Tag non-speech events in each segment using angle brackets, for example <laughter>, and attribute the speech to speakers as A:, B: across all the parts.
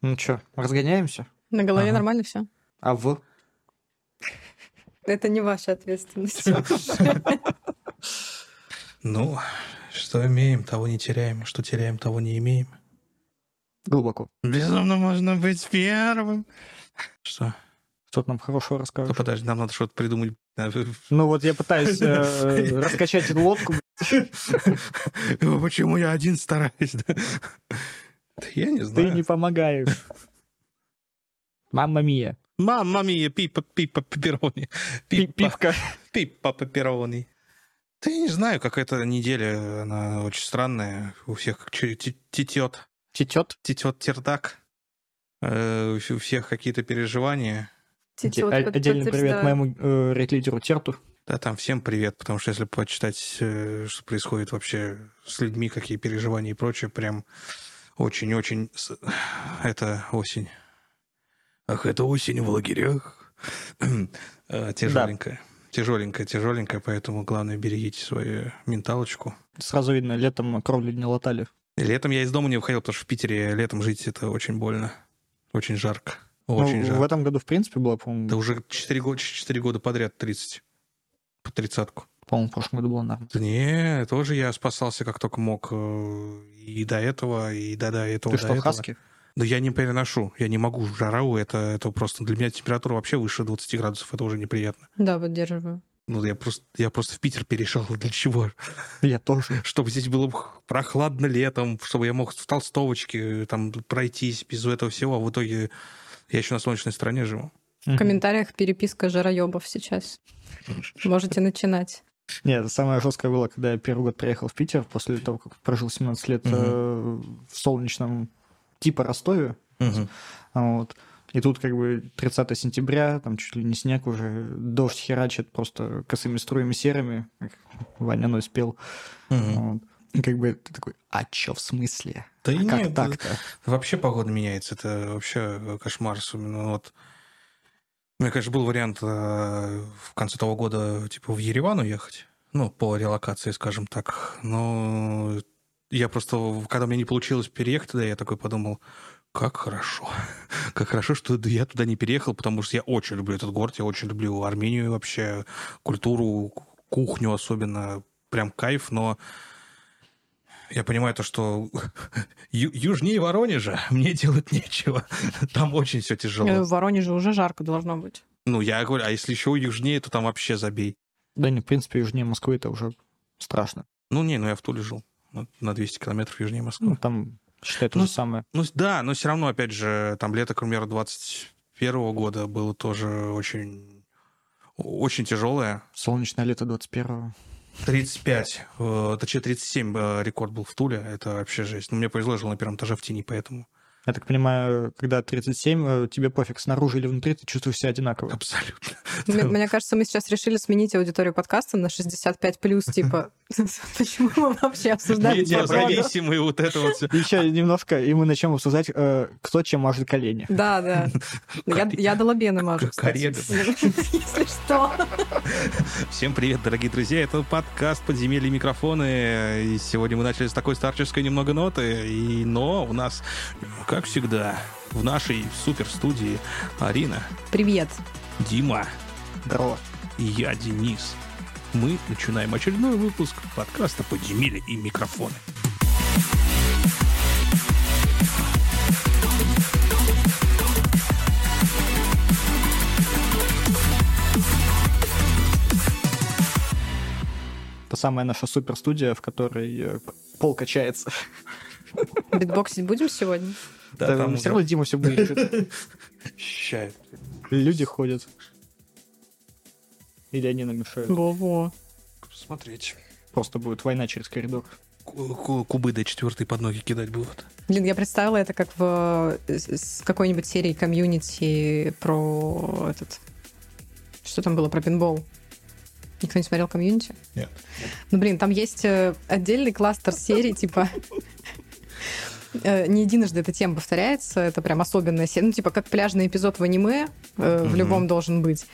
A: Ну что, разгоняемся?
B: На голове
A: Ага.
B: нормально все.
A: А в?
B: Это не ваша ответственность. <laughs>
C: Ну, что имеем, того не теряем, что теряем, того не имеем.
A: Глубоко.
C: Безумно можно быть первым. Что?
A: Что-то нам хорошего
C: Ну,
A: расскажешь.
C: подожди, нам надо что-то придумать.
A: Ну вот я пытаюсь <laughs> э, раскачать эту лодку.
C: <laughs> Почему я один стараюсь? Да, Да я не
A: Ты
C: знаю.
A: не помогаешь. Мамма мия.
C: Мама мия, пипа, пипа, пепперони.
A: Пи-
C: Пипа,
A: Пивка.
C: пипа, пепперони. Да я не знаю, какая-то неделя, она очень странная. У всех чё- те- тетет.
A: Течет.
C: течет тердак. Э, У всех какие-то переживания.
B: Течет, под-
A: а, Отдельный привет
B: подтверждаю.
A: моему э, рейд-лидеру Терту.
C: Да, там всем привет, потому что если почитать, э, что происходит вообще с людьми, какие переживания и прочее, прям очень-очень... с- <sighs> Это осень. Ах, это осень в <clears throat> лагерях. Э, Тяжеленькая. Тяжеленькая, тяжеленькая, поэтому главное берегите свою менталочку.
A: Сразу видно, летом кровли не латали.
C: И Летом я из дома не выходил, потому что в Питере летом жить это очень больно. Очень жарко.
A: Ну,
C: Очень жарко.
A: в этом году, в принципе, было, по-моему,
C: Да уже 4 года, 4 года подряд 30. По тридцатку.
A: по-моему, в прошлом году было нормально.
C: Да не, тоже я спасался как только мог. э, И до этого, и до, до этого. до
A: Ты что,
C: этого.
A: хаски?
C: Да я не переношу. Я не могу. Жару это, это просто... Для меня температура вообще выше 20 градусов. Это уже неприятно.
B: Да, поддерживаю.
C: Ну, я просто, я просто в Питер перешел. <laughs> Для чего?
A: Я тоже.
C: Чтобы здесь было прохладно летом, чтобы я мог в толстовочке э, там пройтись без этого всего. А в итоге я еще на солнечной стороне живу.
B: В комментариях переписка жароебов сейчас. Можете начинать.
A: Нет, самое жесткое было, когда я первый год приехал в Питер, после того, как прожил 17 лет
C: Мгм.
A: э, в солнечном типа Ростове. А Вот. И тут как бы 30 сентября, там чуть ли не снег уже, дождь херачит просто косыми струями серыми, как Ваня Ной спел. Вот. И как бы ты такой, а чё в смысле?
C: Да
A: А
C: и
A: как
C: нет,
A: так-то?
C: Вообще погода меняется, это вообще э, кошмар, особенно вот. У меня, конечно, был вариант э, в конце того года, типа, в Ереван уехать, ну, по релокации, скажем так. Но я просто, когда мне не получилось переехать туда, я такой подумал, как хорошо. <laughs> Как хорошо, что я туда не переехал, потому что я очень люблю этот город, я очень люблю Армению вообще, культуру, кухню особенно, прям кайф, но я понимаю то, что <laughs> ю- южнее Воронежа мне делать <laughs> нечего. Там очень все
B: Э,
C: тяжело.
B: В Воронеже уже жарко должно быть.
C: Ну, я говорю, а если еще южнее, то там вообще забей.
A: Да не, в принципе, южнее Москвы это уже страшно.
C: Ну, не, ну я в Туле жил, на- на 200 километров южнее Москвы.
A: Ну, там, считай, то
C: Ну,
A: же самое.
C: Ну с- да, но все равно, опять же, там лето, к примеру, 21 года было тоже очень, очень тяжелое.
A: Солнечное лето 21-го.
C: 35, э, точнее 37 э, рекорд был в Туле, это вообще жесть. Ну, мне повезло, я жил на первом этаже в тени, поэтому <laughs>
A: Я так понимаю, когда 37, э, тебе пофиг, снаружи или внутри, ты чувствуешь себя одинаково.
C: абсолютно.
B: Мне, мне кажется, мы сейчас решили сменить аудиторию подкаста на 65 плюс, типа, <laughs> почему мы вообще обсуждаем
C: Медиа
B: погоду?
C: зависимые вот это вот все.
A: Еще немножко, и мы начнем обсуждать, э, кто чем мажет колени.
B: Да, да. Я,
C: Коре-
B: я до лобена мажу, кстати.
C: Корега.
B: <laughs> Если что.
C: Всем привет, дорогие друзья, это подкаст «Подземелье и микрофоны». И сегодня мы начали с такой старческой немного ноты, и, но у нас, как всегда, в нашей супер-студии Арина,
B: Привет.
C: Дима,
A: Здорово.
C: и я Денис. Мы начинаем очередной выпуск подкаста «Подземелье и микрофоны».
A: Это самая наша суперстудия, в которой э, пол качается.
B: Битбоксить будем сегодня?
A: Да, все равно Дима все будет решить.
C: <laughs> Ща.
A: Люди ходят. Или они нам
C: Ну.
A: мешают.
B: Во-во.
C: Посмотреть.
A: Просто будет война через коридор.
C: Ку- ку- Кубы до четвертой под ноги кидать будут.
B: Блин, я представила это как в э, с с какой-нибудь серии комьюнити про этот... Что там было про пинбол? Никто не смотрел комьюнити?
C: Нет.
B: Ну, блин, там есть э, отдельный кластер серий, типа... э, Не единожды эта тема повторяется, это прям особенная серия. Ну, типа, как пляжный эпизод в аниме э, в
C: Мгм.
B: любом должен быть,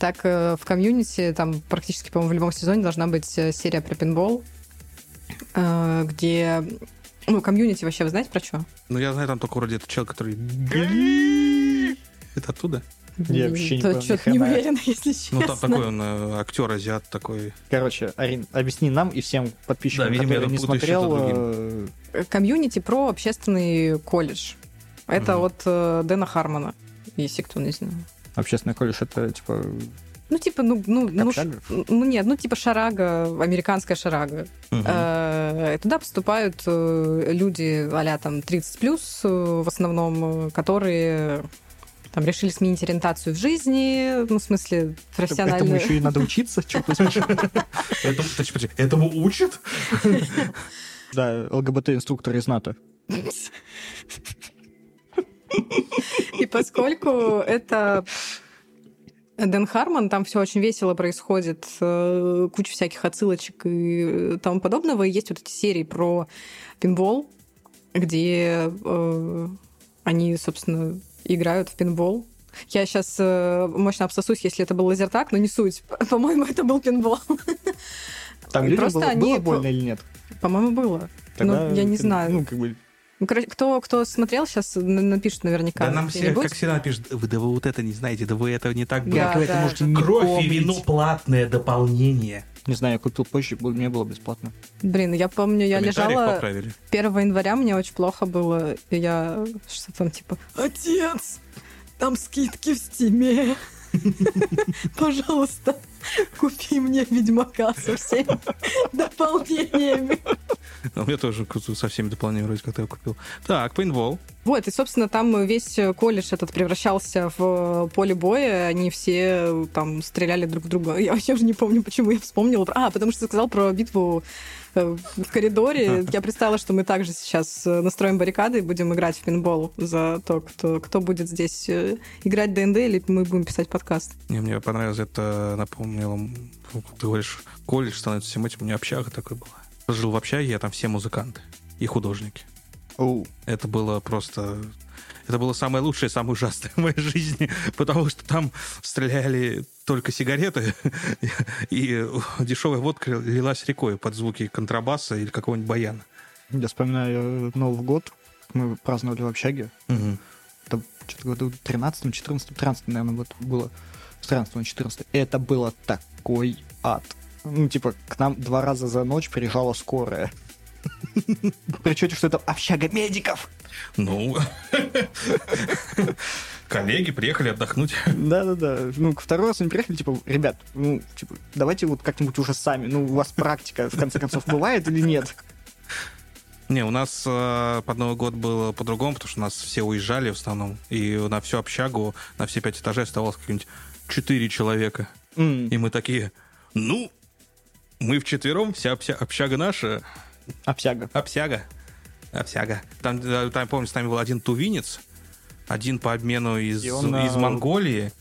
B: так э, в комьюнити, там практически, по-моему, в любом сезоне должна быть э, серия про пинбол, э, где Ну, комьюнити вообще, вы знаете про что?
C: Ну, я знаю, там только вроде это человек, который... Это оттуда?
A: Я вообще не
B: То
A: понял, ни
B: чё-то не
A: хрена.
B: уверена, <laughs> если честно.
C: Ну, там такой он, э, актер, азиат такой.
A: Короче, Арин, объясни нам и всем подписчикам,
C: Да, видимо, я
A: которые не
C: тут буду
A: смотрел.
C: еще
A: э,
B: комьюнити про общественный колледж. Это
C: Мгм.
B: от э, Дэна Хармона, если кто не знает.
A: Общественный колледж это типа
B: Ну, типа, ну, ну, ну, ш-
A: общага?
B: ну, нет, ну, типа шарага, американская шарага.
A: А,
C: Мгм.
B: Э, Туда поступают э, люди а там 30 плюс в основном, э, которые там решили сменить ориентацию в жизни, ну, в смысле,
A: Этому
B: профессиональную.
A: еще и надо учиться, <laughs> чё ты спрашиваешь?
C: Этому- подожди, подожди, Этому учат?
A: Да, ЛГБТ-инструктор из НАТО.
B: И поскольку это Дэн Харман, там все очень весело происходит, э, куча всяких отсылочек и э, тому подобного. И есть вот эти серии про пинбол, где э, они, собственно, играют в пинбол. Я сейчас мощно обсосусь, если это был лазертак, но не суть. <laughs> По-моему, это был пинбол.
A: Там людям
B: Просто
A: было,
B: они
A: было
B: по-
A: больно или нет?
B: По-моему, было.
A: Тогда,
B: я не
A: как-
B: знаю.
A: Ну, как бы,
B: Ну, короче, Кто, кто смотрел, сейчас напишет наверняка.
C: Да нам все,
B: где-нибудь.
C: как всегда, пишут, «Вы- да вы вот это не знаете, да вы это не так
B: Да,
C: было.
A: как вы это
B: да.
A: можете не
C: Кровь и
A: помнить?
C: вино платное дополнение.
A: Не знаю, я купил позже, бу- мне было бесплатно.
B: Блин, я помню, я
C: Комментариях
B: лежала...
C: поправили. <laughs>
B: 1 января мне очень плохо было. и Я что там типа «Отец, там скидки в стиме. <laughs> Пожалуйста, купи мне Ведьмака со всеми дополнениями».
C: А у меня тоже к- со всеми дополнениями вроде как-то я купил. Так, пейнтбол.
B: Вот, и, собственно, там весь э, колледж этот превращался в э, поле боя, они все э, там стреляли друг в друга. Я вообще уже не помню, почему я вспомнила. про- А, потому что ты сказал про битву э,
C: <laughs>
B: в коридоре. Я представила, что мы также сейчас э, настроим баррикады и будем играть в пинбол за то, кто, кто будет здесь э, играть в ДНД, или мы будем писать подкаст.
C: Не, мне понравилось это, напомнило, м, ты говоришь, колледж становится всем этим, у меня общага такой была. Я Жил в общаге, я там все музыканты и художники.
A: Оу.
C: Это было просто... Это было самое лучшее, самое ужасное в моей жизни, <laughs> потому что там стреляли только сигареты, <laughs> и дешевая водка лилась рекой под звуки контрабаса или какого-нибудь баяна.
A: Я вспоминаю э, Новый год, мы праздновали в общаге, там что-то году 13 14 13 наверное, вот было. С 13 на 14 Это было такой ад. Ну, типа, к нам два раза за ночь приезжала скорая. <laughs> Причете, что это общага медиков.
C: Ну, <laughs> коллеги приехали отдохнуть.
A: Да-да-да. Ну, к второй раз они приехали, типа, ребят, ну, типа, давайте вот как-нибудь уже сами. Ну, у вас практика, в конце концов, бывает или нет?
C: Не, у нас э, под Новый год было по-другому, потому что у нас все уезжали в основном, и на всю общагу, на все пять этажей оставалось какие-нибудь четыре человека.
A: М,
C: И мы такие, ну, мы вчетвером, вся обща- общага наша,
A: Общага.
C: Общага. Общага. Там, э, там, помню, с нами был один тувинец, один по обмену из,
A: И он, э,
C: из Монголии,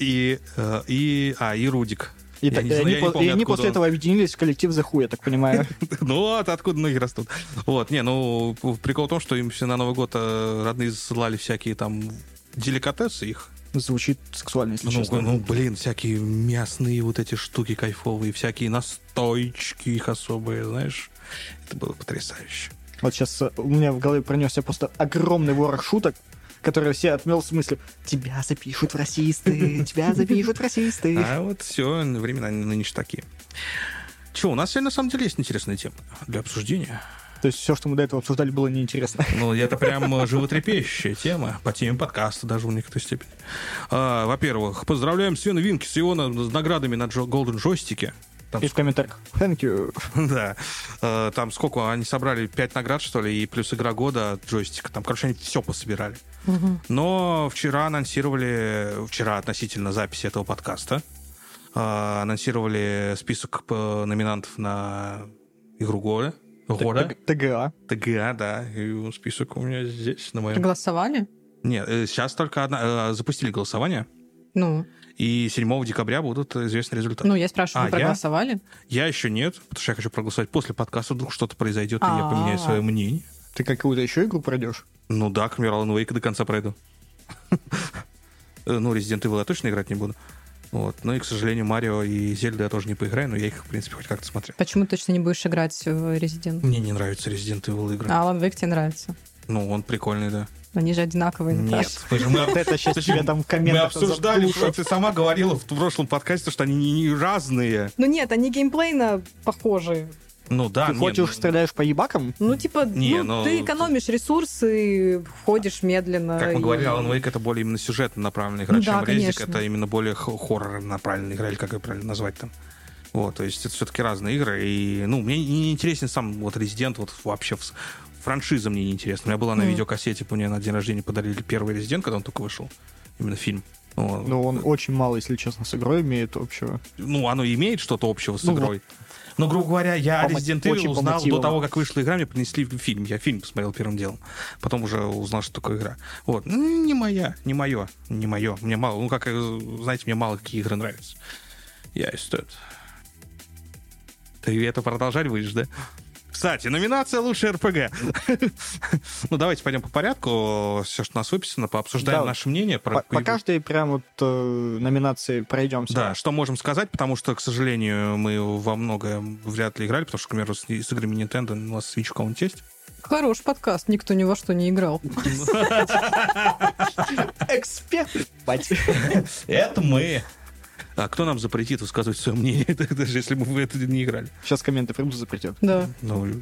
C: и, э, и, а, и Рудик. <laughs>
A: И,
C: Я
A: так-
C: не
A: и
C: знаю,
A: они,
C: я не
A: по- и
C: помню,
A: они
C: откуда
A: после
C: он.
A: этого объединились в коллектив The Who, я так понимаю.
C: Ну вот, откуда ноги растут. Вот, не, ну, прикол в том, что им все на Новый год э, родные засылали всякие там деликатесы их.
A: Звучит сексуально, если
C: Ну,
A: честно.
C: ну, блин, всякие мясные вот эти штуки кайфовые, всякие настойчики их особые, знаешь. Это было потрясающе.
A: Вот сейчас у меня в голове пронесся просто огромный ворох шуток, которые все отмел в смысле «Тебя запишут в расисты! Тебя запишут в расисты!»
C: А вот все, времена нынче такие. Че, у нас сегодня на самом деле есть интересная тема для обсуждения.
A: То есть все, что мы до этого обсуждали, было неинтересно.
C: Ну, это прям э, животрепещущая тема, по теме подкаста даже в некоторой степени. А, во-первых, поздравляем Свена Винки с его на- с наградами на джо- Golden Joystick. Там,
A: И в комментариях «Thank you».
C: ск- да, Э, там сколько, они собрали 5 наград, что ли, и плюс игра года от джойстика. Там, короче, они все пособирали. Но вчера анонсировали, вчера относительно записи этого подкаста, э, анонсировали список э, номинантов на игру года. Года.
A: Т- ТГА.
C: ТГА, да. И список у меня здесь, на
B: А.
C: моем...
B: Проголосовали?
C: Нет, э, сейчас только одна... э, Запустили голосование,
B: Ну,
C: и 7 декабря будут известны результаты.
B: ну я спрашиваю,
C: А,
B: вы
C: я?
B: проголосовали?
C: Я еще нет, потому что я хочу проголосовать после подкаста, вдруг что-то произойдет, и я
B: А-а-а.
C: поменяю свое мнение.
A: Ты какую-то еще игру пройдешь?
C: Ну да, <laughs> Камер Alan Wake до конца пройду. Э, Ну, Resident Evil я точно играть не буду. Вот. Ну и, к сожалению, Марио и Зельда я тоже не поиграю, но я их, в принципе, хоть как-то смотрю.
B: Почему точно не будешь играть в Resident?
C: Мне не нравятся Resident Evil игры.
B: А Alan Wake тебе нравится?
C: Ну, он прикольный, да.
B: Они же одинаковые, Наташа.
C: Нет. мы же-
A: <laughs>
C: мы-
A: Вот это сейчас
C: Слушай,
A: тебе там в
C: Мы
A: комментах
C: обсуждали,
A: задушат.
C: что ты сама говорила в прошлом подкасте, что они не, не разные.
B: Ну нет, они геймплейно похожи.
C: Ну да.
A: Ты
C: не,
A: хочешь,
C: ну,
A: стреляешь по ебакам?
B: Ну, типа,
C: Не,
B: ну,
C: ну,
B: ты экономишь ресурсы, ходишь медленно.
C: Как мы
B: и-
C: говорили, Alan Wake это более именно сюжетно направленная игра,
B: Ну
C: чем
B: да,
C: Резик
B: конечно.
C: это именно более хо- хоррор направленная игра, или как ее правильно назвать там. Вот, то есть это все-таки разные игры, и, ну, мне не не интересен сам вот Резидент, вот вообще вс- франшиза мне не интересна. У меня была на
B: Мгм.
C: видеокассете, типа, мне на день рождения подарили первый Резидент, когда он только вышел, именно фильм. Вот.
A: Ну, он очень мало, если честно, с игрой имеет общего.
C: ну, оно имеет что-то общего с
A: Ну,
C: игрой. Но, грубо говоря, я
A: По мо-
C: Resident
A: очень
C: Evil
A: по
C: узнал до
A: мотивам.
C: того, как вышла игра, мне принесли фильм. Я фильм посмотрел первым делом. Потом уже узнал, что такое игра. Вот. Ну, Не моя, не мое, не мое. Мне мало, ну, как, э, знаете, мне мало какие игры нравятся. Я и стоит. Ты это продолжать будешь, да? Кстати, номинация «Лучший РПГ». <laughs> Ну, давайте пойдем по порядку. Все, что у нас выписано, пообсуждаем
A: Да.
C: наше мнение. про
A: По, по
C: игру.
A: каждой прям вот э, номинации пройдемся.
C: Да, что можем сказать, потому что, к сожалению, мы во многое вряд ли играли, потому что, к примеру, с, с играми Nintendo у нас Switch у кого-нибудь есть.
B: Хорош подкаст, никто ни во что не <laughs> играл.
A: Эксперт. бать.
C: Это мы. А кто нам запретит высказывать свое мнение, <laughs> даже если мы в это не играли?
A: Сейчас комменты придут запретят.
B: Да.
C: Ну,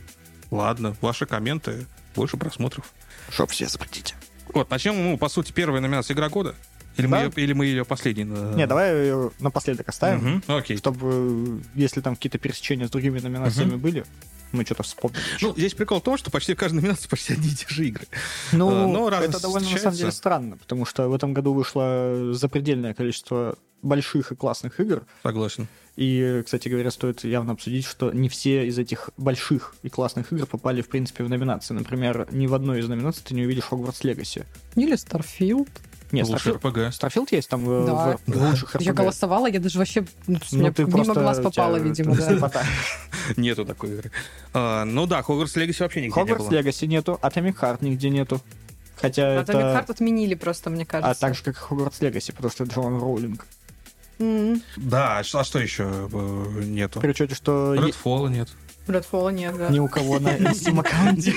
C: ладно, ваши комменты, больше просмотров.
A: Чтоб все запретите.
C: Вот, начнем, ну, по сути, первая номинация «Игра года». Или, мы,
A: Да.
C: её- или мы ее последний?
A: Не, давай её напоследок оставим,
C: Окей.
A: чтобы, э, если там какие-то пересечения с другими номинациями были, мы что-то вспомнили.
C: Ну, здесь прикол в том, что почти в каждой номинации почти одни и те же игры.
A: Ну,
C: Э, но разность
A: это довольно на самом
C: встречается.
A: деле странно, потому что в этом году вышло запредельное количество больших и классных игр.
C: Согласен.
A: И, кстати говоря, стоит явно обсудить, что не все из этих больших и классных игр попали, в принципе, в номинации. Например, ни в одной из номинаций ты не увидишь Хогвартс Легаси.
B: Или Starfield.
A: Нет,
C: Лучший
A: Starfield,
C: РПГ.
A: Starfield есть там в-
B: Да.
A: в, лучших
B: Я
A: RPG.
B: голосовала, я даже вообще... ну, то есть
A: Ну,
B: у меня
A: ты
B: мимо
A: просто-
B: глаз
A: у
B: попала,
A: тебя
B: видимо, <laughs> да.
A: слепота.
C: Нету такой игры. А, ну да, Хогвартс Легаси вообще нигде не
A: Хогвартс
C: было.
A: Легаси нету, а Atomic Heart нигде нету. Хотя
B: А Atomic Heart
A: это...
B: отменили просто, мне кажется.
A: А так же, как и Хогвартс Легаси, потому что Джон Роулинг.
B: М,
C: Да, а ш- а что еще э, нету?
A: При учете, что е-
C: Redfall нет.
B: Redfall нет, да.
A: ни у кого на Steam аккаунте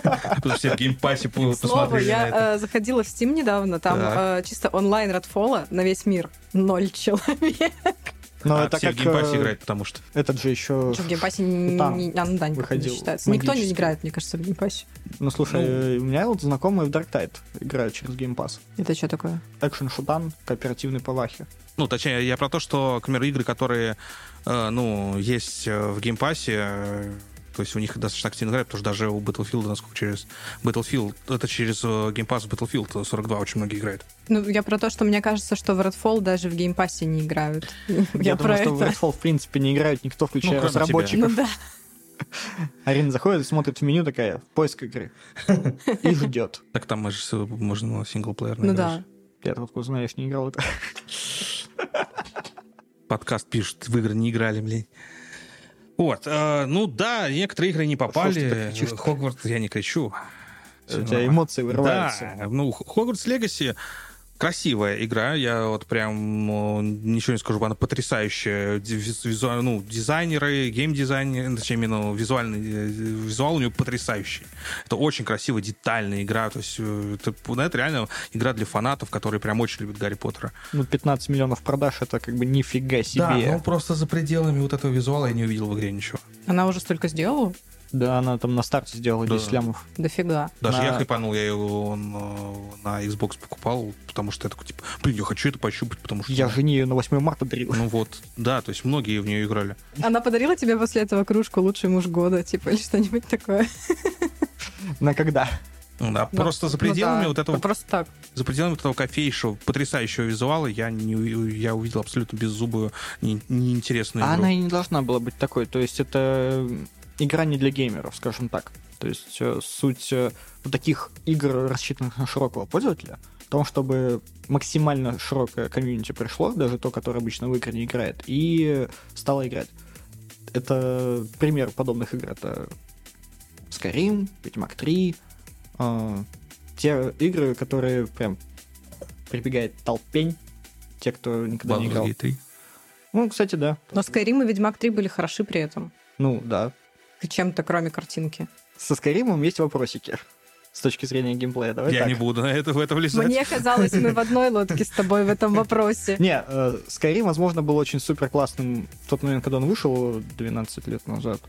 C: <laughs> Потому что все в геймпассе по-
B: Слово,
C: посмотрели на это.
B: я э, заходила в Steam недавно, там
C: Так.
B: э, чисто онлайн Redfall на весь мир. Ноль человек.
A: Но
C: А
A: это
C: все
A: как...
C: в геймпассе
A: э,
C: играют, потому что...
A: Этот же еще...
B: Что в геймпассе не,
A: Там
B: не- а, ну да, никак не
A: выходил
B: считается. Никто не
A: магический.
B: играет, мне кажется, в геймпассе.
A: Ну, слушай,
C: Ну.
A: э, у меня вот знакомые в Dark Tide играют через геймпас.
B: Это что такое?
A: Экшн-шутан, кооперативный палахи.
C: Ну, точнее, я про то, что, к примеру, игры, которые, э, ну, есть э, в геймпассе, э, то есть у них достаточно активно играют, потому что даже у Battlefield, насколько через Battlefield, это через э, геймпасс Battlefield 42 очень многие играют.
B: Ну, я про то, что мне кажется, что в Redfall даже в геймпассе не играют.
A: Я,
B: Я про
A: думаю, что в
B: это.
A: Redfall, в принципе, не играют никто, включая
C: Ну, кроме
A: разработчиков.
B: Ну да.
A: Арина заходит, смотрит в меню такая, поиск
C: <laughs>
A: игры. И ждет.
C: Так там мы же с- можно на синглплеерно
B: Ну
C: играть.
B: да.
A: Я тут откуда знаю, я ж не играл это.
C: Подкаст пишет, в игры не играли, блин. Вот, э, ну да, некоторые игры не
A: Что ж ты
C: попали.
A: так кричишь-то?
C: Хогвартс, я не кричу. Э, Всё
A: У тебя
C: нормально.
A: эмоции вырываются.
C: Да, ну, Хогвартс Легаси красивая игра, я вот прям ну, ничего не скажу, она потрясающая. Ди- виз- визуа- ну, дизайнеры, геймдизайнеры, ну, точнее, именно визуальный, э, визуал у нее потрясающий. Это очень красивая, детальная игра, то есть э, это, ну, это реально игра для фанатов, которые прям очень любят Гарри Поттера.
A: Ну, 15 миллионов продаж, это как бы нифига себе.
C: ну, просто за пределами вот этого визуала я не увидел в игре ничего.
B: Она уже столько сделала?
A: Да, она там на старте сделала
C: Да.
A: 10 лямов.
B: Дофига.
C: Даже
A: На-
C: я хайпанул, я его он, э, на Xbox покупал, потому что я такой, типа, блин, я хочу это пощупать, потому что...
A: Я жене ее на 8 марта дарил. <laughs>
C: Ну вот, да, то есть многие в нее играли.
B: Она подарила тебе после этого кружку «Лучший муж года», типа, или что-нибудь такое.
A: На когда?
C: Ну да,
B: Ну,
C: просто за
B: ну
C: пределами
B: да.
C: вот этого,
B: Просто так.
C: за пределами вот этого кофейшего, потрясающего визуала я не у- я увидел абсолютно беззубую, не- неинтересную
A: А
C: игру.
A: она и не должна была быть такой. То есть это э, игра не для геймеров, скажем так. То есть э, суть э, вот таких игр, рассчитанных на широкого пользователя, в том, чтобы максимально широкое комьюнити пришло, даже то, которое обычно в игры не играет, и стало играть. Это пример подобных игр. Это Skyrim, Ведьмак 3, э, те игры, которые прям прибегает толпень, те, кто никогда не
C: Baldur's
A: играл.
C: Gate 3.
A: Ну, кстати, да.
B: Но Skyrim и Ведьмак 3 были хороши при этом.
A: Ну, да.
B: Чем-то, кроме картинки.
A: Со Скайримом есть вопросики с точки зрения геймплея. Давай
C: Я
A: так.
C: не буду на это, в это влезать.
B: Мне казалось, мы
C: <laughs>
B: в одной лодке с тобой в этом вопросе.
A: Не, э, Skyrim, возможно, был очень супер классным в тот момент, когда он вышел 12 лет назад.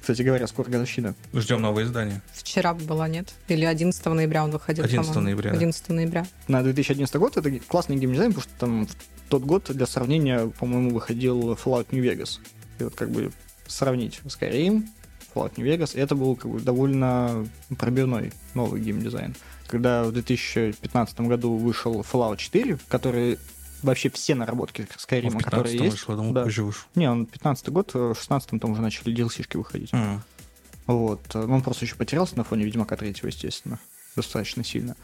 A: Кстати говоря, скоро годовщина.
C: Ждем новое издание.
B: Вчера была, нет? Или 11 ноября он выходил,
C: 11
B: по-моему.
C: ноября, да.
B: 11 ноября.
A: На 2011 год это классный геймдизайн, потому что там в тот год для сравнения, по-моему, выходил Fallout New Vegas. И вот как бы сравнить Skyrim, Fallout New Vegas, это был как бы довольно пробивной новый геймдизайн. Когда в 2015 году вышел Fallout 4, который вообще все наработки
C: Он в
A: Skyrim, которые
C: 15
A: есть,
C: вышло, я думал,
A: да.
C: позже вышло.
A: Не, он 15 год, э, в 16 там уже начали DLC-шки выходить.
C: М.
A: Вот. э, ну, Он просто еще потерялся на фоне Ведьмака 3, естественно. Достаточно сильно.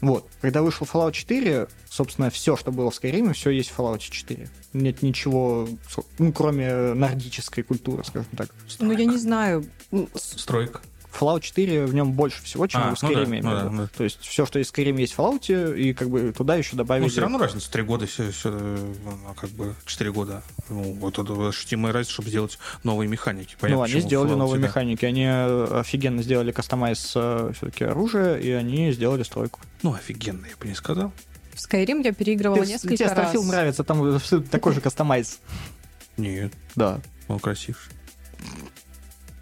A: Вот. Когда вышел Fallout 4, собственно, все, что было в Skyrim, все есть в Fallout 4. Нет ничего, со- ну, кроме нордической культуры, скажем так.
B: Ну, я не знаю. м, с-
C: Стройка.
A: Fallout 4 в нем больше всего, чем
C: А,
A: в
C: ну да,
A: Skyrim. я
C: ну
A: имею в
C: да,
A: виду.
C: ну да.
A: То есть все, что есть в Skyrim, есть в Fallout, и как бы туда еще добавили...
C: Ну, все равно разница. Три года, все, как бы четыре года. Ну, вот это ощутимая разница, чтобы сделать новые механики. Понятно,
A: ну, они
C: почему
A: сделали
C: Fallout,
A: новые
C: да.
A: механики. Они э, офигенно сделали кастомайз все-таки оружия, и они сделали стройку.
C: Ну, офигенно, я бы не сказал.
B: В Skyrim я переигрывала
A: Ты-
B: несколько
A: тебе
B: раз.
A: Starfield нравится, там <laughs> всё такой же кастомайз.
C: Нет,
A: Да,
C: он красивший.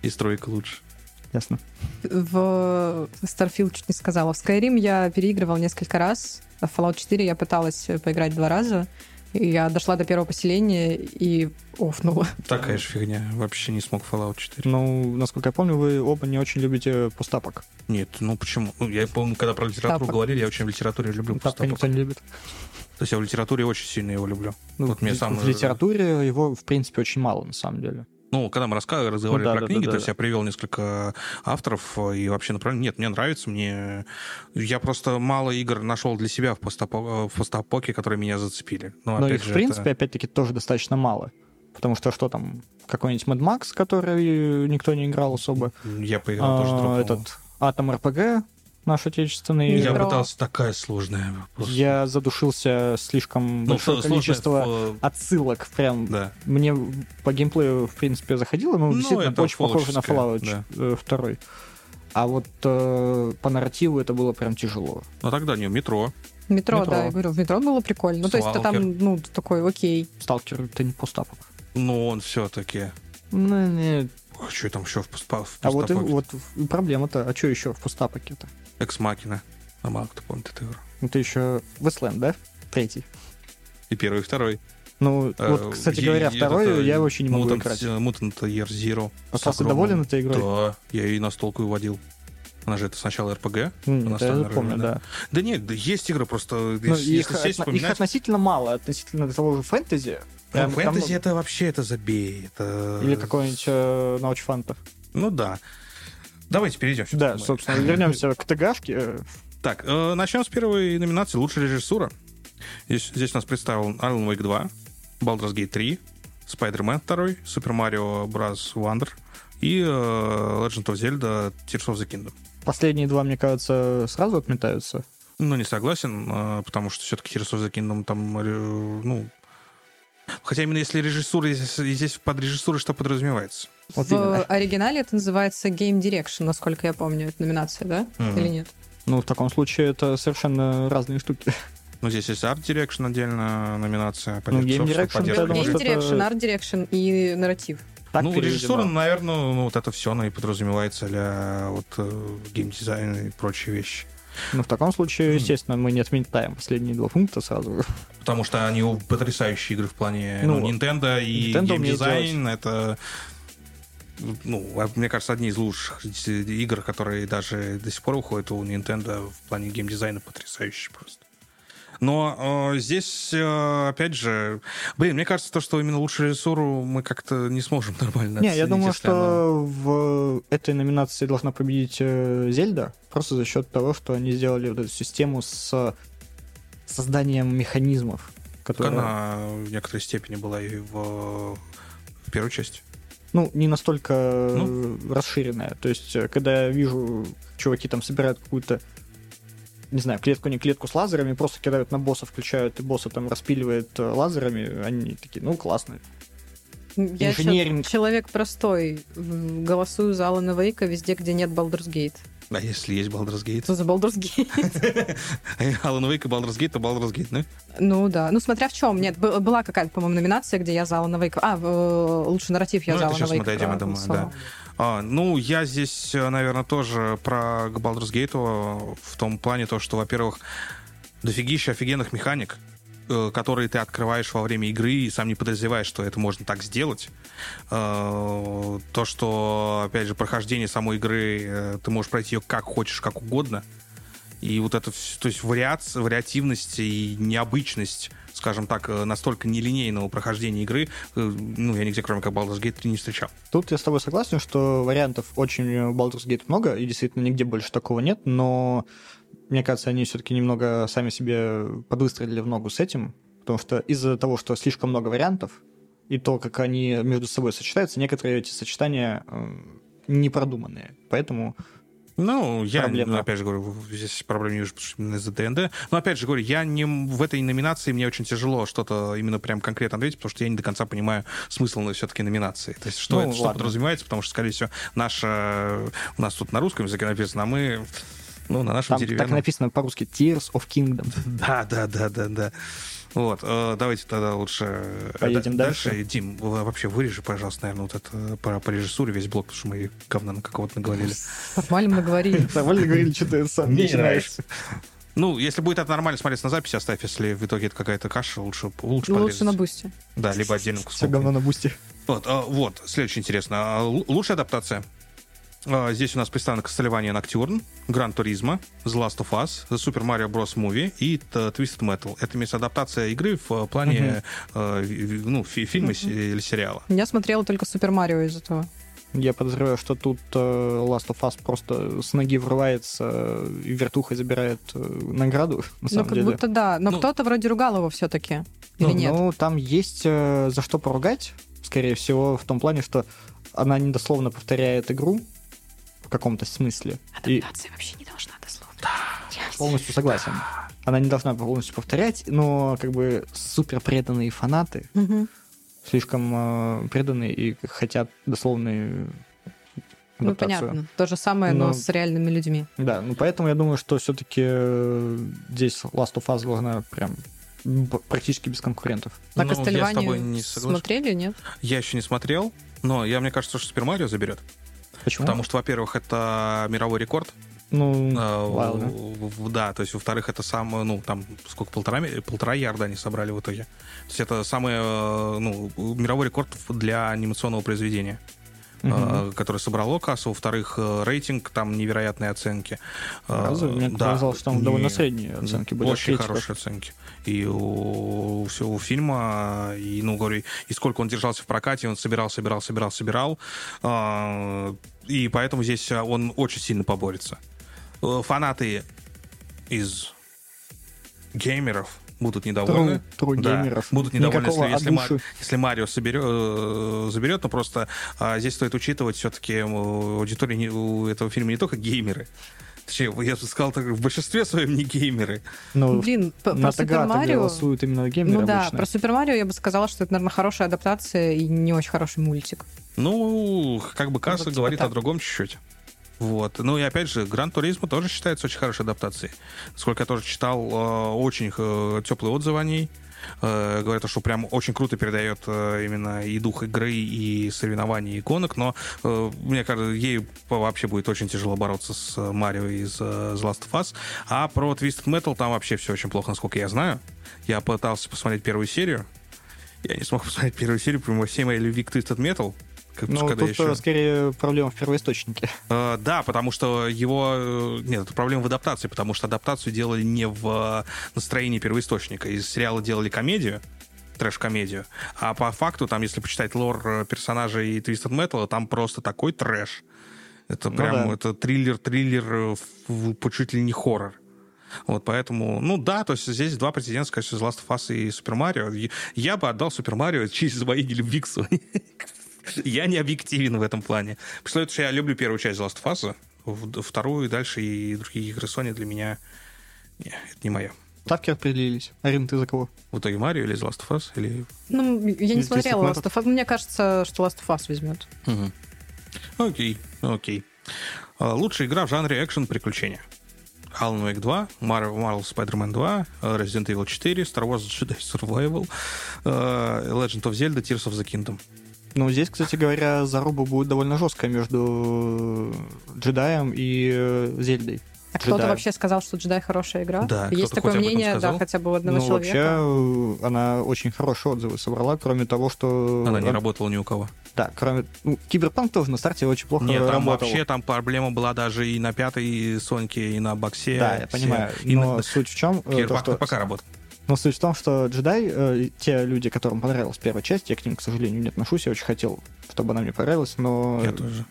C: И стройка лучше.
A: ясно.
B: В Starfield чуть не сказала. В Skyrim я переигрывала несколько раз. а В Fallout 4 я пыталась э, поиграть два раза. И я дошла до первого поселения и офнула.
C: Такая же фигня. Вообще не смог Fallout 4.
A: Ну, насколько я помню, вы оба не очень любите пустапок.
C: Нет, ну почему? Ну, я помню, когда про литературу
B: Тапок.
C: говорили, я очень в литературе люблю
A: Пустапок
C: пустапок.
A: никто не любит.
C: То есть я в литературе очень сильно его люблю.
A: Ну,
C: Вот мне
A: в-
C: сам-
A: В литературе его, в принципе, очень мало, на самом деле.
C: Ну, когда мы рассказывали, разговаривали
A: Ну да,
C: про
A: да,
C: книги,
A: да,
C: то
A: да,
C: есть
A: да.
C: я привел несколько авторов э, и вообще направление. Нет, мне нравится, мне... Я просто мало игр нашел для себя в, постапо- э, в постапоке, которые меня зацепили. Ну,
A: Но
C: опять
A: их,
C: же,
A: в
C: это-
A: принципе, опять-таки, тоже достаточно мало. Потому что что там, какой-нибудь Mad Max, который никто не играл особо,
C: Я поиграл тоже
A: а,
C: другого.
A: этот Атом РПГ наш отечественный.
C: Я
B: Метро.
C: пытался такая сложная. просто.
A: Я задушился слишком
C: Ну,
A: большое
C: сложная
A: количество
C: в-
A: отсылок прям
C: Да.
A: Мне по геймплею, в принципе, заходило, но
C: Ну,
A: действительно
C: это
A: очень похоже на Fallout
C: фоллаутческое,
A: 2. А вот э, по нарративу это было прям тяжело.
C: Но тогда не метро.
B: Метро,
A: Метро.
B: да, я говорю, в метро было прикольно. Ну, то есть ты там,
C: Сталкер.
B: ну, ты такой, окей.
A: Сталкер это не постапок.
C: Но он все-таки...
A: Ну, не-
C: Что там еще в, постпа- в
A: А вот и,
C: постапоке?
A: вот и проблема-то. А что еще в постапоке-то?
C: Экс-Макина. А мало кто помнит эту игру.
A: Это еще Westland, да? Третий.
C: И первый, и второй.
A: Ну,
C: Э,
A: вот, кстати
C: е-
A: говоря,
C: е-
A: вторую
C: этот, э,
A: я вообще не могу
C: Mutant-
A: играть.
C: э, Mutant Year Zero.
A: Остался
C: С огромным-
A: доволен этой игрой?
C: Да, я ее на столку и водил. Она же это сначала РПГ.
A: М, это я
C: настольная
A: помню,
C: роль, да.
A: да.
C: Да нет, да есть игры, просто
A: Ну,
C: если,
A: их,
C: если сесть,
A: отно- их
C: вспоминать...
A: относительно мало, относительно того же фэнтези.
C: Ну,
A: Прям там-
C: фэнтези это вообще, это забей. Это...
A: Или какой-нибудь э, научфанта.
C: Ну да. Давайте перейдем. всё-таки
A: Да,
C: мы.
A: собственно, вернемся к ТГшке. э,
C: Так, э, начнем с первой номинации «Лучшая режиссура». Здесь, здесь нас представил Alan Wake 2, Baldur's Gate 3, Spider-Man 2, Super Mario Bros. Wonder и э, Legend of Zelda Tears of the Kingdom.
A: Последние два, мне кажется, сразу отметаются.
C: Ну, не согласен, э, потому что все-таки Tears of the Kingdom там, э, ну... Хотя именно если режиссура, здесь, здесь под режиссурой что подразумевается?
A: Вот
B: в
A: именно.
B: оригинале это называется Game Direction, насколько я помню, это номинация, да?
C: Мгм.
B: Или нет?
A: Ну, в таком случае это совершенно разные штуки.
C: Ну, здесь есть Art Direction отдельно, номинация.
A: Ну, Game
C: поддержка,
A: Direction,
C: поддержка
A: Я думаю,
B: Game
A: что
C: режиссера.
A: это-
B: Direction, Art Direction и нарратив.
A: Так
C: ну,
A: переведено.
C: режиссура, наверное, ну, вот это все, ну, и подразумевается для вот э, геймдизайна и прочие вещи.
A: Ну, в таком случае, естественно, мы не отметаем последние два пункта сразу.
C: Потому что они у- потрясающие игры в плане ну,
A: Ну,
C: Nintendo и
A: Nintendo умеет
C: геймдизайн. Это, ну, а мне кажется, одни из лучших э, игр, которые даже до сих пор уходят у Nintendo в плане геймдизайна потрясающие просто. Но э, здесь, э, опять же, блин, мне кажется, то, что именно лучшую режиссуру мы как-то не сможем <laughs> нормально
A: Не, я
C: оценить,
A: думаю,
C: если
A: что в этой номинации должна победить э, Зельда, просто за счет того, что они сделали вот эту систему с созданием механизмов,
C: она-
A: которые...
C: она в некоторой степени была и в, в первой части.
A: ну, не настолько э, расширенная. То есть, э, когда я вижу, чуваки там собирают какую-то не знаю, клетку не клетку с лазерами, просто кидают на босса, включают, и босса там распиливает э, лазерами, они такие, ну, классно.
B: Я чел-
A: Инженеринг.
B: человек простой. М, Голосую за Алана Вейка везде, где нет Baldur's Gate.
C: А если есть Baldur's Gate? <laughs>
B: Что за Baldur's <laughs> Gate?
C: Alan Wake и Baldur's Gate, то Baldur's Gate, да?
B: Ну да. Ну смотря в чем. Нет, б- была какая-то, по-моему, номинация, где я за Алана Вейка. А, в, э, лучший нарратив я
C: Ну,
B: за
C: это
B: Алана
C: сейчас мы
B: Вейка.
C: дойдем, я думаю,
B: голосовала.
C: А, ну, я здесь, э, наверное, тоже про к Baldur's Gate э, в том плане то, что, во-первых, дофигища офигенных механик, э, которые ты открываешь во время игры и сам не подозреваешь, что это можно так сделать. Э, То, что, опять же, прохождение самой игры, э, ты можешь пройти ее как хочешь, как угодно. И вот это, вс- то есть вариация, вариативность и необычность, скажем так, э, настолько нелинейного прохождения игры, э, ну, я нигде, кроме как Baldur's Gate 3, не встречал.
A: Тут я с тобой согласен, что вариантов очень э, в Baldur's Gate много, и действительно нигде больше такого нет, но мне кажется, они все-таки немного сами себе подвыстрелили в ногу с этим, потому что из-за того, что слишком много вариантов, и то, как они между собой сочетаются, некоторые эти сочетания м, непродуманные. Поэтому
C: Ну, я,
A: Проблема.
C: ну, опять же говорю, в- здесь проблем не вижу, потому что именно из-за ДНД. Но, опять же говорю, я не м- в этой номинации, мне очень тяжело что-то именно прям конкретно ответить, потому что я не до конца понимаю смысл все-таки номинации. То есть что,
A: Ну,
C: это, что
A: ладно.
C: подразумевается, потому что, скорее всего, наша... э, У нас тут на русском языке написано, а мы... Ну, на нашем
A: там так
C: деревянном...
A: написано по-русски Tears of Kingdom.
C: Да, да, да, да, да. Вот, э, давайте тогда лучше э,
A: Поедем
C: да-
A: дальше.
C: Дим, в- вообще вырежи, пожалуйста, наверное, вот это э, про, по режиссуре весь блок, потому что мы говна на какого-то наговорили.
B: Нормально
A: <laughs>
B: мы говорили.
A: Нормально говорили, что ты сам начинаешь.
C: Ну, если будет это нормально смотреться на записи, оставь. Если в итоге это какая-то каша, лучше, лучше
B: Ну,
C: подрезать.
B: Лучше на бусте.
C: Да, либо отдельно кусок.
A: Все говно на бусте.
C: Вот, а, вот, следующее интересно. А, л- Лучшая адаптация. А, Здесь у нас представлена Castlevania Ноктюрн, Гран Туризма, The Last of Us, The Super Mario Bros. Movie и Т- Twisted Metal. Это имеется адаптация игры в э, плане э, ви- ви- ну, фи- фильма се- или сериала.
B: Я смотрела только Супер Марио из этого.
A: Я подозреваю, что тут э, Last of Us просто с ноги врывается э, и вертухой забирает э, награду, <laughs> на
B: Ну,
A: самом
B: как
A: деле.
B: будто да. Но
C: Ну.
B: кто-то вроде ругал его все-таки.
A: ну,
B: Или нет?
A: ну, там есть э, за что поругать, скорее всего, в том плане, что она недословно повторяет игру в каком-то смысле.
B: А
A: И
B: вообще не должна дословно.
A: полностью согласен. Она не должна полностью повторять, но как бы супер преданные фанаты,
B: Мгм.
A: слишком э, преданные и хотят дословные
B: Ну,
A: адаптацию.
B: понятно. То же самое, но
A: Ну.
B: с реальными людьми.
A: Да, ну поэтому я думаю, что все-таки здесь Last of Us должна прям б- практически без конкурентов.
B: На
C: Ну, я с тобой
B: Кастельване
C: не согласен.
B: смотрели, нет?
C: Я еще не смотрел, но я, мне кажется, что Супер Марио заберет.
A: Почему?
C: Потому что, во-первых, это мировой рекорд.
A: Ну,
C: А,
A: ладно.
C: в- в- Да, то есть, во-вторых, это самое, ну, там, сколько, полтора, ми- полтора ярда они собрали в итоге. То есть это самый, э, ну, мировой рекорд для анимационного произведения,
A: Мгм.
C: э, которое собрало кассу. Во-вторых, э, рейтинг, там невероятные оценки. Э,
A: Разве? Мне
C: да,
A: казалось, что там довольно
C: не-
A: средние оценки были. от
C: очень
A: критиков.
C: хорошие оценки. И у всего фильма, и, ну, говорю, и сколько он держался в прокате, он собирал, собирал, собирал, собирал. А, И поэтому здесь а, он очень сильно поборется. Э, Фанаты из геймеров будут недовольны.
A: Тру- тру
C: Да,
A: геймеров.
C: будут недовольны, если,
A: Никакого
C: если, Мар-
A: отдуши.
C: если Марио соберет, заберет, но просто а, здесь стоит учитывать все-таки аудиторию не- у этого фильма не только геймеры. Точнее, я бы сказал, так, в большинстве своем не геймеры.
A: Ну,
B: Блин, п-
A: на
B: про Супер
A: Тагата
B: Марио...
A: голосуют именно геймеры
B: Ну да,
A: обычно.
B: про Супер Марио я бы сказала, что это, наверное, хорошая адаптация и не очень хороший мультик.
C: Ну, как бы касса
B: Вот типа
C: говорит о
B: так.
C: другом чуть-чуть. Вот. Ну и опять же, Гран Туризма тоже считается очень хорошей адаптацией. Сколько я тоже читал, э, очень теплые отзывы о ней. Э, Говорят, что прям очень круто передает э, именно и дух игры, и соревнований, и гонок, но э, мне кажется, ей по- вообще будет очень тяжело бороться с э, Марио из э, The Last of Us. А про Twisted Metal там вообще все очень плохо, насколько я знаю. Я пытался посмотреть первую серию, я не смог <laughs> посмотреть первую серию, потому что всей моей любви к Twisted Metal. как-
A: Ну,
C: когда
A: тут
C: я еще-
A: э, скорее проблема
C: <laughs>
A: в первоисточнике.
C: Э, да, потому что его... э, Нет, это проблема в адаптации, потому что адаптацию делали не в э, настроении первоисточника. Из сериала делали комедию, трэш-комедию. А по факту, там, если почитать лор э, персонажей Twisted Metal, там просто такой трэш. Это
A: Ну
C: прям
A: да.
C: это триллер-триллер, э, в- в- по- чуть ли не хоррор. Вот поэтому, ну да, то есть здесь два претендента, конечно, из Last of Us и Супер Марио. И Я бы отдал Супер Марио <laughs> через мои нелюбви к Sony. <laughs> Я не объективен в этом плане. Потому что я люблю первую часть Last of Us, в- вторую и дальше, и другие игры Sony для меня Не, это не мое.
A: Ставки определились. Арин, ты за кого?
C: В итоге Марио или из Last of Us, или...
B: Ну, я не
A: Интересный
B: смотрела Last
A: квадрат.
B: of Us. Мне кажется, что Last of Us возьмет.
C: Мгм. Окей, окей. А, Лучшая игра в жанре экшен-приключения. Alan Wake 2, Mar- Marvel Spider-Man 2, э, Resident Evil 4, Star Wars Jedi Survival, э, Legend of Zelda, Tears of the Kingdom.
A: Ну, здесь, кстати говоря, заруба будет довольно жесткая между джедаем и э, Зельдой.
B: А кто-то
A: Джедай.
B: вообще сказал, что джедай хорошая игра?
C: Да,
B: Есть
C: кто-то
B: такое
C: хоть об этом
B: мнение, да,
C: сказал?
B: хотя бы у одного
A: ну,
B: человека.
A: вообще, э, она очень хорошие отзывы собрала, кроме того, что... э,
C: Она не работала ни у кого.
A: Да, кроме... Ну, Киберпанк тоже на старте очень плохо
C: Нет, там
A: работал.
C: вообще там проблема была даже и на пятой Соньке, и на Боксе.
A: Да, я понимаю.
C: Все. И на-
A: Но суть в чем... э, то,
C: Киберпанк
A: что-
C: пока работает.
A: Но суть в том, что джедай, э, те люди, которым понравилась первая часть, я к ним, к сожалению, не отношусь, я очень хотел, чтобы она мне понравилась, но
C: Я тоже.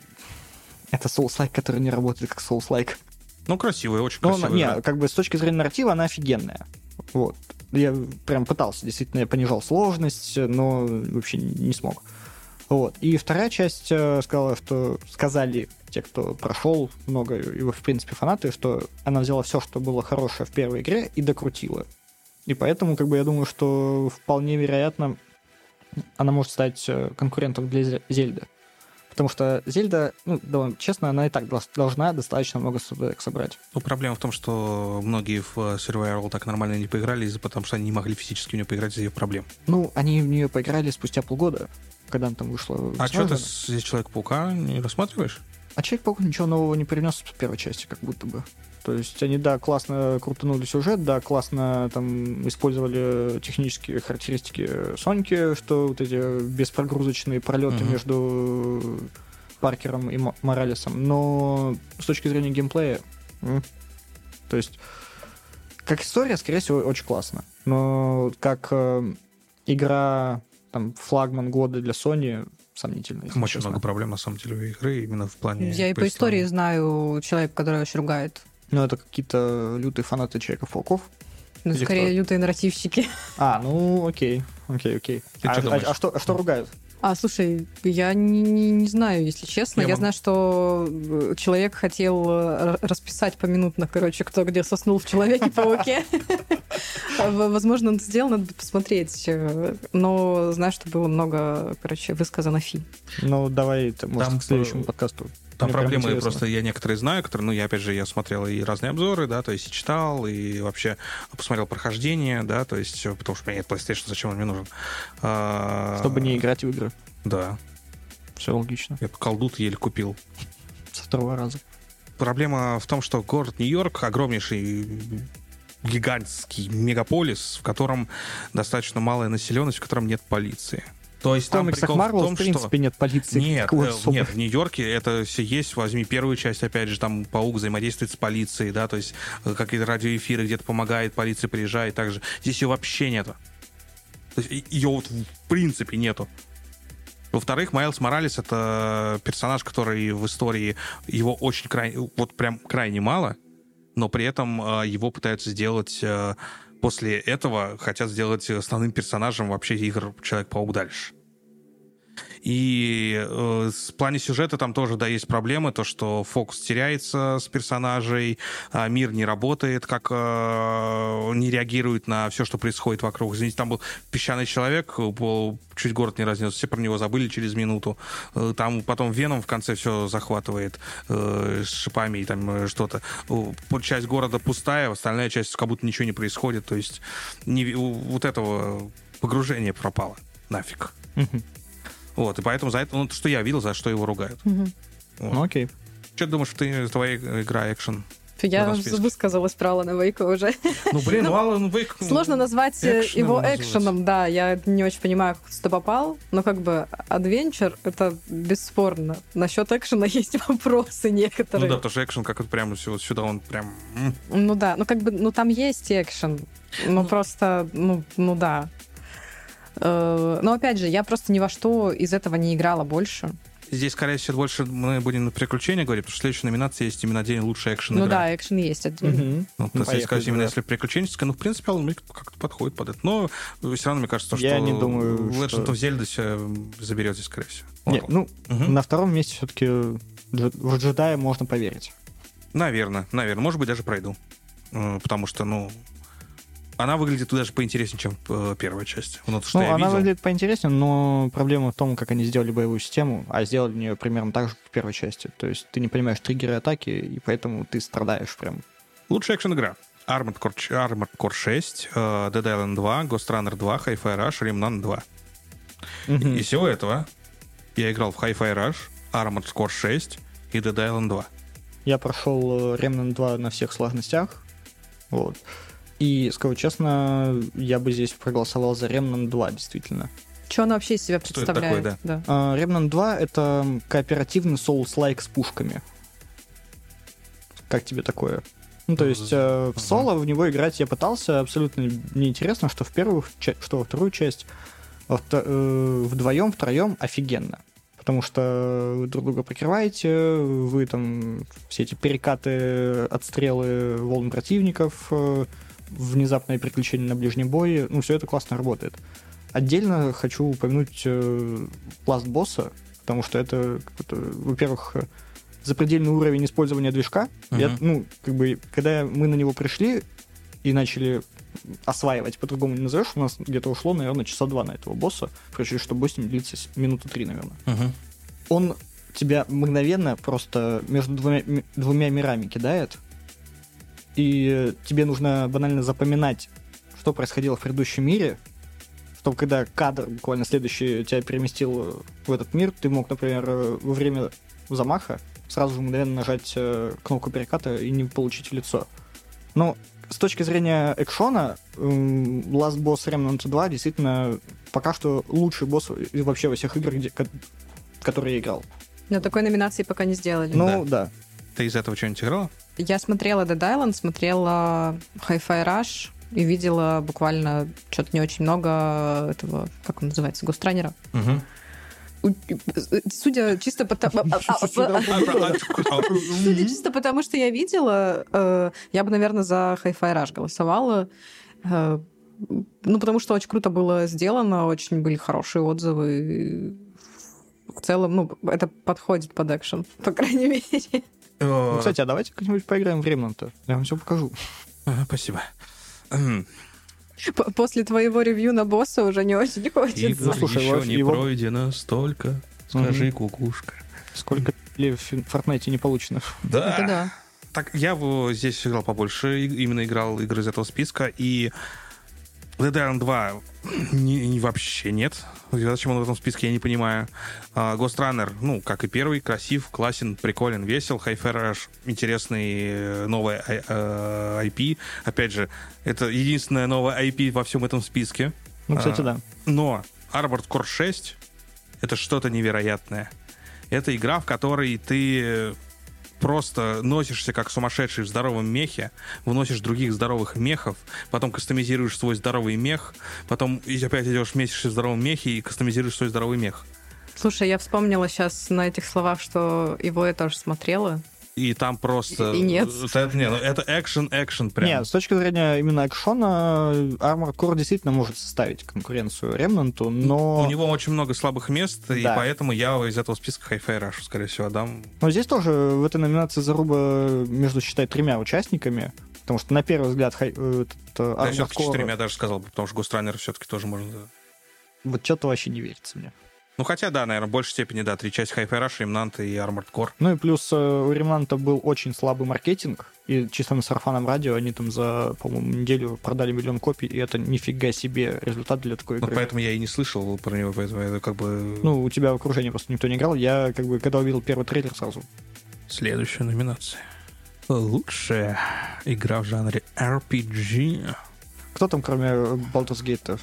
A: это соус-лайк, который не работает как соус-лайк.
C: Ну, красивая, очень
A: Ну,
C: красивая.
A: не,
C: игра.
A: как бы с точки зрения нарратива она офигенная. Вот. Я прям пытался, действительно, я понижал сложность, но вообще не смог. Вот. И вторая часть э, сказала, что сказали те, кто прошел много, его, в принципе, фанаты, что она взяла все, что было хорошее в первой игре, и докрутила. И поэтому, как бы, я думаю, что вполне вероятно, она может стать э, конкурентом для Зе- Зельды. Потому что Зельда, ну, довольно честно, она и так дос- должна достаточно много собрать- собрать.
C: Ну, проблема в том, что многие в э, Survival так нормально не поиграли, из-за потому что они не могли физически в нее поиграть из-за ее проблем.
A: Ну, они в нее поиграли спустя полгода, когда она там вышла.
B: Ну,
C: А что ты
A: возможно.
C: с- здесь Человек-паука не рассматриваешь?
A: А Человек-паук ничего нового не принес в первой части, как будто бы. То есть они, да, классно крутанули сюжет, да, классно там использовали технические характеристики Соньки, что вот эти беспрогрузочные пролеты
C: Мгм.
A: между Паркером и Мо- Моралесом, но с точки зрения геймплея, м, то есть как история, скорее всего, очень классно, но как э, игра, там, флагман года для Sony, сомнительно, если
C: Там очень
A: честно.
C: много проблем, на самом деле, у игры, именно в плане...
B: Я и по истории
C: повествования.
B: знаю человека, который очень ругает.
A: Ну, это какие-то лютые фанаты Человека-пауков.
B: Ну,
A: Или
B: скорее,
A: кто?
B: лютые нарративщики.
A: А, ну, окей, окей, окей.
C: Ты
A: А,
C: чё
A: а-
C: думаешь?
A: а что, а что ругают?
B: А, слушай, я не, не- не знаю, если честно.
C: Я
B: Я,
C: могу.
B: знаю, что э, человек хотел э, расписать поминутно, короче, кто где соснул в Человеке-пауке. <laughs> В- Возможно, он это сделал, надо будет посмотреть. э, Но знаю, что было много, короче, высказано фи.
A: Ну, давай, это, может,
C: Там,
A: к следующему
C: э,
A: подкасту.
C: Там
A: Мне прям
C: проблемы
A: интересно.
C: просто я некоторые знаю, которые, ну, я опять же, я смотрел и разные обзоры, да, то есть и читал, и вообще посмотрел прохождение, да, то есть, э, потому что у меня нет PlayStation, зачем он мне нужен? А,
A: Чтобы не играть в игры.
C: Да,
A: Все логично.
C: я колдут еле купил.
A: Со второго раза.
C: Проблема в том, что город Нью-Йорк огромнейший гигантский мегаполис, в котором достаточно малая населенность, в котором нет полиции. То есть
A: В
C: там
A: комиксах
C: прикол в
A: Марвел,
C: том,
A: в
C: что...
A: принципе, нет полиции.
C: Нет,
A: такой
C: э,
A: особой.
C: нет, в Нью-Йорке это все есть. Возьми первую часть, опять же, там паук взаимодействует с полицией, да, то есть э, какие-то радиоэфиры где-то помогает, полиция приезжает также. Здесь ее вообще нету. То есть и- ее вот в принципе нету. Во-вторых, Майлз Моралес — это персонаж, который в истории его очень крайне, вот прям крайне мало, но при этом э, его пытаются сделать э, после этого, хотят сделать основным персонажем вообще игр Человек-паук дальше. И э, с- в плане сюжета там тоже, да, есть проблемы, то, что фокус теряется с персонажей, а мир не работает, как э, он не реагирует на все, что происходит вокруг. Извините, там был песчаный человек, э, был- чуть город не разнес, все про него забыли через минуту. Э, там потом Веном в конце все захватывает э, с шипами и там э, что-то. Э, пол- часть города пустая, остальная часть как будто ничего не происходит, то есть не ви- у- вот этого погружение пропало нафиг.
A: Мгм.
C: Вот, и поэтому за это, ну, что я видел, за что его ругают.
A: Ну, окей.
C: Что ты думаешь, ты, твоя игра экшен?
B: Я
C: этом списке.
B: высказалась про Алана Вейка уже.
C: Ну, блин, ну, Alan Wake, ну,
B: Сложно назвать э,
C: экшеном
B: его
C: называть.
B: экшеном, да. Я не очень понимаю, как сюда попал, но как бы адвенчер — это бесспорно. Насчет экшена <laughs> есть
C: Ну
B: вопросы
C: да,
B: некоторые.
C: потому что экшен как вот прям всё- сюда, он прям... м.
B: Ну да, ну как бы, ну там есть экшен, но просто, ну, ну да. Э, Но опять же, я просто ни во что из этого не играла больше.
C: Здесь, скорее всего, больше мы будем на приключения говорить, потому что следующая номинация есть именно день лучший экшен
B: Ну
C: игра.
B: да, экшен есть отдельно.
A: Мгм.
C: Ну, то есть,
A: Поехали,
C: сказать, именно
A: да.
C: если приключенческая, ну, в принципе, Alan Wake как-то подходит под это. Но все равно, мне кажется, что
A: Я не думаю,
C: Legend
A: что-
C: of Zelda всё заберет здесь, скорее всего.
A: Нет,
C: Ладно.
A: ну,
C: Мгм.
A: на втором месте все-таки в джедая можно поверить.
C: Наверное, наверное. Может быть, даже пройду. э, потому что, ну, она выглядит даже поинтереснее, чем э, первая часть. Ну, то, что
A: ну,
C: я
A: она
C: видел.
A: выглядит поинтереснее, но проблема в том, как они сделали боевую систему, а сделали ее примерно так же, как в первой части. То есть ты не понимаешь триггеры атаки, и поэтому ты страдаешь прям.
C: Лучшая экшн-игра. Armored Core, ч- Armored Core 6, э, Dead Island 2, Ghost Runner 2, Hi-Fi Rush, Remnant 2. И
A: Мгм.
C: всего этого я играл в Hi-Fi Rush, Armored Core 6 и Dead Island 2.
A: Я прошел э, Remnant 2 на всех сложностях. Вот. И скажу честно, я бы здесь проголосовал за Remnant 2, действительно.
B: Что она вообще из себя
C: Что это такое,
B: представляет? да.
A: А, Remnant 2 это кооперативный Souls-like с пушками. Как тебе такое? Ну, то
C: Ну,
A: есть э, в соло в него играть я пытался, абсолютно неинтересно, что в первую, ча- что во вторую часть э, вдвоем, втроем офигенно. Потому что вы друг друга прикрываете, вы там все эти перекаты, отстрелы волн противников, э, внезапное приключение на ближнем бое, ну, все это классно работает. Отдельно хочу упомянуть э, пласт босса, потому что это, какой-то, во-первых, э, запредельный уровень использования движка. Я,
C: Мгм.
A: ну, как бы, когда мы на него пришли и начали осваивать, по-другому не назовешь, у нас где-то ушло, наверное, часа два на этого босса, причем, что босс с ним длится с- минуты три, наверное. Он тебя мгновенно просто между двумя, ми- двумя мирами кидает, и э, тебе нужно банально запоминать, что происходило в предыдущем мире, чтобы когда кадр буквально следующий тебя переместил э, в этот мир, ты мог, например, э, во время замаха сразу же мгновенно нажать э, кнопку переката и не получить в лицо. Но с точки зрения экшона, м, Last Boss Remnant 2 действительно пока что лучший босс и вообще во всех играх, где- ко- в которые я играл.
B: Но такой номинации пока не сделали.
A: Ну да.
C: Ты из этого что-нибудь играла?
B: Я смотрела Dead Island, смотрела Hi-Fi Rush и видела буквально что-то не очень много этого, как он называется, гостранера. У- Судя чисто потому...
C: А,
B: Судя чисто потому, что я видела, э, я бы, наверное, за Hi-Fi Rush голосовала. Э, Ну, потому что очень круто было сделано, очень были хорошие отзывы. В целом, ну, это подходит под экшен, по крайней мере.
A: <laughs>
C: э,
A: Ну, кстати, а давайте как-нибудь поиграем в Remnant. Я вам все покажу.
C: Ага, а, Спасибо. М,
B: П- После твоего ревью на босса уже не очень
A: Игорь.
B: хочется.
A: слушай,
C: ещё
A: Вов, его-
C: пройдено столько. кукушка.
A: Сколько ли в фин- Фортнайте не получено.
B: Это да.
C: Так, я в- здесь играл побольше, и- именно играл игры из этого списка, и Dead Island 2 не- не- вообще нет. Зачем он в этом списке, я не понимаю. А, Ghost Runner, ну, как и первый, красив, классен, приколен, весел. Hi-Fi Rush, интересный э, новый ай- э, IP. Опять же, это единственное новое IP во всем этом списке.
A: Ну, кстати,
C: А.
A: да.
C: Но Armored Core 6 — это что-то невероятное. Это игра, в которой ты э, просто носишься как сумасшедший в здоровом мехе, выносишь других здоровых мехов, потом кастомизируешь свой здоровый мех, потом и опять идешь месяц в здоровом мехе и кастомизируешь свой здоровый мех.
B: Слушай, я вспомнила сейчас на этих словах, что его я тоже смотрела.
C: И там просто...
B: И нет.
C: Это, не, ну, это экшен, экшен прям.
A: Нет, с точки зрения именно экшона, Armored Core действительно может составить конкуренцию Remnant, но...
C: Ну, У него очень много слабых мест, и
A: Да.
C: поэтому я из этого списка Hi-Fi Rush, скорее всего, дам.
A: Но здесь тоже в этой номинации заруба между, считай, тремя участниками, потому что на первый взгляд хай- э, этот, э,
C: Да,
A: Armored
C: все-таки
A: Core-
C: четырьмя даже сказал бы, потому что Ghost Runner все-таки тоже можно
A: Вот что-то вообще не верится мне.
C: Ну, хотя, да, наверное, в большей степени, да, три части Hi-Fi Rush, Remnant и Armored Core.
A: Ну и плюс э, у Remnant был очень слабый маркетинг, и чисто на сарафанном радио они там за, по-моему, неделю продали миллион копий, и это нифига себе результат для такой
C: Ну,
A: игры.
C: поэтому я и не слышал про него, поэтому я как бы...
A: Ну, у тебя в окружении просто никто не играл. Я, как бы, когда увидел первый трейлер сразу.
C: Следующая номинация. Лучшая игра в жанре RPG.
A: Кто там, кроме э, Baldur's Gate?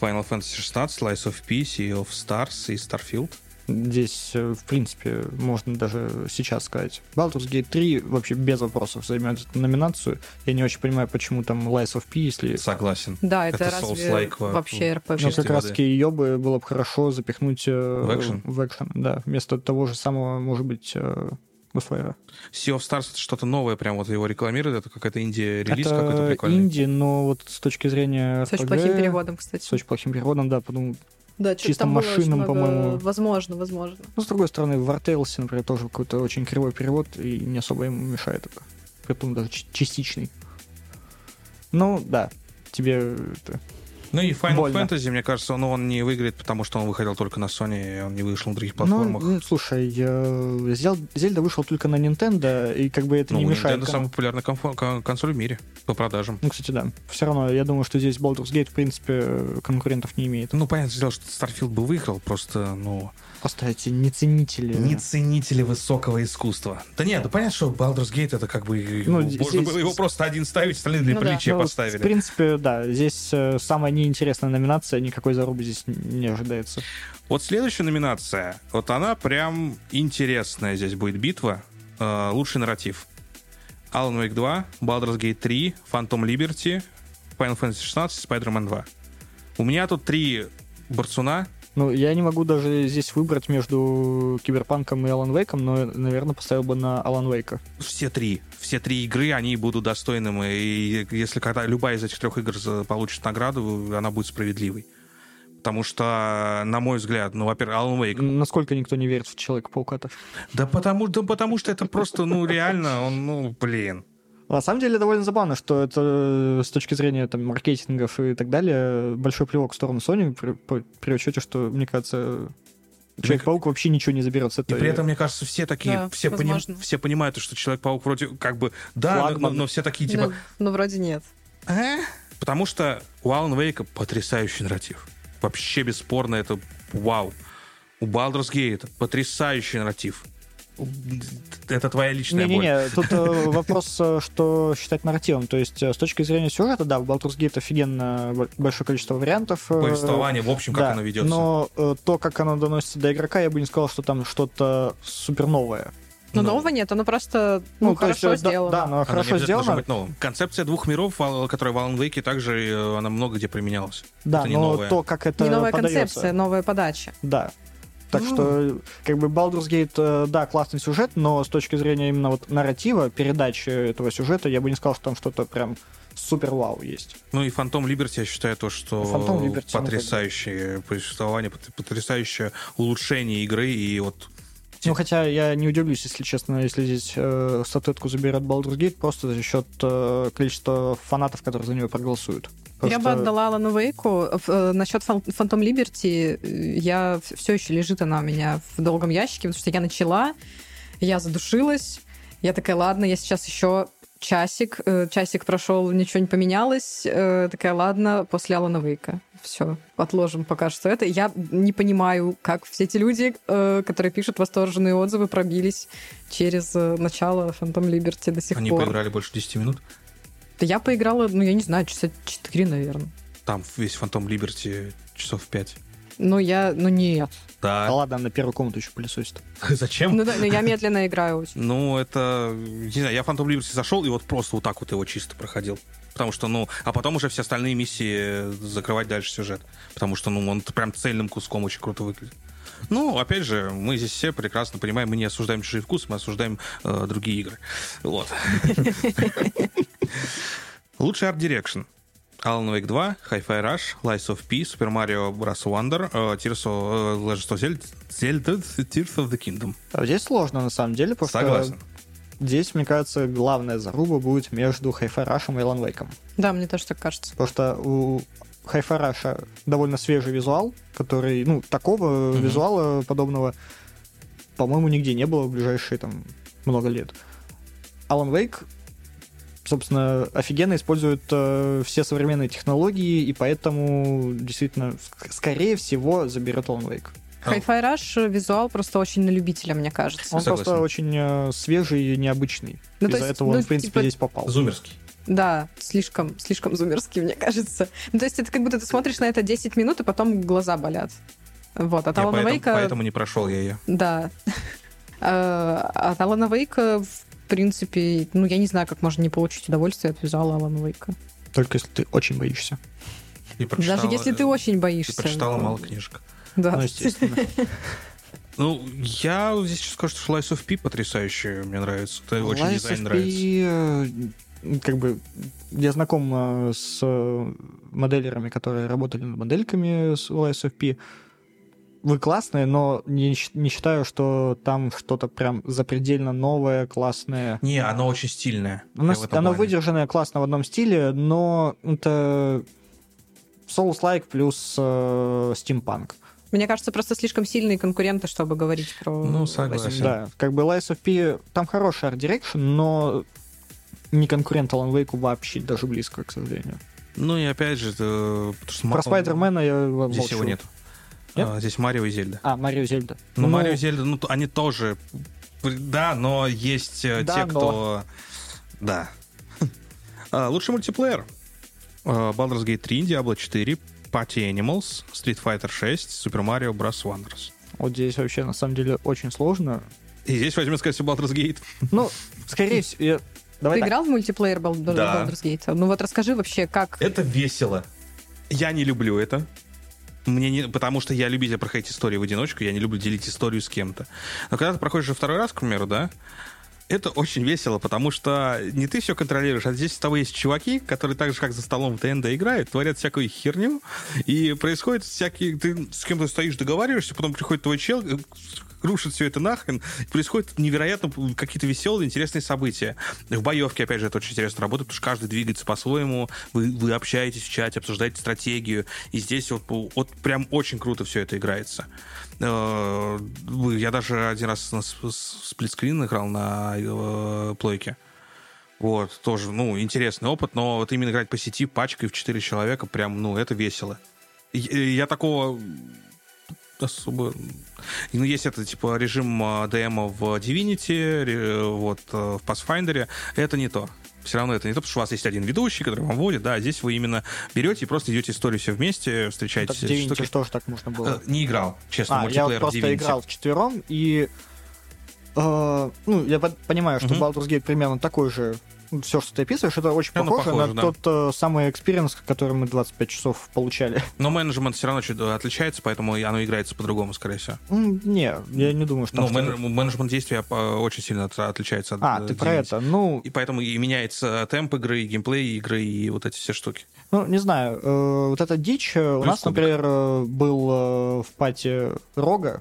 C: Final Fantasy 16, Slice of Peace, Sea of Stars и Starfield.
A: Здесь, э, в принципе, можно даже сейчас сказать. Baldur's Gate 3 вообще без вопросов займет эту номинацию. Я не очень понимаю, почему там Lies of P, если...
C: Согласен.
B: Да, это,
C: Это
B: разве
C: Souls-like во-
B: вообще РПГ?
A: Ну,
C: чистой
A: как раз
C: воды.
A: таки ее бы было бы хорошо запихнуть э, в
C: экшен?
A: экшен, да. Вместо того же самого, может быть, э, BioWare.
C: Sea of Stars это что-то новое, прям вот его рекламируют, это какая-то инди-релиз какой-то
A: Это
C: прикольный.
A: инди, но вот с точки зрения
B: С очень
A: RPG,
B: плохим переводом, кстати.
A: С очень плохим переводом, да, подумал.
B: Да, чё-то
A: чисто
B: там было очень
A: машинам,
B: много-
A: по-моему.
B: Возможно, возможно.
A: Ну, с другой стороны, в Artales, например, тоже какой-то очень кривой перевод, и не особо ему мешает это. Притом даже ч- частичный. Ну, да. Тебе это...
C: Ну и Final
A: Больно.
C: Fantasy, мне кажется, он, он не выиграет, потому что он выходил только на Sony, и он не вышел на других
A: Ну,
C: платформах.
A: ну, слушай, э, Зел- Зельда вышел только на Nintendo, и как бы это
C: Ну,
A: не
C: у
A: мешает.
C: Nintendo
A: кон-
C: самая популярная конфо- кон- консоль в мире по продажам.
A: Ну, кстати, да. Все равно, я думаю, что здесь Baldur's Gate, в принципе, э, конкурентов не имеет.
C: Ну, понятное дело, что Starfield бы выиграл, просто, ну,
A: Просто эти неценители.
C: не ценители высокого искусства. Да нет, да понятно, что Baldur's Gate это как бы... э,
A: Ну,
C: его
A: здесь-
C: можно было его просто один ставить, остальные для
B: Ну да.
C: приличия
A: Ну,
C: поставили.
A: В принципе, да, здесь э, самая неинтересная номинация, никакой зарубы здесь н- не ожидается.
C: Вот следующая номинация, вот она прям интересная здесь будет битва. Э, лучший нарратив. Alan Wake 2, Baldur's Gate 3, Phantom Liberty, Final Fantasy 16, Spider-Man 2. У меня тут три борцуна.
A: Ну, я не могу даже здесь выбрать между Киберпанком и Алан Вейком, но, наверное, поставил бы на Алан Вейка.
C: Все три. Все три игры, они будут достойными. И если когда любая из этих трех игр за- получит награду, она будет справедливой. Потому что, на мой взгляд, ну, во-первых, Alan Wake
A: Насколько никто не верит в Человека-паука-то.
C: Да потому, да потому что это просто, ну, реально, он, ну, блин.
A: На самом деле довольно забавно, что это э, с точки зрения там, маркетингов и так далее большой плевок в сторону Sony при, по- при учете, что, мне кажется, Человек-паук вообще ничего не заберет с
C: И
A: этой...
C: при этом, мне кажется, все такие,
B: Да,
C: все, поним-
B: возможно.
C: все понимают, что Человек-паук вроде как бы, да, но,
A: Флагман.
C: но все такие, типа,
B: Ну, ну, вроде нет.
C: «А?» потому что у Алана Вейка потрясающий нарратив. Вообще бесспорно это вау. У Baldur's Gate потрясающий нарратив. Это твоя личная боль.
A: Не-не-не, тут
C: <laughs>
A: э, вопрос, э, что считать нарративом. То есть, э, с точки зрения сюжета, да, в Baldur's Gate офигенно бо- большое количество вариантов. э,
C: Повествование, в общем, как
A: да,
C: оно ведется.
A: Но э, то, как оно доносится до игрока, я бы не сказал, что там что-то супер новое.
B: Но
C: Ну.
B: нового нет, оно просто ну,
A: то есть,
B: хорошо
A: э, да-
B: сделано.
A: Да, оно
C: Оно не
A: хорошо
C: обязательно должно
A: сделано.
C: быть новым. Концепция двух миров, вал- которая в Alan Wake также, э, она много где применялась.
A: Да,
C: это не
A: но
C: новое.
A: то, как это
B: не новая
A: подается.
B: концепция, новая подача.
A: Да. Так
C: Ну.
A: что, как бы, Baldur's Gate, э, да, классный сюжет, но с точки зрения именно вот нарратива, передачи этого сюжета, я бы не сказал, что там что-то прям супер-вау есть.
C: Ну и Фантом Либерти, я считаю, то, что
A: Phantom Liberty, ну,
C: потрясающее повествование, пот- потрясающее улучшение игры, и вот
A: Ну, хотя я не удивлюсь, если честно, если здесь э, статуэтку заберет Baldur's Gate просто за счет э, количества фанатов, которые за нее проголосуют.
B: Я
A: Потому
B: бы
A: что-
B: отдала Алану Вейку. Насчет Фантом Либерти, э, я все еще лежит она у меня в долгом ящике, потому что я начала, я задушилась. Я такая, ладно, я сейчас еще часик. э, Часик прошел, ничего не поменялось. Э, Такая, ладно, после Алана Вейка. Все, отложим пока что это. Я не понимаю, как все эти люди, э, которые пишут восторженные отзывы, пробились через э, начало Фантом Либерти до сих
C: они
B: пор.
C: поиграли больше 10 минут.
B: Да я поиграла, ну, я не знаю, часа 4, наверное.
C: Там весь Фантом Либерти часов 5.
B: Ну, я, ну, нет.
A: Да
C: Да.
A: ладно, на первую комнату еще пылесосит.
C: Зачем?
B: Ну, да, но я медленно играю очень.
C: Ну, это... Не знаю, я Фантом Либерти зашел и вот просто вот так вот его чисто проходил. Потому что, ну... А потом уже все остальные миссии э, закрывать дальше сюжет. Потому что, ну, он прям цельным куском очень круто выглядит. Ну, опять же, мы здесь все прекрасно понимаем, мы не осуждаем чужие вкус, мы осуждаем э, другие игры. Вот. <laughs> Лучший арт дирекшн. Alan Wake 2, Hi-Fi Rush, Lies of P, Super Mario Bros. Wonder, э, Tears of, э, Legend of Zelda, Zelda, Tears of the Kingdom.
A: А вот здесь сложно, на самом деле, потому
C: Согласен.
A: что здесь, мне кажется, главная заруба будет между Hi-Fi Rush и Alan Wake.
B: Да, мне тоже так кажется.
A: Потому что у Hi-Fi Rush довольно свежий визуал, который, ну, такого
C: Мгм.
A: визуала подобного, по-моему, нигде не было в ближайшие там много лет. Alan Wake, собственно, офигенно использует э, все современные технологии, и поэтому действительно, ск- скорее всего, заберет Alan Wake.
C: А.
B: Hi-Fi Rush э, визуал просто очень на любителя, мне кажется.
A: Он
C: Согласен.
A: просто очень э, свежий и необычный.
B: Ну, то
A: Из-за
B: есть,
A: этого
B: ну,
A: он, в принципе,
B: типа,
A: здесь попал.
C: Зумерский.
B: Да, слишком, слишком зумерский, мне кажется. Ну, то есть это как будто ты смотришь на это 10 минут, и потом глаза болят. Вот,
A: А
B: от
C: Я
B: Алана
C: поэтому,
B: Вейка...
C: поэтому не прошел я ее.
B: Да. <laughs> Э, От Алана Вейка, в принципе, ну, я не знаю, как можно не получить удовольствие от визуала Алана Вейка.
A: Только если ты очень боишься.
C: И прочитала-
B: Даже если ты очень
C: и
B: боишься.
C: прочитала мало книжек.
B: Да.
A: Ну, естественно.
C: Ну, я здесь еще скажу, что Lies of P потрясающе мне нравится. Это очень
A: Lies
C: дизайн
A: of
C: нравится.
A: P, э, как бы я знаком э, с э, моделерами, которые работали над модельками с у Lies of P. вы классные, но не, щ- не считаю, что там что-то прям запредельно новое, классное.
C: Не, оно очень стильное.
A: Она,
C: Я в этом
A: она
C: плане.
A: выдержанная, классно в одном стиле, но это Souls-like плюс э, стимпанк.
B: Мне кажется, просто слишком сильные конкуренты, чтобы говорить про...
C: Ну, согласен.
A: Да, как бы Lies of P, там хороший арт дирекшн, но не конкурент Alan Wake вообще даже близко, к сожалению.
C: Ну и опять же, это- потому что
A: Про
C: Марио-
A: Спайдермена я
C: Здесь
A: молчу.
C: его нет.
A: Нет?
C: А, здесь Марио и Зельда.
A: А, Марио Зельда.
C: Ну, Марио и Зельда, ну, т- они тоже... Да, но есть э,
A: Да,
C: те,
A: но.
C: кто... Да. <laughs> А, Лучший мультиплеер. А, Baldur's Gate 3, Diablo 4, Party Animals, Street Fighter 6, Super Mario Bros. Wonders.
A: Вот здесь вообще на самом деле очень сложно.
C: И здесь возьмем, скорее всего, Baldur's Gate.
A: Ну, скорее всего, я- давай
B: Ты
A: так.
B: играл в мультиплеер Бал- Бал-
C: Да.
B: Baldur's Gate? Ну вот расскажи вообще, как...
C: Это весело. Я не люблю это. Мне не, потому что я любитель проходить истории в одиночку, я не люблю делить историю с кем-то. Но когда ты проходишь же второй раз, к примеру, да, это очень весело, потому что не ты все контролируешь, а здесь с тобой есть чуваки, которые так же, как за столом в ТНД играют, творят всякую херню, и происходит всякие... Ты с кем-то стоишь, договариваешься, потом приходит твой чел, э, рушит все это нахрен, и происходят невероятно какие-то веселые, интересные события. В боевке, опять же, это очень интересно работает, потому что каждый двигается по-своему, вы, вы общаетесь в чате, обсуждаете стратегию, и здесь вот, вот прям очень круто все это играется. Э, вы- Я даже один раз на с- с- сплитскрин играл на э, плойке. Вот, тоже, ну, интересный опыт, но вот именно играть по сети пачкой в 4 человека, прям, ну, это весело. Я, я такого особо... Ну, есть это, типа, режим ДМа в Divinity, ре- вот, э, в Pathfinder, это не то. Все равно это не то, потому что у вас есть один ведущий, который вам вводит, да, а здесь вы именно берете и просто идете историю все вместе,
A: Так,
C: встречаетесь.
A: в Divinity
C: Штуки-
A: тоже так можно было.
C: Э, Не играл, честно,
A: А, я
C: мультиплеер
A: вот
C: в
A: просто
C: Divinity.
A: играл в четвером, и э, ну, я под- понимаю, что
C: Мгм.
A: Baldur's Gate примерно такой же. Все, что ты описываешь, это очень
C: Оно
A: похоже,
C: похоже,
A: на
C: да.
A: тот э, самый экспириенс, который мы 25 часов получали.
C: Но менеджмент все равно чуть э, отличается, поэтому и оно играется по-другому, скорее всего.
A: М, Не, я не думаю, что...
C: Но
A: там
C: мен-
A: что-то-
C: менеджмент действия э, очень сильно от- отличается от
A: А,
C: э,
A: ты про
C: Divinity.
A: это. Ну,
C: И поэтому и меняется э, темп игры, и геймплей игры, и вот эти все штуки.
A: ну, не знаю, э, вот эта дичь, э, у
C: Плюс
A: нас,
C: кубик.
A: например, э, был э, в пате Рога,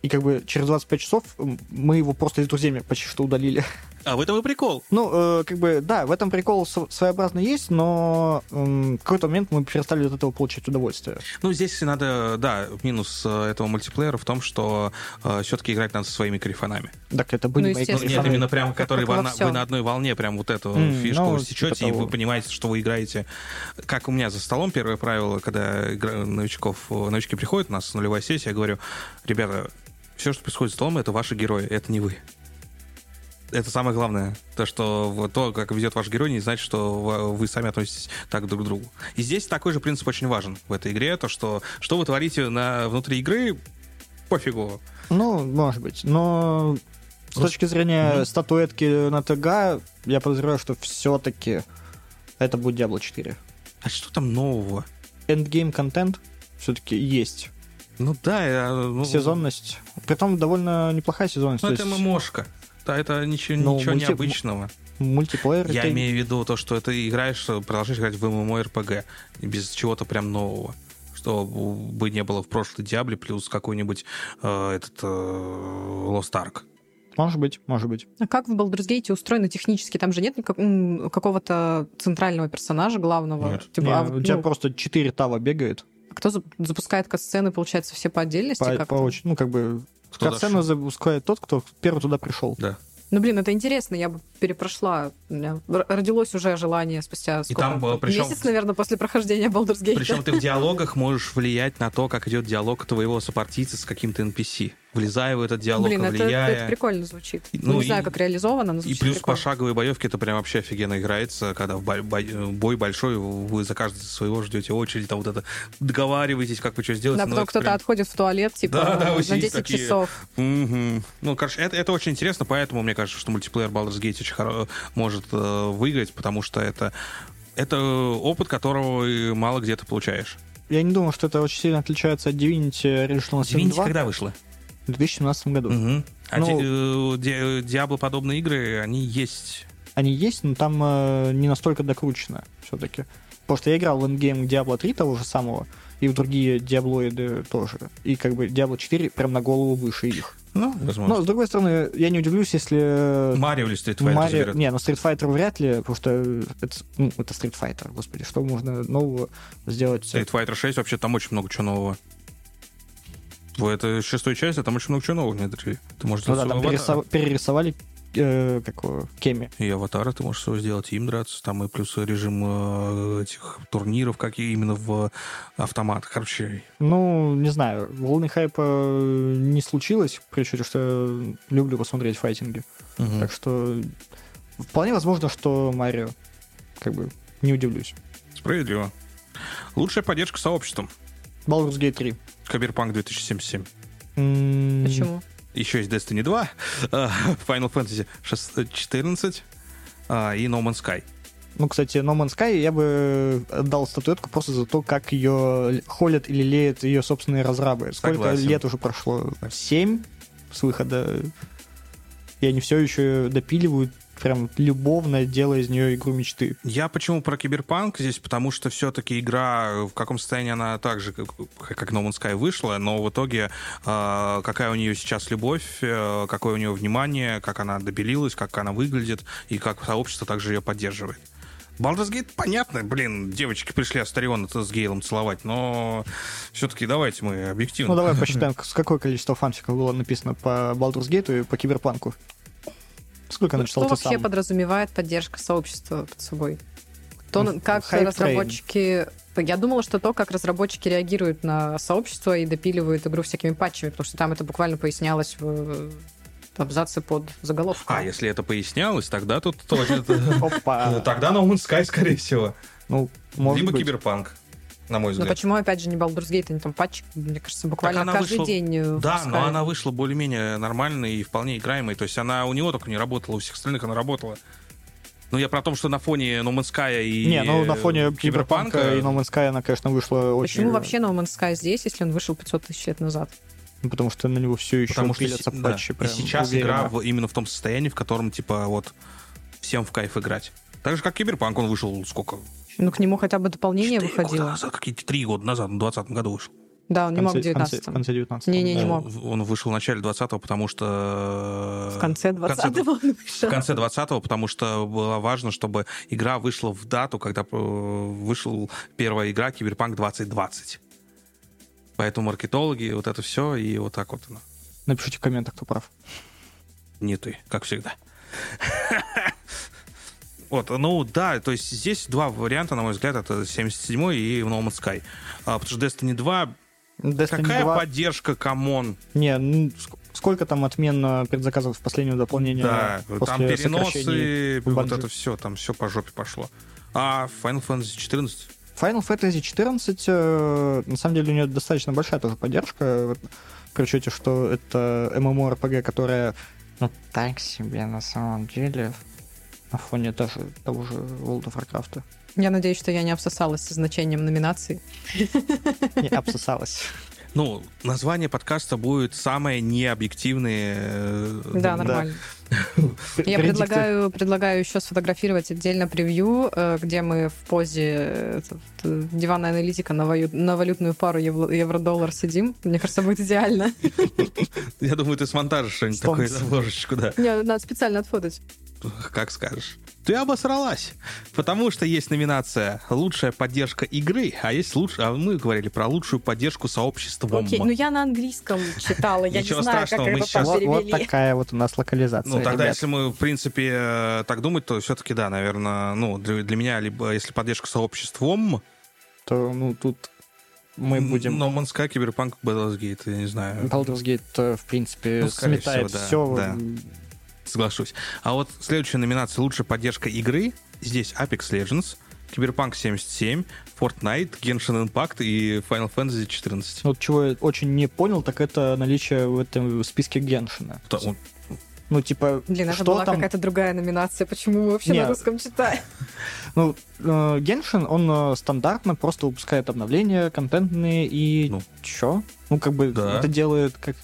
A: и как бы через 25 часов м, мы его просто из друзей почти что удалили. <laughs>
C: А в этом и прикол.
A: Ну, э, как бы, да, в этом прикол св- своеобразный есть, но м, в какой-то момент мы перестали от этого получать удовольствие.
C: Ну, здесь надо, да, минус э, этого мультиплеера в том, что все-таки играть надо со своими карифанами.
A: Так это были
B: Ну,
A: мои
C: Ну,
B: естественно.
A: крестные.
C: нет, именно прям, которые
B: как
C: вы
B: во
C: на,
B: всём.
C: вы на одной волне прям вот эту
A: М,
C: фишку
A: ну,
C: сечете,
A: типа
C: и
A: того.
C: вы понимаете, что вы играете. Как у меня за столом первое правило, когда игра- новичков, э, новички приходят, у нас нулевая сессия, я говорю, ребята, все, что происходит за столом, это ваши герои, это не вы. Это самое главное. То, что вот то, как ведет ваш герой, не значит, что ва- вы сами относитесь так друг к другу. И здесь такой же принцип очень важен в этой игре, то, что что вы творите на, внутри игры, пофигу.
A: Ну, может быть, но с
C: Просто-
A: точки зрения
C: Мгм.
A: статуэтки на ТГ, я подозреваю, что все-таки это будет Diablo 4.
C: А что там нового?
A: Эндгейм контент все-таки есть.
C: Ну да, я, ну,
A: Сезонность. Притом довольно неплохая сезонность.
C: Ну,
A: то
C: это
A: есть
C: ММОшка. Да, это ничего,
A: Ну,
C: ничего
A: мульти-
C: необычного.
A: мультиплеер.
C: Я
A: это-
C: имею в виду то, что ты играешь, продолжаешь играть в ММО-РПГ без чего-то прям нового. Что бы не было в прошлой Диабле, плюс какой-нибудь э, этот э, Lost Ark.
A: Может быть, может быть.
B: А как в Baldur's Gate устроено технически? Там же нет никак- м, какого-то центрального персонажа главного.
C: Нет.
B: Типа,
A: Не,
B: а
A: у
B: вот,
A: тебя
B: ну,
A: просто 4 тава бегает.
B: Кто за- запускает кат-сцены, получается, все по отдельности?
A: По,
B: как-то?
A: по очереди. ну, как бы
C: Кто
A: Катсцену запускает тот, кто первый туда пришел.
C: Да.
B: Ну, блин, это интересно, я бы перепрошла. У меня р- родилось уже желание спустя сколько?
C: там, э, причём-
B: Месяц, наверное, после прохождения Baldur's Gate.
C: Причем ты в диалогах можешь влиять на то, как идет диалог твоего сопартийца с каким-то NPC. Влезая в этот диалог,
B: <laughs> Блин, а это,
C: влияя.
B: это прикольно звучит.
C: И-
B: Ну,
C: ну,
B: не
C: и-
B: знаю, как реализовано, но
C: И
B: звучит
C: плюс
B: прикольно.
C: пошаговые боевки это прям вообще офигенно играется, когда в бой, бой- бой большой, вы за каждого своего ждете очередь, там вот это договариваетесь, как вы что сделаете.
B: Да,
C: но
B: потом
C: ну, это
B: кто-то
C: прям-
B: отходит в туалет, типа,
C: Да, да,
B: на
C: вот
B: 10
C: сидите такие.
B: часов.
C: Мгм. Ну, короче, это, это очень интересно, поэтому мне кажется, что мультиплеер Baldur's Gate очень хоро- может э, выиграть, потому что это, это опыт, которого и мало где ты получаешь.
A: Я не думаю, что это очень сильно отличается от Divinity Original
C: Ну,
A: Sin 2
C: когда вышло?
A: в 2017 году.
C: А
A: Ну-
C: подобные игры, они есть.
A: Они есть, но там э, не настолько докручено все-таки. Потому что я играл в эндгейм Diablo 3 того же самого, и в другие диаблоиды тоже. И как бы Diablo 4 прям на голову выше их.
C: Ну,
A: Но,
C: возможно.
A: с другой стороны, я не удивлюсь, если...
C: Марио или Street Fighter
A: Мари...
C: заберет.
A: Не, ну Street Fighter вряд ли, потому что это, ну, это Street Fighter, господи, что можно нового сделать?
C: Street Fighter 6 вообще там очень много чего нового. В этой шестой части а там очень много чего нового внедрили. Ты можешь
A: Ну да,
C: сделать
A: там
C: своего
A: перерисов- перерисовали э, как его, Кеми.
C: аватара. И аватара ты можешь свой сделать, и им драться. Там и плюс режим э, этих турниров, как и именно в автоматах. Короче,
A: Ну, не знаю, волны хайпа э, не случилось, при учете, что я люблю посмотреть файтинги.
C: мгм.
A: Так что вполне возможно, что Марио, как бы, не удивлюсь.
C: справедливо. Лучшая поддержка сообществом.
A: Baldur's Gate 3.
C: Киберпанк 2077.
A: М,
B: Почему?
C: Еще есть Destiny 2, э, Final Fantasy 6 14 э, и No Man's Sky.
A: Ну, кстати, No Man's Sky я бы отдал статуэтку просто за то, как ее холят или леют ее собственные разрабы. Сколько
C: Согласен.
A: лет уже прошло? Семь с выхода. И они все еще допиливают, прям любовно делая из нее игру мечты.
C: Я почему про киберпанк здесь? Потому что все-таки игра, э, в каком состоянии она так же, как, как No Man's Sky вышла, но в итоге э, какая у нее сейчас любовь, э, какое у нее внимание, как она добелилась, как она выглядит и как сообщество также ее поддерживает. Baldur's Gate, понятно, блин, девочки пришли Астариона с Гейлом целовать, но все-таки давайте мы объективно.
A: Ну, давай посчитаем, с какое количество фанфиков было написано по Baldur's Gate и по Киберпанку. Сколько
B: Ну,
A: начал
B: Что
A: ты
B: вообще
A: сам?
B: подразумевает поддержка сообщества под собой? То,
A: Ну,
B: как
A: хайп-трейн.
B: разработчики... Я думала, что то, как разработчики реагируют на сообщество и допиливают игру всякими патчами, потому что там это буквально пояснялось в э, абзаце под заголовком.
C: А, если это пояснялось, тогда тут тоже... <laughs>
A: Опа.
C: А, Тогда No Man's Sky, скорее всего.
A: Ну,
C: Ну,
A: может
C: Либо
A: быть.
C: киберпанк, на мой
B: Но
C: взгляд.
B: почему, опять же, не Baldur's Gate, они там патчи, мне кажется, буквально
C: она
B: каждый
C: вышла-
B: день э,
C: Да,
B: выпускают.
C: но она вышла более-менее нормальной и вполне играемой. То есть она у него только не работала, у всех остальных она работала. Ну, я про то, что на фоне No Man's Sky и
A: Не, ну на
C: э,
A: фоне Киберпанка и No Man's Sky она, конечно, вышла очень...
B: Почему вообще No Man's Sky здесь, если он вышел 500 тысяч лет назад?
A: Ну, потому что на него все еще
C: потому что се-
A: пилятся
C: да.
A: патчи.
C: И
A: прям
C: сейчас
A: уверенно.
C: игра в- именно в том состоянии, в котором, типа, вот, всем в кайф играть. Так же, как Киберпанк, он вышел сколько?
B: Ну, к нему хотя бы дополнение
C: Четыре года
B: выходило.
C: назад, какие-то три года назад, в 2020 году вышел.
B: Да, он
A: В
B: не мог в
A: конце- в конце-
B: 19
A: в конце 19
B: Не-не-не.
C: Он-
B: мог.
C: Он вышел в начале 20-го, потому что...
B: В конце 20-го он
C: в
B: вышел.
C: конце 20-го, потому что было важно, чтобы игра вышла в дату, когда э, вышел первая игра Киберпанк 2020. Поэтому маркетологи, вот это все, и вот так вот оно.
A: Напишите в комментах, кто прав.
C: Не ты, как всегда. <laughs> Вот, ну да, то есть здесь два варианта, на мой взгляд, это 77-й и No Man's Sky. А, потому что Destiny 2,
A: Destiny
C: какая
A: 2.
C: поддержка, камон,
A: Не, ну, ск- сколько там отмен предзаказов в последнем дополнении?
C: да,
A: после
C: там
A: сокращений?
C: переносы,
A: в
C: вот
A: Bungie?
C: это все, там все по жопе пошло. А Final Fantasy 14
A: Final Fantasy 14, э, на самом деле, у нее достаточно большая тоже поддержка, вот, при учете, что это MMORPG, которая, ну, так себе на самом деле, на фоне даже того же World of Warcraft.
B: Я надеюсь, что я не обсосалась со значением номинации.
A: а, Не обсосалась.
C: Ну, название подкаста будет самое необъективное. э,
B: Да, нормально. <laughs> Я
A: Вердикты.
B: предлагаю, предлагаю еще сфотографировать отдельно превью, э, где мы в позе э, этот, э, диванная аналитика на, вою- на валютную пару евро- евро-доллар сидим. Мне кажется, будет идеально.
C: Я думаю, ты смонтажишь что-нибудь такое
A: Солнце.
C: обложечку, да.
B: <laughs> Не, надо специально отфотать.
C: Как скажешь. Ты обосралась, потому что есть номинация «Лучшая поддержка игры», а есть луч... а мы говорили про лучшую поддержку сообществом.
B: Окей, ну я на английском читала, я не
C: Ничего
B: знаю, как
C: страшного, мы
B: это
C: сейчас-
A: Вот, вот
B: перевели.
A: такая вот у нас локализация.
C: Ну, тогда,
A: ребят.
C: если мы, в принципе, э, так думать, то все-таки, да, наверное, ну, для, для меня, либо если поддержка сообществом,
A: то ну тут мы будем.
C: Но Манска, Киберпанк, Baldur's Gate, я не знаю.
A: Baldur's Gate, э, в принципе,
C: Ну, скорее
A: сметает
C: всего,
A: все.
C: да, Соглашусь. А вот следующая номинация «Лучшая поддержка игры» здесь Apex Legends, Киберпанк 77, Fortnite, Genshin Impact и Final Fantasy 14.
A: Вот чего я очень не понял, так это наличие в этом списке Геншина.
C: То- он-
A: Ну, типа,
B: Блин, это
A: что
B: была
A: там?
B: какая-то другая номинация. Почему мы вообще
A: Не.
B: на русском читаем?
A: Ну, э, Геншин, он э, стандартно просто выпускает обновления контентные и
C: Ну.
A: чё? Ну, как бы
C: Да.
A: это делает как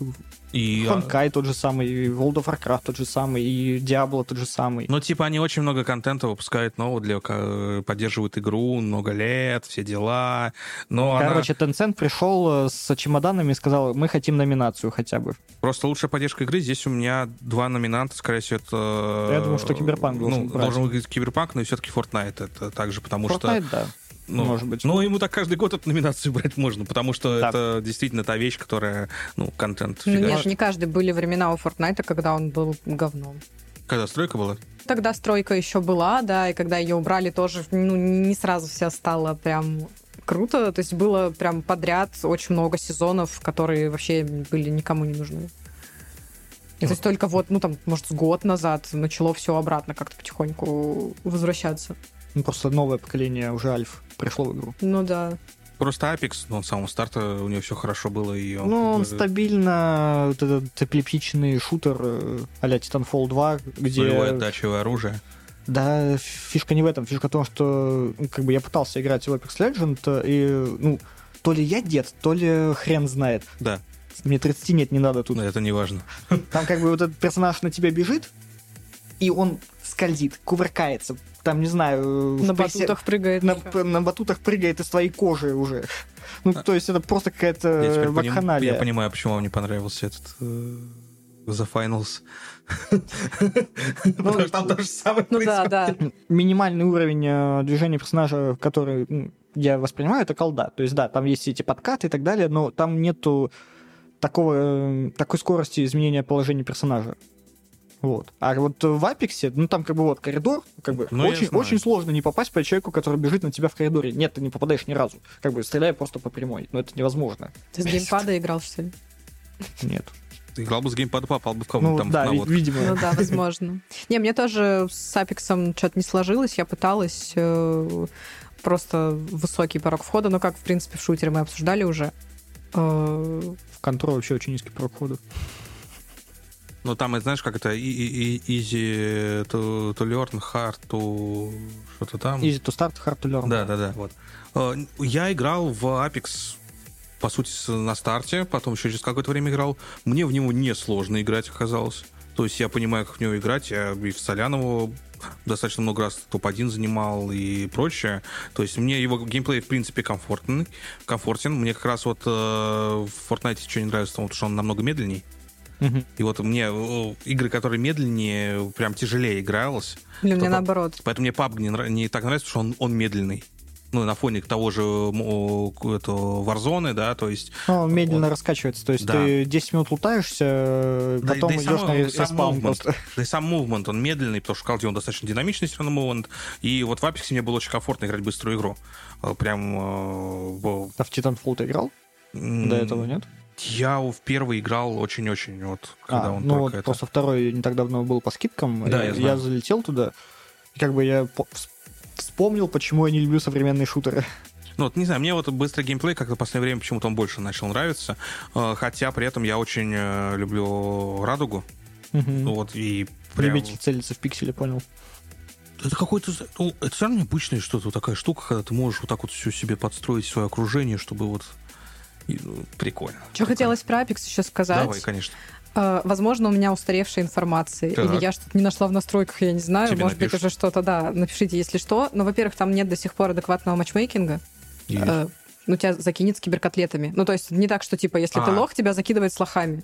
C: И, а,
A: Ханкай тот же самый, и World of Warcraft тот же самый, и Diablo тот же самый.
C: Ну, типа, они очень много контента выпускают нового, для, ка- поддерживают игру много лет, все дела. Но она-
A: Короче, Tencent пришел э, с чемоданами и сказал, мы хотим номинацию хотя бы.
C: просто лучшая поддержка игры. Здесь у меня два номинанта, скорее всего, это...
A: Я думаю, что Киберпанк должен
C: ну,
A: брать.
C: должен быть Киберпанк, но и все-таки Fortnite это также, потому что...
A: Fortnite, да.
C: Ну,
A: может быть.
C: Ну, ему так каждый год эту номинацию брать можно, потому что
A: Да.
C: это действительно та вещь, которая, ну, контент
B: Ну нет,
C: фигачит.
B: же не каждый были времена у Фортнайта, когда он был говном.
C: Когда стройка была?
B: Тогда стройка еще была, да, и когда ее убрали, тоже ну, не сразу вся стала прям круто. То есть было прям подряд очень много сезонов, которые вообще были никому не нужны. И то есть только вот, ну там, может, с год назад начало все обратно как-то потихоньку возвращаться.
A: Ну, просто новое поколение уже Альф пришло в игру.
B: Ну да.
C: Просто Apex, ну, с самого старта у него все хорошо было, и он...
A: Ну, он
C: как бы-
A: стабильно вот этот эпилептичный шутер э, а-ля Titanfall 2,
C: Нулевое
A: где...
C: отдачевое оружие.
A: Да, фишка не в этом. Фишка в том, что ну, как бы я пытался играть в Apex Legend, э, и, ну, то ли я дед, то ли хрен знает.
C: Да,
A: Мне 30 нет, не надо тут.
C: ну, это не важно.
A: Там как бы вот этот персонаж на тебя бежит, и он скользит, кувыркается, там, не знаю... э,
B: На
A: в пресе-
B: батутах прыгает.
A: на,
B: ещё.
A: п- на батутах прыгает из твоей кожи уже. Ну, то есть это просто
C: А. Я теперь
A: какая-то
C: поним-
A: вакханалия.
C: я понимаю, почему вам не понравился этот э, The Finals. Потому что там то же самое
B: Ну да,
C: происходит.
A: <laughs>
B: да.
A: минимальный уровень э, движения персонажа, который м, я воспринимаю, это колда. То есть, да, там есть эти подкаты и так далее, но там нету такого, э, такой скорости изменения положения персонажа. Вот. А вот в Апексе, ну там как бы вот коридор, как бы
C: Ну, я
A: очень,
C: знаю.
A: очень сложно не попасть по человеку, который бежит на тебя в коридоре. Нет, ты не попадаешь ни разу. Как бы стреляя просто по прямой. Но это невозможно.
B: Ты с геймпада играл, что ли?
A: Нет.
C: Ты играл бы с геймпада, попал бы в
A: ну
C: кого-нибудь там
A: да,
C: на
A: ви-
C: водку.
A: видимо.
B: Ну
C: <laughs>
B: да, возможно. Не, мне тоже с Апексом что-то не сложилось. Я пыталась э, просто высокий порог входа, но как, в принципе, в шутере мы обсуждали уже. Э,
A: В контроль вообще очень низкий порог входа.
C: Ну там, и знаешь, как это, и- и- и- easy to, to learn, hard to... Что-то там.
A: Easy to start, hard to learn.
C: Да, да, да. Вот. Э, Я играл в Apex, по сути, с- на старте, потом еще через какое-то время играл. Мне в него несложно играть оказалось. То есть я понимаю, как в него играть. Я и в Солянову достаточно много раз топ-1 занимал и прочее. То есть мне его геймплей, в принципе, комфортный, комфортен. Мне как раз вот э, в Fortnite что не нравится, потому что он намного медленней.
A: Мгм.
C: И вот мне э, игры, которые медленнее, прям тяжелее игралось.
B: Блин, мне
C: Кто-то-
B: наоборот.
C: Поэтому мне PUBG не, нра- не так нравится, потому что он, он медленный. Ну, на фоне того же м, о, к- этого Warzone, да, то есть...
A: Ну, он медленно раскачивается. То есть
C: Да.
A: ты 10 минут лутаешься,
C: да-
A: потом
C: да и
A: идешь
C: сам-
A: на ре-
C: сам
A: респаун
C: movement.
A: <laughs> просто.
C: Да и сам мувмент, он медленный, потому что в колде он достаточно динамичный все равно мувмент. И вот в Apex мне было очень комфортно играть быструю игру. Э, Прям... э, бо-
A: А в Titanfall ты играл?
C: м,
A: До этого нет?
C: Я в первый играл очень-очень, вот, когда
A: А,
C: он
A: ну вот
C: только это-
A: просто второй не так давно был по скидкам.
C: Да,
A: и
C: я знаю.
A: залетел туда. И как бы я по- вс- вспомнил, почему я не люблю современные шутеры.
C: Ну, вот, не знаю, мне вот быстрый геймплей как-то в последнее время почему-то он больше начал нравиться. Э, Хотя при этом я очень э, люблю радугу.
A: <laughs>
C: Ну, вот, и прям...
A: Любитель целиться в пикселе, понял.
C: Это какой-то... за- ну, это все равно необычная что-то, вот такая штука, когда ты можешь вот так вот все себе подстроить, свое окружение, чтобы вот... и, ну, прикольно.
B: Что
C: Прикольно.
B: хотелось про Апекс еще сказать?
C: Давай, конечно.
B: Э, Возможно, у меня устаревшая информация,
C: Так.
B: или я что-то не нашла в настройках, я не знаю.
C: Тебе
B: Может
C: напишут.
B: быть, уже что-то, да, напишите, если что. Но, во-первых, там нет до сих пор адекватного матчмейкинга. Э, Ну, тебя закинет с киберкотлетами. Ну, то есть не так, что, типа, если ты
C: А.
B: лох, тебя закидывает с лохами.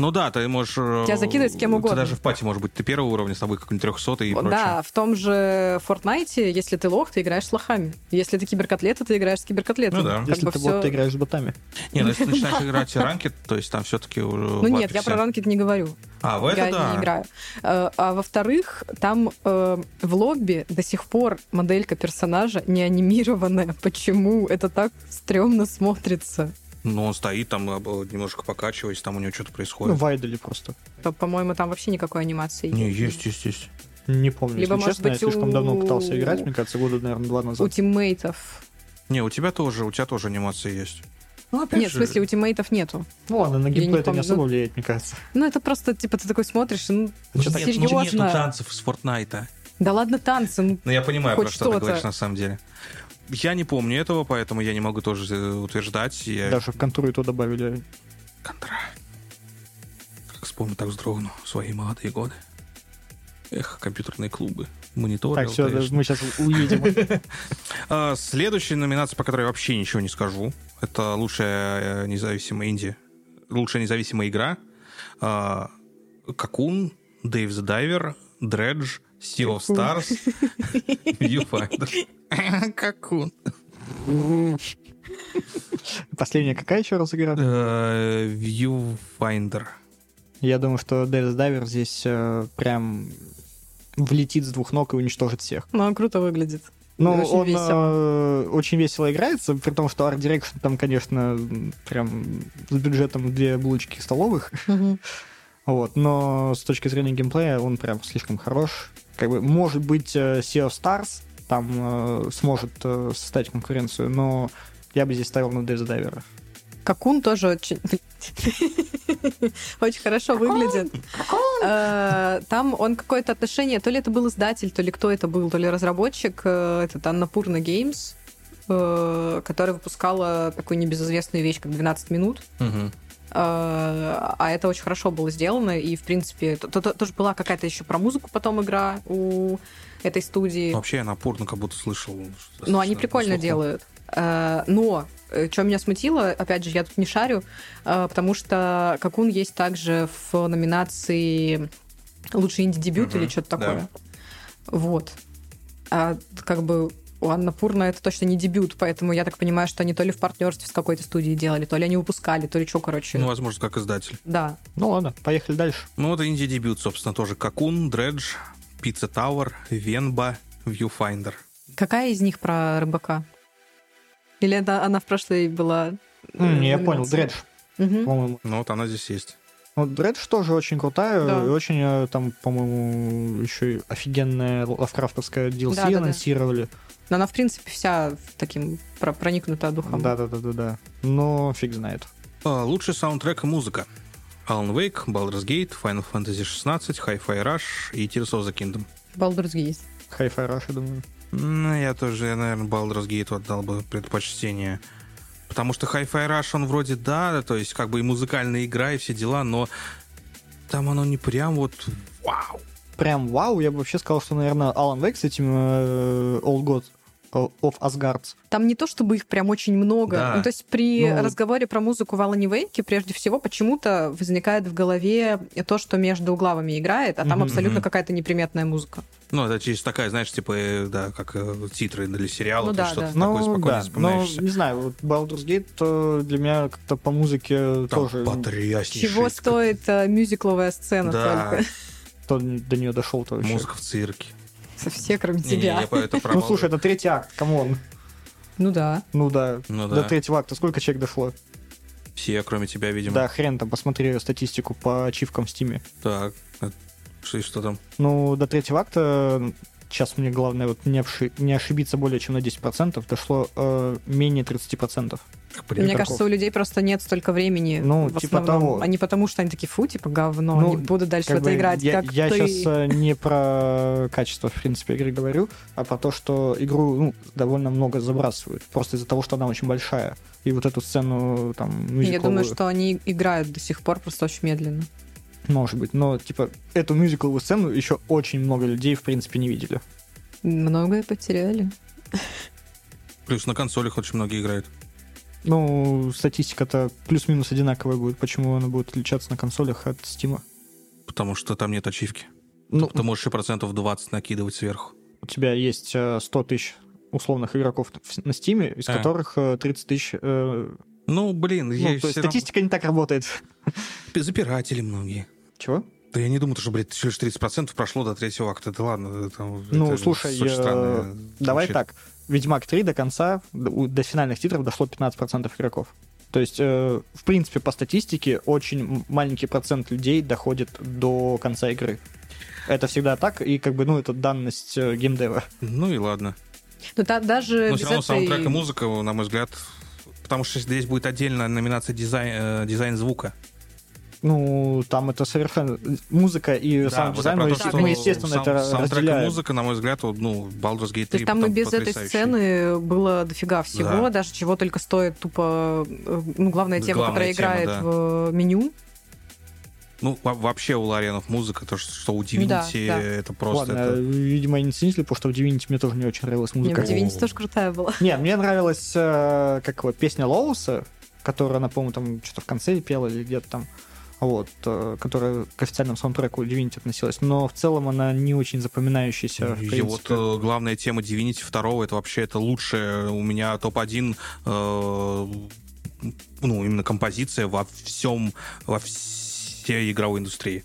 C: Ну да, ты можешь...
B: Тебя закидывает с кем угодно.
C: Ты даже в пати, может быть, ты первого уровня, с тобой какой-нибудь 300 и
B: Вот,
C: прочее.
B: Да, в том же Фортнайте, если ты лох, ты играешь с лохами. Если ты киберкотлета, ты играешь с киберкотлетами.
C: Ну да.
B: Как
A: Если
B: бы
A: ты
B: всё-
A: вот ты играешь с ботами.
C: Не, ну если ты
B: <laughs>
C: начинаешь играть ранкет, то есть там все-таки...
B: Ну нет, я про ранкет не говорю.
C: А, в это
B: я
C: да.
B: не играю. Э, А во-вторых, там э, в лобби до сих пор моделька персонажа не анимированная. Почему? Это так стрёмно смотрится.
C: Ну, он стоит там, э, немножко покачиваясь, там у него что-то
A: Ну,
C: происходит.
A: в айдоле просто.
B: То, по-моему, там вообще никакой анимации
C: не,
B: нет.
C: есть, есть, есть.
A: Не помню,
B: Либо,
A: если
B: может
A: честно, я
B: быть,
A: слишком давно
B: у-
A: пытался играть, мне кажется, года, наверное, два назад.
B: У тиммейтов.
C: Не, у тебя тоже, у тебя тоже анимация есть. Ну, опять
B: Нет, в
C: же,
B: смысле, у тиммейтов нету.
A: Ну ладно, на
B: не
A: геймплей это не
B: помню.
A: особо влияет, мне кажется.
B: Ну, это просто, типа, ты такой смотришь, и, ну,
A: Ну,
C: нет, ну,
B: серьезно.
C: нету танцев с Фортнайта.
B: Да ладно танцы, ну,
C: Ну, я понимаю,
B: Хоть
C: про что ты
B: что-то.
C: говоришь на самом деле. Я не помню этого, поэтому я не могу тоже э, утверждать. Я...
A: Даже в контуру и то добавили
C: Контра. вспомню, так вздрогну свои молодые годы. Эх, компьютерные клубы, мониторы.
A: Так, все,
C: LTE.
A: мы сейчас уедем.
C: А, Следующая номинация, по которой я вообще ничего не скажу, это лучшая э, независимая инди, лучшая независимая игра. А, Какун, Дэйв the Diver, Дредж, Sea of
B: <laughs>
C: Stars, Viewfinder. <laughs> Какун.
A: Последняя какая еще раз игра?
C: Э, Viewfinder.
A: Я думаю, что Дэвис Дайвер здесь э, прям влетит с двух ног и уничтожит всех.
B: Ну, он круто выглядит.
A: Но
B: Очень
A: он э,
B: весело.
A: очень весело играется, при том, что Art Direction там, конечно, м, прям с бюджетом две булочки столовых.
B: Мгм.
A: Вот, но с точки зрения геймплея он прям слишком хорош. Как бы, может быть, э, Sea of Stars там э, сможет э, составить конкуренцию, но я бы здесь ставил на Дэвис Дайвера.
B: Какун тоже очень... <laughs> Очень хорошо выглядит. Э, Там он какое-то отношение, то ли это был издатель, то ли кто это был, то ли разработчик, э, этот Аннапурна Геймс, э, которая выпускала такую небезызвестную вещь, как 12 минут.
C: Мгм.
B: Э, А это очень хорошо было сделано, и, в принципе, т- т- т- тоже была какая-то еще про музыку потом игра у этой студии.
C: Ну, Вообще я напорно как будто слышал. что-
B: Ну, они
C: что-
B: прикольно
C: слухом.
B: делают. Э, Но что меня смутило, опять же, я тут не шарю, э, потому что Какун есть также в номинации «Лучший инди-дебют»
C: Мгм,
B: или
C: да.
B: что-то такое. Вот. А как бы у Анна Пурна это точно не дебют, поэтому я так понимаю, что они то ли в партнерстве с какой-то студией делали, то ли они выпускали, то ли что, короче.
C: Ну, возможно, как издатель.
B: Да.
A: Ну ладно, поехали дальше.
C: Ну, вот инди-дебют, собственно, тоже. Какун, Дредж, Пицца Тауэр, Венба, Viewfinder.
B: Какая из них про рыбака? Или это она в прошлой была?
A: М, я
B: номинация?
A: понял, Дредж,
B: Мгм.
A: по-моему,
C: Ну, вот она здесь есть.
A: Ну, Дредж тоже очень крутая,
B: Да.
A: и очень э, там, по-моему, еще и офигенная лавкрафтовская DLC
B: Да-да-да.
A: анонсировали.
B: Но она, в принципе, вся в таким про- проникнута духом.
A: Да-да-да-да-да. Но фиг знает.
C: А, Лучший саундтрек и музыка. Alan Wake, Baldur's Gate, Final Fantasy XVI, Hi-Fi Rush и Tears of the Kingdom.
B: Baldur's Gate.
A: Hi-Fi Rush, я думаю.
C: Ну, я тоже, я, наверное, Baldur's Gate отдал бы предпочтение. Потому что Hi-Fi Rush, он вроде да, то есть как бы и музыкальная игра, и все дела, но там оно не прям вот вау.
A: Прям вау, я бы вообще сказал, что, наверное, Alan Wake с этим э, All God э, of Asgard.
B: Там не то, чтобы их прям очень много.
C: Да.
B: Ну, то есть при
A: Ну-
B: разговоре про музыку в Алане Вейке прежде всего почему-то возникает в голове то, что между главами играет, а там
A: Мгм.
B: абсолютно
C: Мгм.
B: какая-то неприметная музыка.
C: Ну, это через такая, знаешь, типа, э, да, как э, титры для сериала,
B: Ну
C: ты
B: да,
C: что-то
B: да.
C: такое
A: Ну,
C: спокойно
A: да, но,
C: вспоминаешься.
A: не знаю, вот Baldur's Gate э, для меня как-то по музыке
C: Там
A: тоже
C: потряснейший
B: Чего
C: ск-
B: стоит э, мюзикловая сцена
C: да,
B: только?
A: кто до нее дошел то вообще.
C: музыка в цирке.
B: Со всех, кроме
C: Не-не,
B: тебя.
C: я по- это про
A: Ну,
C: Baldur's-
A: слушай, это третий акт, камон.
B: Ну да.
A: Ну да,
C: Ну
A: до
C: да.
A: третьего акта сколько человек дошло?
C: Все, кроме тебя, видимо.
A: Да, хрен там, посмотри статистику по ачивкам в Стиме.
C: Так, э, что, что там?
A: Ну, до третьего акта, сейчас мне главное вот не, обши- не ошибиться более чем на 10%, дошло э, менее 30%.
B: А Мне
A: Игроков.
B: кажется, у людей просто нет столько времени.
A: Ну,
B: в
A: типа
B: основном.
A: того.
B: А не потому, что они такие, фу, типа, говно,
A: Ну,
B: не буду дальше в
A: Как
B: это
A: бы
B: играть.
A: я
B: как
A: я э,
B: ты.
A: сейчас не про качество, в принципе, игры говорю, а про то, что игру ну, довольно много забрасывают, просто из-за того, что она очень большая. И вот эту сцену там
B: Я
A: мюзиковую,
B: думаю, что они играют до сих пор просто очень медленно.
A: может быть, но типа эту мюзиковую сцену еще очень много людей, в принципе, не видели.
B: Многое потеряли.
C: Плюс на консолях очень многие играют.
A: Ну, статистика-то плюс-минус одинаковая будет, почему она будет отличаться на консолях от Стима.
C: Потому что там нет ачивки.
A: Ну,
C: Ты можешь и процентов 20 накидывать сверху.
A: у тебя есть э, 100 тысяч условных игроков в- на Стиме, из
C: А.
A: которых э, 30 тысяч... э,
C: Ну, блин,
A: ну,
C: я
A: то есть
C: всё равно-
A: статистика не так
C: <laughs>
A: работает.
C: Запиратели многие.
A: Чего?
C: Да я не думаю, что, блядь, всего лишь 30% прошло до третьего акта. Да ладно, это,
A: Ну,
C: это
A: слушай,
C: очень
A: э,
C: странно
A: Давай
C: звучит.
A: так. Ведьмак 3 до конца, до, у- до финальных титров дошло 15% игроков. То есть, э, в принципе, по статистике, очень м- маленький процент людей доходит до конца игры. Это всегда так, и как бы, ну, это данность э, геймдева.
C: Ну и ладно.
B: Но та- даже
C: Но все
B: без
C: равно
B: этой-
C: саундтрек и музыка, на мой взгляд, потому что здесь будет отдельная номинация дизайн, э, дизайн звука.
A: Ну, там это совершенно... Музыка и
C: Да,
A: саунд
C: вот я
A: дизайн,
C: про
A: мы,
C: то, что
A: мы, естественно,
C: саун-
A: это
C: саундтрек и
A: разделяем.
C: музыка, на мой взгляд, вот, ну, Baldur's Gate 3
B: То есть там и
C: там
B: без этой
C: потрясающий.
B: сцены было дофига всего,
C: Да.
B: даже чего только стоит тупо, э, ну, главная
C: Да,
B: тема,
C: главная
B: которая
C: тема,
B: э, играет
C: да.
B: в э, меню.
C: Ну, во- вообще у Ларенов музыка, то, что, что у Divinity,
B: да.
C: это просто...
A: Ладно,
C: это-
A: видимо, они не ценители, потому что в Divinity мне тоже не очень нравилась
B: Мне
A: музыка.
B: в 90 тоже крутая была.
A: Не, мне нравилась, э, как его, песня Лоуса, которая, она, по-моему, там что-то в конце пела или где-то там, вот, э, которая к официальному саундтреку Divinity относилась, но в целом она не очень запоминающаяся, в
C: И
A: принципе.
C: вот э, главная тема Divinity 2 это вообще это лучшая у меня топ-1 э, ну, именно композиция во всем, во всей игровой индустрии.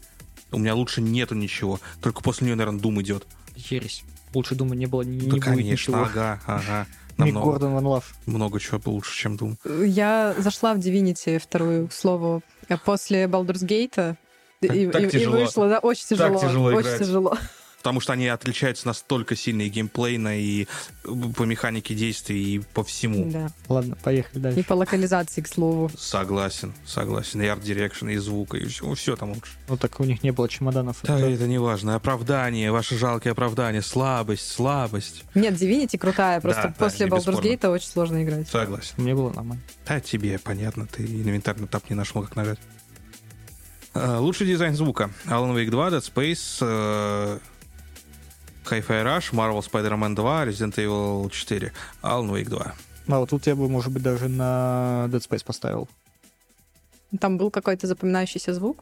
C: У меня лучше нету ничего. Только после нее, наверное, Doom идет.
A: Ересь. Лучше, думаю, не было ни- не
C: э, да,
A: будет
C: конечно,
A: ничего.
C: ага,
A: <laughs>
C: ага.
A: Мик
C: Намного,
A: Гордон Ван Лав.
C: много чего лучше, чем Doom.
B: Я зашла в Divinity, вторую, к слову, после Baldur's Gate. И,
C: Так-
B: и-
C: так
B: и
C: тяжело.
B: вышла, да, очень
C: Так
B: тяжело.
C: тяжело
B: очень
C: играть.
B: тяжело.
C: Потому что они отличаются настолько сильно и геймплейно, и э, по механике действий, и по всему.
B: Да.
A: Ладно, поехали
B: И
A: дальше.
B: по локализации, к слову.
C: Согласен, согласен. И арт-дирекшн, и звук, и все, там лучше.
A: Ну так у них не было чемоданов.
C: Да, это не важно. Оправдание, ваше жалкое оправдание. Слабость, слабость.
B: Нет, Divinity крутая, просто
C: Да, да,
B: после
C: не
B: Baldur's
C: бесспорно.
B: Gate очень сложно играть.
C: Согласен.
A: Мне было нормально.
C: Да, тебе понятно, ты инвентарный тап не нашел, как нажать. Э, Лучший дизайн звука. Alan Wake 2, Dead Space, э, Hi-Fi Rush, Marvel Spider-Man 2, Resident Evil 4, Alan Wake 2.
A: А вот тут я бы, может быть, даже на Dead Space поставил.
B: Там был какой-то запоминающийся звук.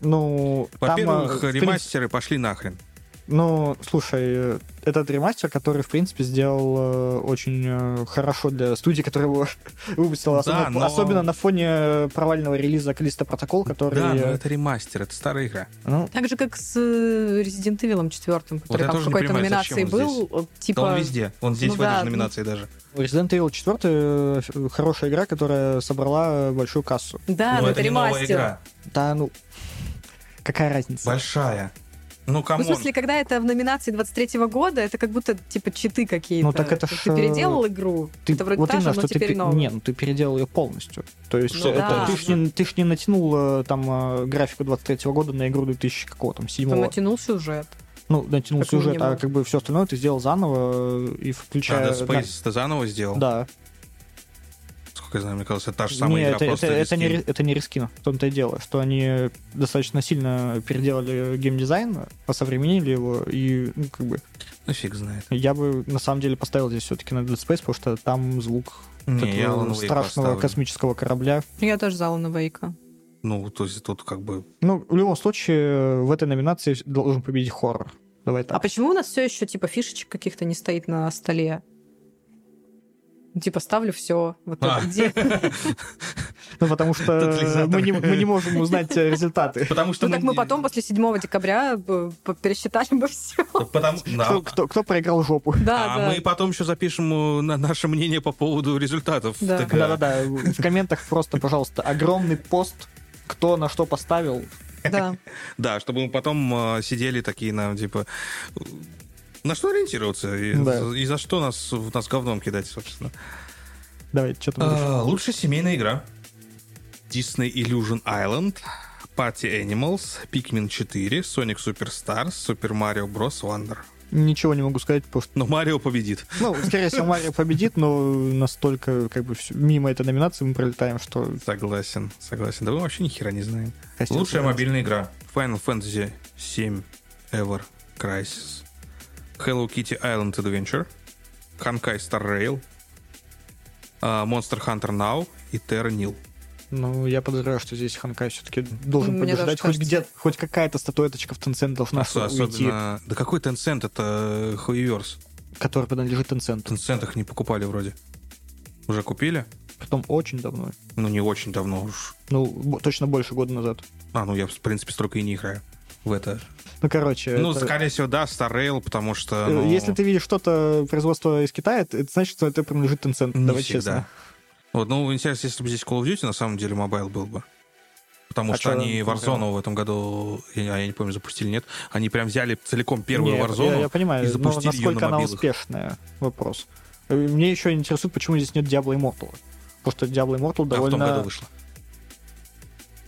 A: Ну, там, э,
C: Во-первых,
A: в принципе,
C: ремастеры пошли нахрен.
A: Ну, слушай, э, этот ремастер, который, в принципе, сделал э, очень э, хорошо для студии, которая его <laughs> выпустила, особенно,
C: Да, но-
A: особенно на фоне провального релиза Калиста Протокол, который...
C: Да, но
A: э,
C: это ремастер, это старая игра.
A: ну,
B: Так же, как с э, Resident Evil 4, который
C: Вот я
B: там в
C: тоже не
B: какой-то
C: понимаю,
B: номинации
C: зачем он
B: был. э, Типа...
C: Да он везде, он здесь
B: Ну
C: в этой
B: да,
C: же
B: ну-
C: номинации даже.
A: Resident Evil 4 э, ф- хорошая игра, которая собрала э, большую кассу.
C: Но
B: Да, но
C: Ну, это
B: это
C: не новая
B: ремастер.
C: игра,
A: Да, ну, какая разница?
C: большая. Ну,
B: Ну, в
C: камон.
B: смысле, когда это в номинации 23 года, это как будто, типа, читы какие-то.
A: Ну, так это ж,
B: Ты переделал игру,
A: Ты,
B: это вроде
A: вот
B: та же,
A: именно,
B: но
A: что ты,
B: теперь
A: пе-
B: новая. Ну
A: не, ну, ты переделал ее полностью. То есть
C: Что
A: это-
B: да.
A: ты ж не, ты ж не натянул э, там э, графику 23 года на игру 2000 какого там,
B: Там
A: седьмого.
B: Типа натянул сюжет.
A: Ну, натянул
B: Как
A: сюжет,
B: минимум.
A: а как бы все остальное ты сделал заново э, и включая...
C: А, Dead Space ты заново сделал?
A: Да.
C: Сколько я знаю, мне казалось, это та же
A: Не,
C: самая игра,
A: это,
C: просто
A: это- это не,
C: рискин.
A: ри- это не рискино, в том-то и дело, что они достаточно сильно переделали геймдизайн, осовременили его, и, ну, как бы,
C: Ну, фиг знает.
A: я бы, на самом деле, поставил здесь все-таки на Dead Space, потому что там звук
C: Не,
A: этого
C: я Alan Wake
A: страшного
C: поставлю.
A: космического корабля.
B: Я тоже зала на Вейка.
C: Ну, то есть тут как бы...
A: Ну, в любом случае, в этой номинации должен победить хоррор. Давай
B: А
A: так.
B: почему у нас все еще типа фишечек каких-то не стоит на столе? Ну, Типа ставлю все. Вот
C: А. <laughs>
B: это где?
A: Ну, потому что
C: Тотализатор.
A: мы не, мы не можем узнать э, результаты.
C: Потому что
B: Ну так
C: <laughs>
B: мы потом после 7 декабря бы п- пересчитали бы все. <laughs>
C: Потому... Да.
A: Кто- кто- кто проиграл жопу?
B: Да,
C: А
B: да.
C: мы потом еще запишем э, на наше мнение по поводу результатов.
B: Да.
C: ТГ.
A: Да-да-да, в комментах просто, пожалуйста, огромный пост, кто на что поставил.
B: Да.
C: Да, чтобы мы потом э, сидели такие, на, типа... э, На что ориентироваться? И,
A: Да.
C: и за что нас, в нас говном кидать, собственно?
A: Давай, что там дальше?
C: А, Лучшая семейная игра. Disney Illusion Island, Party Animals, Pikmin 4, Sonic Superstars, Super Mario Bros. Wonder.
A: Ничего не могу сказать, потому что,
C: Но Марио победит.
A: ну, скорее всего, Марио победит, но настолько, как бы, всё- мимо этой номинации мы пролетаем, что...
C: Согласен, согласен. Да мы вообще ни хера не знаем.
A: костюм-
C: Лучшая мобильная игра. Final Fantasy 7 Ever Crisis. Hello Kitty Island Adventure. Honkai Star Rail. а, Monster Hunter Now и Terra Nil.
A: Ну, я подозреваю, что здесь Ханкай все-таки должен
B: Мне тоже
A: побеждать. Хоть
B: кажется.
A: где хоть какая-то статуэточка в Tencent должна
C: Ос-
A: уйти,
C: Особенно... Да какой Tencent? Это хуеверс.
A: которая принадлежит Tencent.
C: Tencent их не покупали вроде. Уже купили?
A: Притом очень давно.
C: Ну, не очень давно уж.
A: Ну, бо- точно больше года назад.
C: А, ну я, в принципе, столько и не играю в это.
A: Ну, короче...
C: Ну,
A: это-
C: скорее всего, да, Star Rail, потому что...
A: э,
C: ну,
A: Если ты видишь что-то производство из Китая, это это значит, что это принадлежит Tencent.
C: Не
A: Давай
C: всегда.
A: честно.
C: Вот, ну, интересно, если бы здесь Call of Duty, на самом деле, мобайл был бы. Потому
A: А
C: что
A: чё
C: они
A: там
C: Warzone в этом году, я, не- я не помню, запустили, нет. Они прям взяли целиком первую
A: Не, я-
C: Warzone а
A: Я, я понимаю,
C: и
A: но
C: запустили ее
A: насколько
C: на
A: она
C: мобилах.
A: успешная, вопрос. Э, Мне еще интересует, почему здесь нет Diablo Immortal. Потому что Diablo Immortal
C: Да, А в том году
A: довольно...
C: вышло.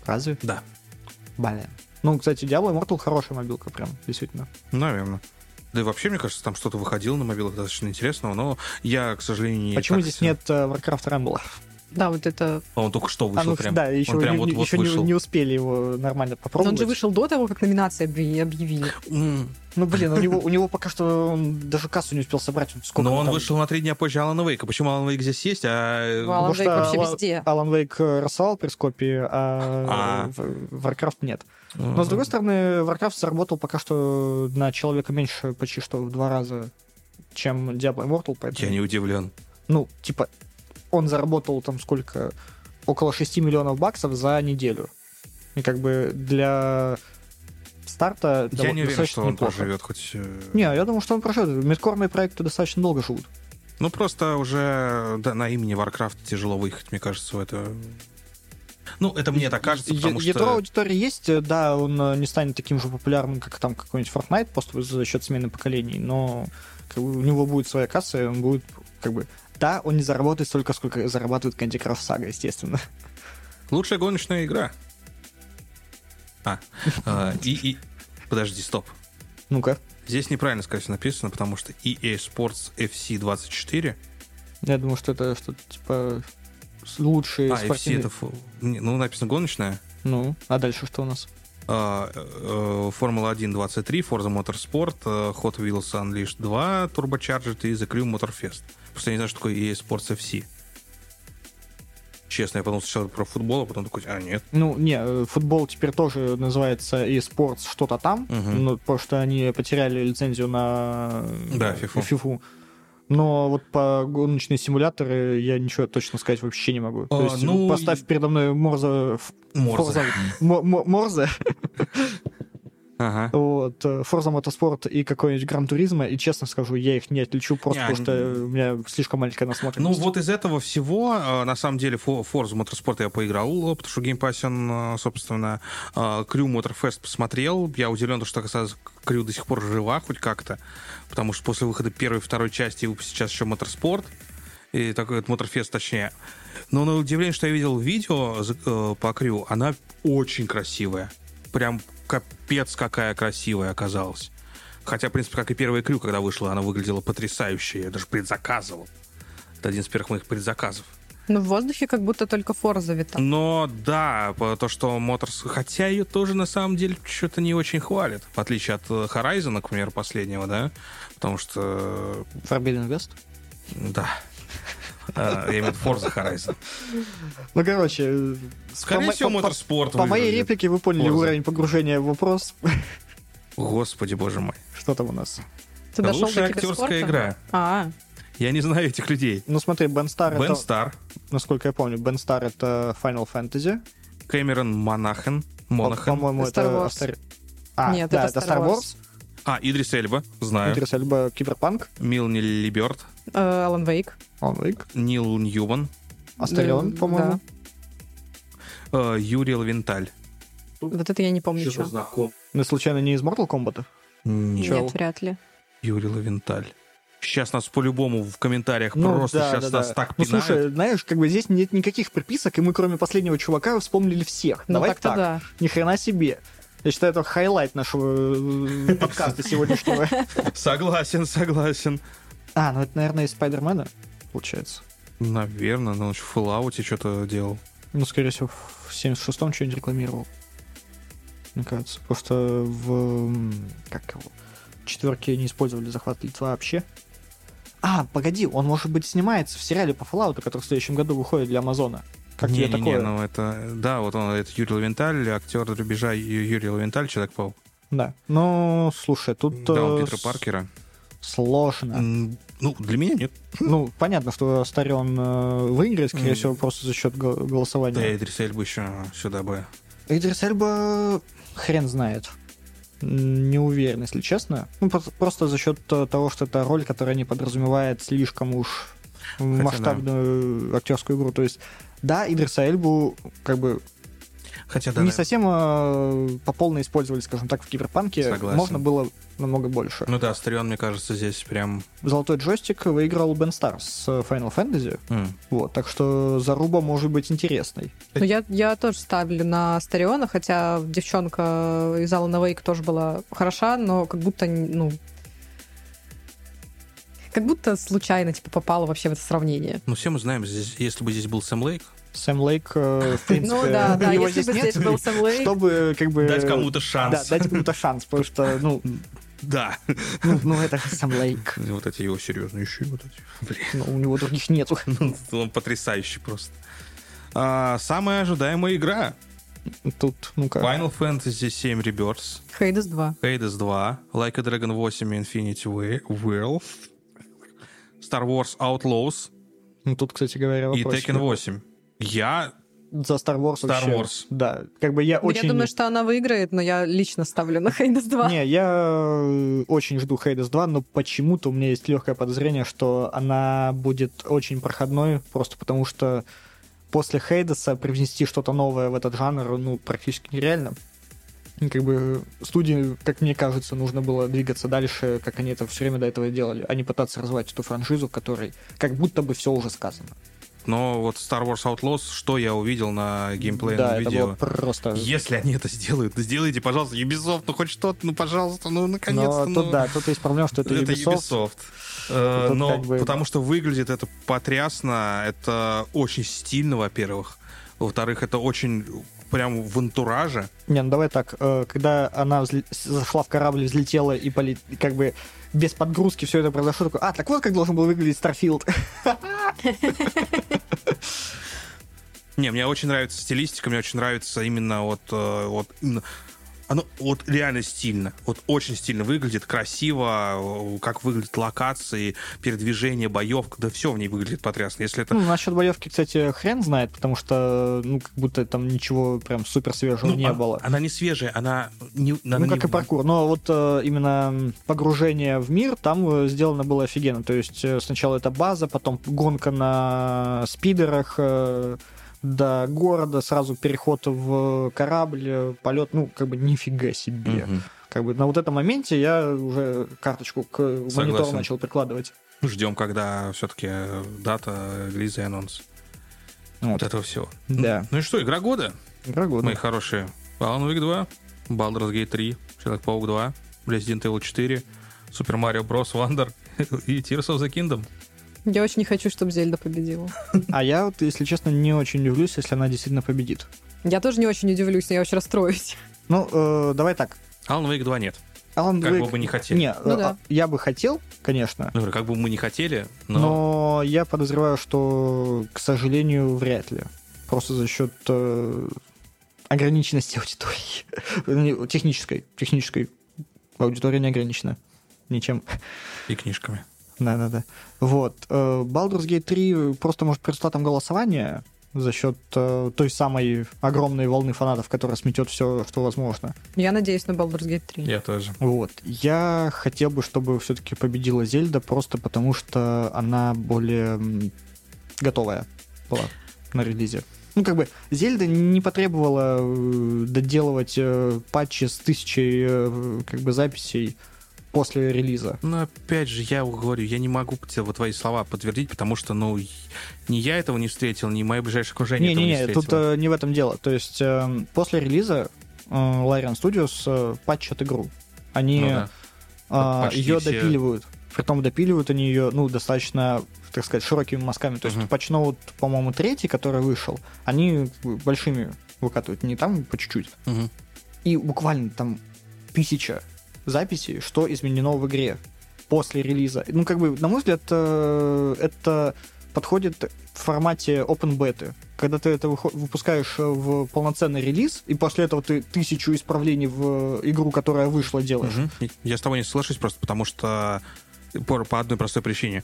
A: Разве?
C: Да,
A: Блин. Ну, кстати, Diablo Immortal хорошая мобилка прям, действительно.
C: наверное. Да и вообще, мне кажется, там что-то выходило на мобилах достаточно интересного, но я, к сожалению, не
A: почему
C: так
A: здесь
C: сильно-
A: нет э, Warcraft Rumble?
B: Да, вот это...
C: А он только что вышел
A: А, ну,
C: прям.
A: да, еще,
C: он прям
A: не,
C: вот, вот
A: еще не-
C: вышел.
A: не, успели его нормально
B: Но
A: попробовать.
B: он же вышел до того, как номинации объяви- объявили.
C: М,
A: Ну, блин, у него, у него пока что он даже кассу не успел собрать. Он сколько
C: Но он
A: там-
C: вышел на три дня позже Алана Вейка. Почему Алан Вейк здесь есть, а...
B: Алан
A: потому
B: Вейк
A: что
B: вообще
A: Алан-
B: везде.
A: Алан Вейк э, рассылал прескопии, а
C: А. Ну
A: в- Warcraft нет.
C: м,
A: Но, с другой стороны, Warcraft заработал пока что на человека меньше почти что в два раза, чем Diablo Immortal. Поэтому,
C: Я не удивлен.
A: Ну, типа, он заработал там сколько? Около 6 миллионов баксов за неделю. И как бы для старта
C: Я
A: дов-
C: не уверен,
A: достаточно
C: что он
A: неплохо.
C: проживет хоть... э,
A: Не, я думаю, что он проживет. Медкорные проекты достаточно долго живут.
C: Ну, просто уже да, на имени Warcraft тяжело выехать, мне кажется, в это... Ну, это мне так кажется,
A: Е-
C: потому
A: Ядро
C: что...
A: аудитории есть, э, да, он э, не станет таким же популярным, как там какой-нибудь Fortnite, просто за счет смены поколений, но как бы, у него будет своя касса, и он будет как бы... Да, он не заработает столько, сколько зарабатывает Candy Crush Saga, естественно. <laughs>
C: Лучшая гоночная игра. А, э, и, и... Подожди, стоп.
A: Ну-ка,
C: Здесь неправильно, скорее всего, написано, потому что EA Sports FC24.
A: я думаю, что это что-то типа Э, с- лучшие
C: А, FC
A: спортивные...
C: это... фу- не, Ну, написано гоночная.
A: Ну, а дальше что у нас?
C: А, э, Формула-1 23, Forza Motorsport, э, Hot Wheels Unleashed 2, Turbocharged и The Crew Motorfest. Просто я не знаю, что такое EA Sports FC. Честно, я подумал сначала про футбол, а потом такой, а нет.
A: Ну, не, э, футбол теперь тоже называется и спортс что-то там,
C: Мгм.
A: ну, потому что они потеряли лицензию на э,
C: Да, FIFA.
A: Но вот по гоночные симуляторы я ничего точно сказать вообще не могу. То
C: А,
A: есть э,
C: ну,
A: поставь
C: и-
A: передо мной Морза... в-
C: Морзе.
A: Forza- Мо- Мо- Морзе,
C: Ага.
A: вот, э, Форза Мотоспорт и какой-нибудь Гран Туризма, и честно скажу, я их не отличу просто
C: Не,
A: потому, что
C: они-
A: у меня слишком маленькая
C: Ну
A: насмотренность.
C: вот из этого всего, э, на самом деле, Фо- Forza Motorsport я поиграл, э, потому что Game Pass, он, э, собственно, э, Crew Motorfest посмотрел. Я удивлен, что оказалось, Crew до сих пор жива хоть как-то, потому что после выхода первой и второй части выпустят сейчас еще Motorsport, и такой вот Motorfest точнее. Но на удивление, что я видел видео за- э, по Crew, она очень красивая. Прям капец какая красивая оказалась. Хотя, в принципе, как и первая Crew, когда вышла, она выглядела потрясающе. Я даже предзаказывал. Это один из первых моих предзаказов.
B: Но в воздухе как будто только Форза витал.
C: Но да, по- то, что Моторс... Хотя ее тоже, на самом деле, что-то не очень хвалят. В отличие от э, Horizon, к примеру, последнего, да? Потому что...
A: Forbidden West.
C: э, Да. <laughs> Э, Я имею в виду Forza Horizon.
A: Ну, короче, э, по
C: Скорее
A: мо-
C: всего,
A: по- по-
C: Моторспорт
A: По моей
C: выиграет.
A: реплике вы поняли
C: Forza.
A: уровень погружения в вопрос.
C: Господи, боже мой.
A: Что там у нас?
B: Ты дошел до
C: Лучшая актерская
B: киберспорта?
C: игра.
B: А,
C: Я не знаю этих людей.
A: Ну смотри, Бен Стар,
C: Бен
A: это,
C: Стар,
A: насколько я помню, Бен Стар это Final Fantasy.
C: Кэмерон Монахен,
A: По-
C: Монахан.
A: По-моему,
B: Star
A: это...
B: Wars.
A: Астер- А,
B: Нет,
A: да,
B: это
A: это
B: Star
A: Star Wars.
C: А, Идрис Эльба, знаю.
A: Интерес Альба Киберпанк.
C: Милни Либерт,
B: э, Алан Вейк.
A: Он Вейк.
C: Нил Ньюман,
A: Астерион,
B: Да,
A: по-моему.
C: э, Юрий Лвенталь.
B: Вот это я не помню, что.
C: знаком?
A: Ну, случайно, не из Mortal Kombat?
C: Нет.
A: Чел.
B: Нет, вряд ли.
C: Юрий Лавенталь. Сейчас нас по-любому в комментариях
A: Ну,
C: просто
A: да,
C: сейчас
A: да,
C: нас
A: да.
C: так
A: Ну,
C: пинают.
A: слушай, знаешь, как бы здесь нет никаких приписок, и мы, кроме последнего чувака, вспомнили всех.
B: Ну
A: Давай
B: так-то
A: так.
B: да.
A: Ни хрена себе. Я считаю, это хайлайт нашего
C: <laughs>
A: э, подкаста
B: <laughs>
A: сегодняшнего.
C: Согласен, согласен.
A: А, ну это, наверное, из Спайдермена, получается.
C: Наверное, но ну он еще в Fallout что-то делал.
A: Ну, скорее всего, в 76-м что-нибудь рекламировал. Мне кажется. Просто в... м, Как его? Четверке не использовали захват лица вообще. А, погоди, он, может быть, снимается в сериале по Fallout, который в следующем году выходит для Амазона. Как
C: не,
A: тебе
C: не,
A: такое?
C: Не, ну это... Да, вот он, это Юрий Лавенталь, актер рубежа Ю- Юрий Лавенталь, Человек-паук.
A: Да. Ну, слушай, тут
C: Да, он
A: э,
C: Питера
A: с-
C: Паркера.
A: сложно.
C: М, Ну, для меня нет.
A: ну, понятно, что Старион э, выиграет, скорее
C: М.
A: всего, просто за счет го-
C: Да,
A: голосования.
C: Идрис Эльба еще сюда бы.
A: Идрис Эльба хрен знает. М, Не уверен, если честно. Ну, пос- просто за счет э, того, что это роль, которая не подразумевает слишком уж масштабную э, актерскую игру. То есть, да, Идриса Эльбу как бы
C: Хотя да,
A: не
C: наверное,
A: совсем э, по полной использовали, скажем так, в Киберпанке.
C: Согласен.
A: Можно было намного больше.
C: Ну да, Астрион, мне кажется, здесь прям...
A: Золотой джойстик выиграл Бен Стар с э, Final Fantasy.
C: м.
A: Вот, так что заруба может быть интересной.
B: Ну, я, я тоже ставлю на Стариона, хотя девчонка из Алана Вейк тоже была хороша, но как будто, ну... Как будто случайно типа попало вообще в это сравнение.
C: Ну, все мы знаем, здесь, если бы здесь был Сэм Лейк,
A: Сэм Лейк, э,
B: <laughs>
A: в принципе,
B: Ну да, да,
A: его
B: если бы
A: здесь
B: здесь
A: нет,
B: был Сэм Лейк.
A: чтобы э, как бы...
D: Дать кому-то шанс.
A: Да, дать кому-то шанс, потому что, ну,
C: да. <laughs>
A: ну, ну, это же Сэм Лейк.
C: Вот эти его серьезные щи, вот эти. Блин.
A: Ну, у него других нету.
C: Ну, <laughs> он потрясающий просто. А, самая ожидаемая игра.
A: Ну, Тут, ну-ка,
C: Final Fantasy VII Rebirth,
B: Хейдес 2.
C: Hades 2, Like a Dragon 8 и Infinity Way, World, Star Wars Outlaws
A: ну, тут, кстати говоря,
C: и
A: вопрос.
C: Tekken 8. Я...
A: За Star Wars
C: Star
A: вообще.
C: Wars.
A: Да, как бы я
B: Ну,
A: очень...
B: Я думаю, что она выиграет, но я лично ставлю на Хейдес 2.
A: Не, я э, очень жду Hades 2, но почему-то у меня есть легкое подозрение, что она будет очень проходной, просто потому что после Хейдеса привнести что-то новое в этот жанр, ну, практически нереально. И Как бы э, студии, как мне кажется, нужно было двигаться дальше, как они это все время до этого делали, а не пытаться развивать эту франшизу, в которой как будто бы все уже сказано.
C: Но вот Star Wars Outlaws, что я увидел на геймплейном
A: да, это
C: видео?
A: было просто...
C: Если они это сделают, сделайте, пожалуйста, Ubisoft, ну хоть что-то, ну пожалуйста, ну
A: Но
C: наконец-то. ну.
A: тут, да, тут есть проблема, что это,
C: Это
A: Ubisoft.
C: Ubisoft. Э,
A: Тут
C: Но
A: как бы-
C: потому что выглядит это потрясно, это очень стильно, во-первых. Во-вторых, это очень прям в антураже.
A: Не, ну давай так, э, когда она взле- с- зашла в корабль, взлетела и полет... и как бы без подгрузки все это произошло, такой, а, так вот как должен был выглядеть Старфилд.
C: Не, мне очень нравится стилистика, мне очень нравится именно вот, э, вот именно- оно вот реально стильно, вот очень стильно выглядит, красиво, э, как выглядят локации, передвижение, боевка, да все в ней выглядит потрясно. Если это
A: <laughs> Ну, насчет боевки, кстати, хрен знает, потому что, ну, как будто там ничего прям супер свежего
C: ну,
A: не
C: она,
A: было.
C: Она не свежая, она не... она
A: ну,
C: не-
A: как и паркур. Но вот э, именно м, погружение в мир там э, сделано было офигенно. То есть э, сначала это база, потом гонка на спидерах э, до города, сразу переход в корабль, э, полет. Ну, как бы нифига себе.
C: Мгм.
A: Как бы на вот этом моменте я уже карточку к монитору
C: Согласен.
A: начал прикладывать.
C: Ждем, когда все-таки дата релиза и анонс. Ну, Вот этого всего.
A: Да.
C: Ну и что, игра года,
A: Игра года.
C: мои хорошие. Alan Wake 2, Baldur's Gate 3, Человек-паук 2, Resident Evil 4, Super Mario Bros. Wonder <laughs> и Tears of the Kingdom.
B: Я очень не хочу, чтобы Зельда победила.
A: А я вот, если честно, не очень люблюсь, если она действительно победит.
B: Я тоже не очень удивлюсь, но я очень расстроюсь.
A: Ну, э, давай так.
C: Alan Wake 2 нет.
A: Alan
C: Как бы
A: Wake-
C: мы не хотели.
A: Не,
B: Ну
A: э,
B: да.
A: я бы хотел, конечно,
C: Ну, говорю, Как бы мы не хотели, но...
A: но... я подозреваю, что, к сожалению, вряд ли. Просто за счет э, ограниченности аудитории. <laughs> Не, технической, технической. Аудитория не ограничена ничем.
C: И книжками.
A: Да-да-да. Вот. э, Baldur's Gate 3 просто, может, по результатам голосования за счет э, той самой огромной волны фанатов, которая сметет все, что возможно.
B: Я надеюсь на Baldur's Gate 3.
C: Я тоже.
A: Вот. Я хотел бы, чтобы все-таки победила Зельда, просто потому что она более м, готовая была на релизе. Ну, как бы, Зельда не потребовала э, доделывать э, патчи с тысячей, э, как бы, записей после релиза.
C: Но опять же, я говорю, я не могу те- вот твои слова подтвердить, потому что, ну, и- ни я этого не встретил, ни мое ближайшее окружение этого не,
A: Не-не-не,
C: встретило.
A: тут э, не в этом дело. То есть эм, после релиза э, Larian Studios э, патчат игру. Они
C: Ну да.
A: а,
C: почти
A: ее
C: все.
A: допиливают. Притом допиливают они ее, ну, достаточно, так сказать, широкими мазками. То есть
C: Мгм.
A: патч ноут, по-моему, третий, который вышел, они как бы, большими выкатывают, не там по чуть-чуть.
C: Мгм.
A: И буквально там тысяча записей, что изменено в игре после релиза. Ну, как бы, на мой взгляд, э, это подходит в формате open беты. Когда ты это выхо- выпускаешь э, в полноценный релиз, и после этого ты тысячу исправлений в э, игру, которая вышла, делаешь.
C: Мгм. Я с тобой не соглашусь просто потому, что по, по одной простой причине.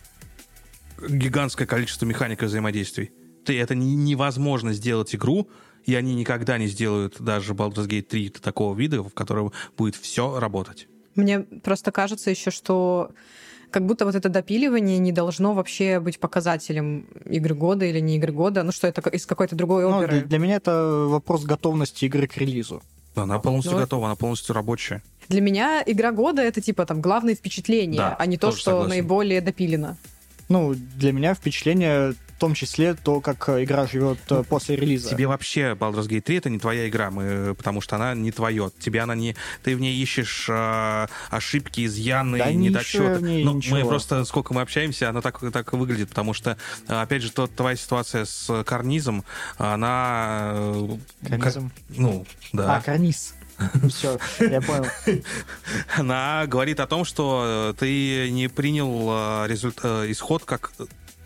C: Гигантское количество механик и взаимодействий. Ты, это не- невозможно сделать игру, и они никогда не сделают даже Baldur's Gate 3 такого вида, в котором будет все работать.
B: Мне просто кажется еще, что как будто вот это допиливание не должно вообще быть показателем игры года или не игры года, ну что это как- из какой-то другой
A: Ну, для,
B: оперы.
A: для меня это вопрос готовности игры к релизу.
C: Но Она полностью
B: Ну,
C: готова, она полностью рабочая.
B: Для меня игра года это типа там главные впечатления,
C: Да,
B: а не то,
C: тоже
B: что
C: согласен.
B: наиболее допилено.
A: Ну, для меня впечатление том числе то, как игра живет э, после
C: Ну,
A: релиза.
C: Тебе вообще Baldur's Gate 3 это не твоя игра, мы, потому что она не твое. Тебе она не... Ты в ней ищешь а, ошибки, изъяны,
A: Да не ищу я
C: недочеты.
A: в ней
C: Ну, мы
A: ничего.
C: просто сколько мы общаемся, она так, так и выглядит, потому что, а, опять же, тот, твоя ситуация с карнизом, она... э,
A: Карнизом?
C: как- ну, да. <laughs>
A: А, карниз. Все, я понял.
C: Она говорит о том, что э, ты не принял э, результ- э, исход как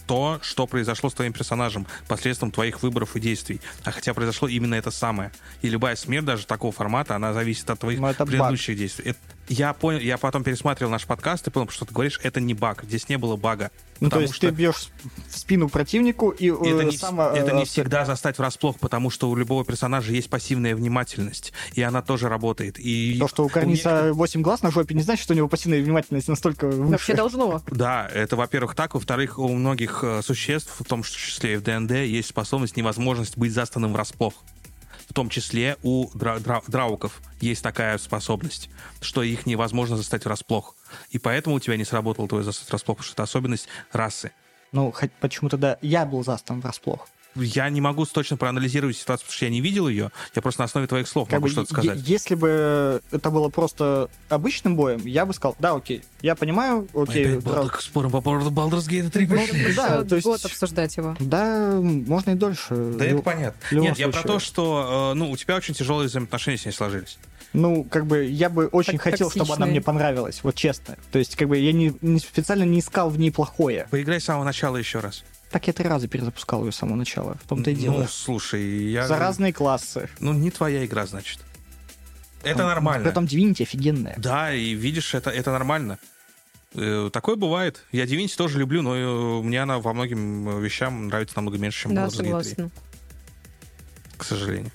C: то, что произошло с твоим персонажем посредством твоих выборов и действий. А хотя произошло именно это самое. И любая смерть даже такого формата, она зависит от твоих
A: Но это баг.
C: предыдущих действий. Это- я понял, я потом пересматривал наш подкаст и понял, что ты говоришь, это не баг. Здесь не было бага.
A: Ну, то
C: Потому
A: есть
C: что-
A: ты бьешь в спину противнику, и э,
C: это не,
A: сам, э,
C: это не всегда застать врасплох, потому что у любого персонажа есть пассивная внимательность, и она тоже работает. И
A: То, что у
C: некоторых-
A: карниса 8 глаз на жопе, не значит, что у него пассивная внимательность настолько
B: Вообще
A: выше.
B: должно.
C: Ну, <laughs> Да, это, во-первых, так. Во-вторых, у многих э, существ, в том числе и в ДНД, есть способность, невозможность быть застанным врасплох. В том числе у дра- дра- драуков есть такая способность, что их невозможно застать врасплох. И поэтому у тебя не сработало твое застать врасплох, потому что это особенность расы.
A: Ну, хоть почему-то да, я был застан врасплох.
C: Я не могу точно проанализировать ситуацию, потому что я не видел ее. Я просто на основе твоих слов
A: Как
C: могу
A: бы,
C: что-то
A: е-
C: сказать.
A: если бы это было просто обычным боем, я бы сказал, да, окей, я понимаю, окей,
C: Опять
A: дра-
C: Балдур- к спорам по поводу Baldur's Gate 3
A: Ну,
C: пришли.
A: да,
B: Ещё
A: то есть-
B: год обсуждать его.
A: да, можно и дольше.
C: Да
A: Ну,
C: это понятно.
A: в любом
C: Нет, я про
A: случае.
C: то, что э, ну, у тебя очень тяжелые взаимоотношения с ней сложились.
A: Ну, как бы я бы очень
B: Так-
A: хотел, чтобы она
B: токсичные.
A: мне понравилась, вот честно. То есть, как бы я не, не специально не искал в ней плохое.
C: Поиграй с самого начала еще раз.
A: Так я три раза перезапускал ее с самого начала. В том-то и
C: Ну,
A: дело.
C: слушай, я...
A: За разные классы.
C: Ну, не твоя игра, значит. Это нормально.
A: При этом Divinity офигенная.
C: Да, и видишь, это, это нормально. Э, Такое бывает. Я Divinity тоже люблю, но э, мне она во многим э, вещам нравится намного меньше, чем
B: Да,
C: Baldur's Gate 3,
B: согласна.
C: к сожалению.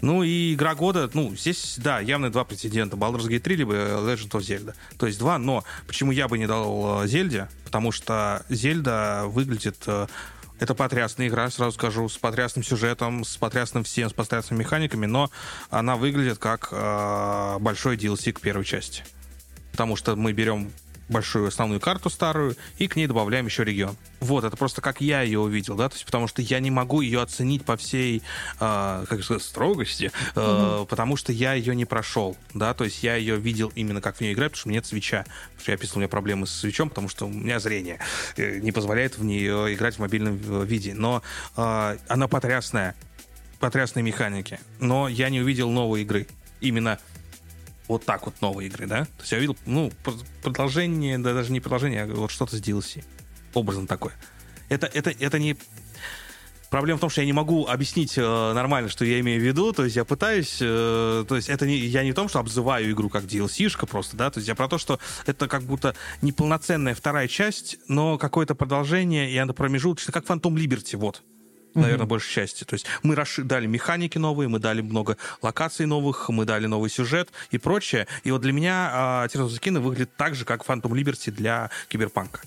C: Ну и игра года, ну, здесь, да, явно два претендента. Baldur's Gate 3 либо Legend of Zelda. То есть два, но почему я бы не дал э, Зельде? Потому что Зельда выглядит... э, Это потрясная игра, сразу скажу, с потрясным сюжетом, с потрясным всем, с потрясными механиками, но она выглядит как э, большой DLC к первой части. Потому что мы берем большую основную карту старую и к ней добавляем еще регион. Вот, это просто как я ее увидел, да, то есть потому что я не могу ее оценить по всей, э, как сказать, строгости, э, потому что я ее не прошел, да, то есть я ее видел именно как в нее играю, потому что у меня нет свеча. Потому что я описывал, у меня проблемы с свечом, потому что у меня зрение э, не позволяет в нее играть в мобильном э, виде. Но э, она потрясная, потрясные механики, но я не увидел новой игры. Именно вот так вот новой игры, да? То есть я увидел, ну, пр- продолжение, да даже не продолжение, а вот что-то с DLC. Образно такое. Это, это, это не... Проблема в том, что я не могу объяснить э, нормально, что я имею в виду, то есть я пытаюсь, э, то есть это не, я не в том, что обзываю игру как DLC-шка просто, да, то есть я про то, что это как будто неполноценная вторая часть, но какое-то продолжение, и она промежуточная, как Phantom Liberty, вот наверное, большей части. То есть мы расши- дали механики новые, мы дали много локаций новых, мы дали новый сюжет и прочее. И вот для меня а, Tears of the Kingdom выглядит так же, как Phantom Liberty для Киберпанка.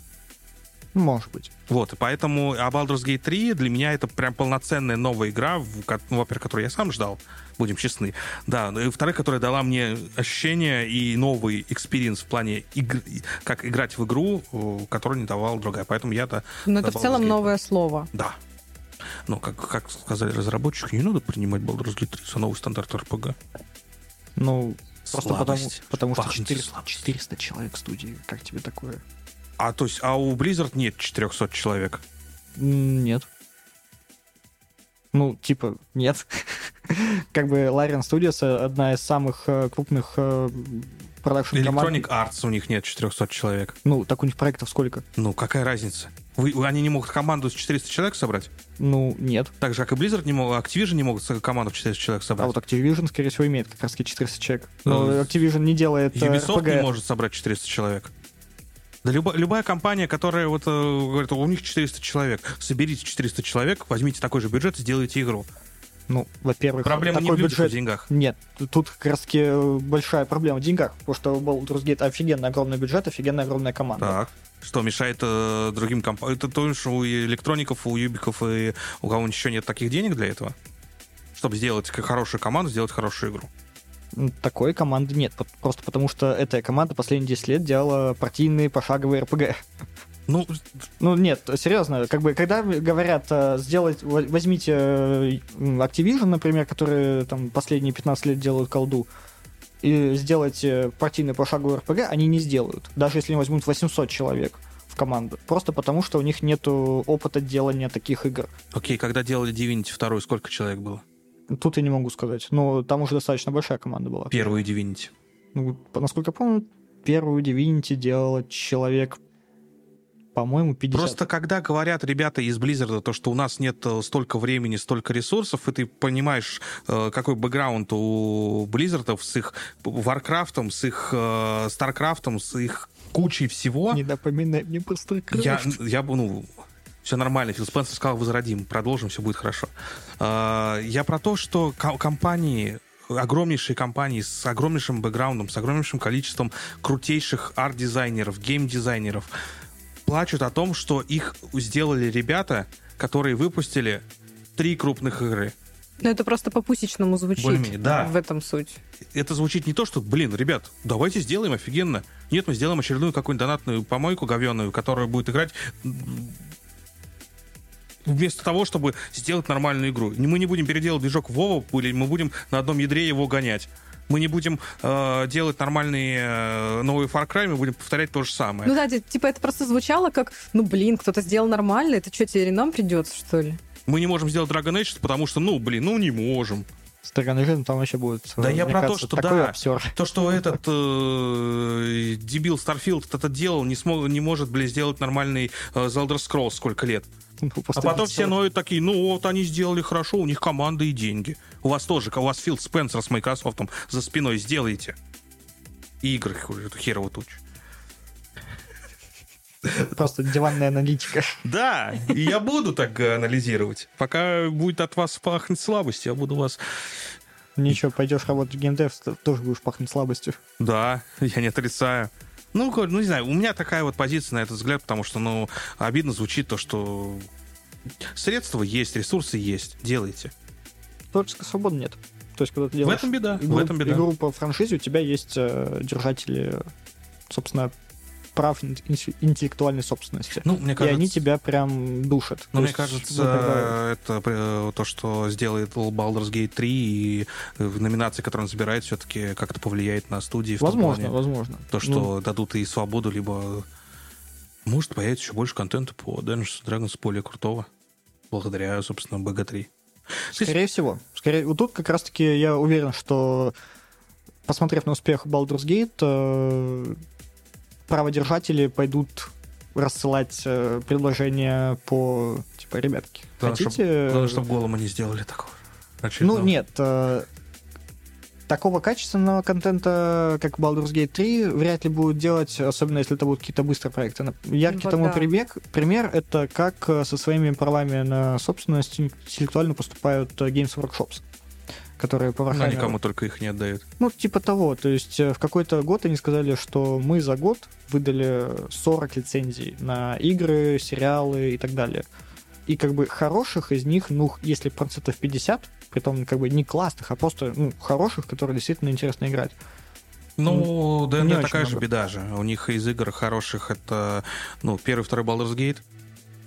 A: Может быть.
C: Вот, и поэтому а Baldur's Gate 3 для меня это прям полноценная новая игра, в ко- ну, во-первых, которую я сам ждал, будем честны. Да, ну и во-вторых, которая дала мне ощущение и новый экспириенс в плане игр, и- как играть в игру, э, которую не давала другая. Поэтому я-то...
B: Но
C: за
B: это в
C: Baldur's
B: целом
C: Gate.
B: новое слово.
C: Да. Но, как, как сказали разработчики, не надо принимать Baldur's Gate 3 за новый стандарт RPG.
A: Ну, просто потому,
C: Слабость.
A: потому что
C: Пахнет
A: 400,
C: слабостью.
A: 400 человек в студии. Как тебе такое?
C: А, то есть, а у Blizzard нет 400 человек.
A: М, Нет. Ну, типа, нет. <laughs> как бы Larian Studios э, одна из самых э, крупных продакшн
C: Electronic Arts у них нет 400 человек.
A: Ну, так у них проектов сколько?
C: Ну, какая разница? Вы, вы- они не могут команду с 400 человек собрать?
A: Ну, нет.
C: Так же, как и Blizzard не могут, Activision не могут с- команду в 400 человек
A: А
C: собрать.
A: вот Activision, скорее всего, имеет как раз 400 человек. Но
C: Э,
A: Activision не делает э,
C: Ubisoft
A: RPG.
C: не может собрать 400 человек. Да люба- любая компания, которая вот э, говорит, у них 400 человек, соберите 400 человек, возьмите такой же бюджет и сделайте игру.
A: Ну, во-первых,
C: Проблема не
A: такой
C: в людях, а в
A: бюджет...
C: деньгах.
A: Нет, т- тут как раз таки э, большая проблема в деньгах, потому что у Baldur's Gate офигенно огромный бюджет, офигенно огромная команда.
C: Так. Что мешает э, другим компаниям? Это то, что у электроников, у юбиков и у кого-нибудь еще нет таких денег для этого? Чтобы сделать к- хорошую команду, сделать хорошую игру.
A: М, Такой команды нет, пот- просто потому что эта команда последние 10 лет делала партийные пошаговые РПГ.
C: Ну,
A: <laughs> Ну нет, серьезно, как бы когда говорят э, сделать, во- возьмите э, Activision, например, которые там последние 15 лет делают колду, и сделайте партийный пошаговый РПГ, они не сделают. Даже если возьмут 800 человек в команду. Просто потому, что у них нет опыта делания таких игр.
C: окей, когда делали Divinity вторую, сколько человек было?
A: Тут я не могу сказать. Но там уже достаточно большая команда была.
C: Первую Divinity.
A: Ну, по- насколько я помню, первую Divinity делал человек, по-моему, 50.
C: Просто когда говорят ребята из Blizzard, то, что у нас нет э, столько времени, столько ресурсов, и ты понимаешь, э, какой бэкграунд у Blizzard с их Warcraft, с их э, StarCraft, с их кучей всего.
A: Не напоминай мне про StarCraft.
C: Я, я бы, ну, все нормально. Фил Спенсер сказал, возродим, продолжим, все будет хорошо. А, Я про то, что ко- компании, огромнейшие компании с огромнейшим бэкграундом, с огромнейшим количеством крутейших арт-дизайнеров, гейм-дизайнеров плачут о том, что их сделали ребята, которые выпустили три крупных игры.
B: Ну, это просто по-пусечному звучит.
C: Более-менее, да.
B: В этом суть.
C: это звучит не то, что, блин, ребят, давайте сделаем офигенно. Нет, мы сделаем очередную какую-нибудь донатную помойку говеную, которая будет играть м, вместо того, чтобы сделать нормальную игру. Не- Мы не будем переделать движок Вова, или мы будем на одном ядре его гонять. Мы не будем э, делать нормальные э, новые Far Cry, мы будем повторять то же самое.
B: Ну да, ди- типа это просто звучало как, ну блин, кто-то сделал нормально, это что, теперь и нам придется, что ли?
C: Мы не можем сделать Dragon Age, потому что, ну, блин, ну не можем.
A: Сторганажин там вообще будет.
C: Да
A: э,
C: я
A: мне
C: про то,
A: кажется,
C: что
A: такой
C: да.
A: обсер.
C: То, что этот э, дебил Старфилд это делал, не, смог, не может, блин, сделать нормальный э, The Elder Scrolls сколько лет.
A: <laughs> Ну,
C: А
A: просто <laughs>
C: потом
A: обсер.
C: все ноют такие, ну вот они сделали хорошо, у них команда и деньги. У вас тоже, у вас Филд Спенсер с Microsoft за спиной сделаете. И игры хуй, эту херову тучу.
A: Просто диванная аналитика.
C: Да, и я буду так э, анализировать. Пока будет от вас пахнет слабость, я буду вас...
A: Ничего, пойдешь работать в геймдев, т- тоже будешь пахнуть слабостью.
C: Да, <laughs> я не отрицаю. Ну, говорю, ну, не знаю, у меня такая вот позиция на этот взгляд, потому что, ну, обидно звучит то, что средства есть, ресурсы есть, делайте.
A: Творческой свободы нет. То есть, когда ты
C: В
A: делаешь
C: этом беда,
A: игру,
C: в этом беда.
A: игру по франшизе, у тебя есть э, держатели, собственно, прав ин- ин- интеллектуальной собственности.
C: Ну, мне
A: и
C: кажется...
A: они тебя прям душат.
C: Ну,
A: То
C: мне
A: есть,
C: кажется, э,
A: выбивают.
C: это при- то, что сделает Baldur's Gate 3 и в номинации, которую он забирает, все-таки как-то повлияет на студии. в том
A: Возможно,
C: плане,
A: возможно. Ну,
C: То, что дадут и свободу, либо... Может, появится еще больше контента по Dungeons and Dragons более крутого. Благодаря, собственно, BG3.
A: Скорее всего. Скорее, вот тут как раз-таки я уверен, что посмотрев на успех Baldur's Gate, э, праводержатели пойдут рассылать э, предложения по типа ребятки.
C: Главное, чтоб-
A: Хотите? э,
C: Главное, чтобы голому не сделали такого. Э,
A: ну
C: очередного.
A: нет. э, такого качественного контента, как Baldur's Gate 3, вряд ли будут делать, особенно если это будут какие-то быстрые проекты. Нап- Яркий
B: Вот
A: тому
B: да.
A: прибег- пример это как э, со своими правами на собственность интеллектуально поступают э, Games Workshops которые по
C: Ну,
A: Warhammer-
C: Они кому только их не отдают.
A: ну, типа того. То есть э, в какой-то год они сказали, что мы за год выдали 40 лицензий на игры, сериалы и так далее. И как бы хороших из них, ну, если процентов 50, притом как бы не классных, а просто ну, хороших, которые действительно интересно играть.
C: Ну, да,
A: не
C: это
A: очень
C: такая же
A: много.
C: беда же. У них из игр хороших это, ну, первый, второй Baldur's Gate,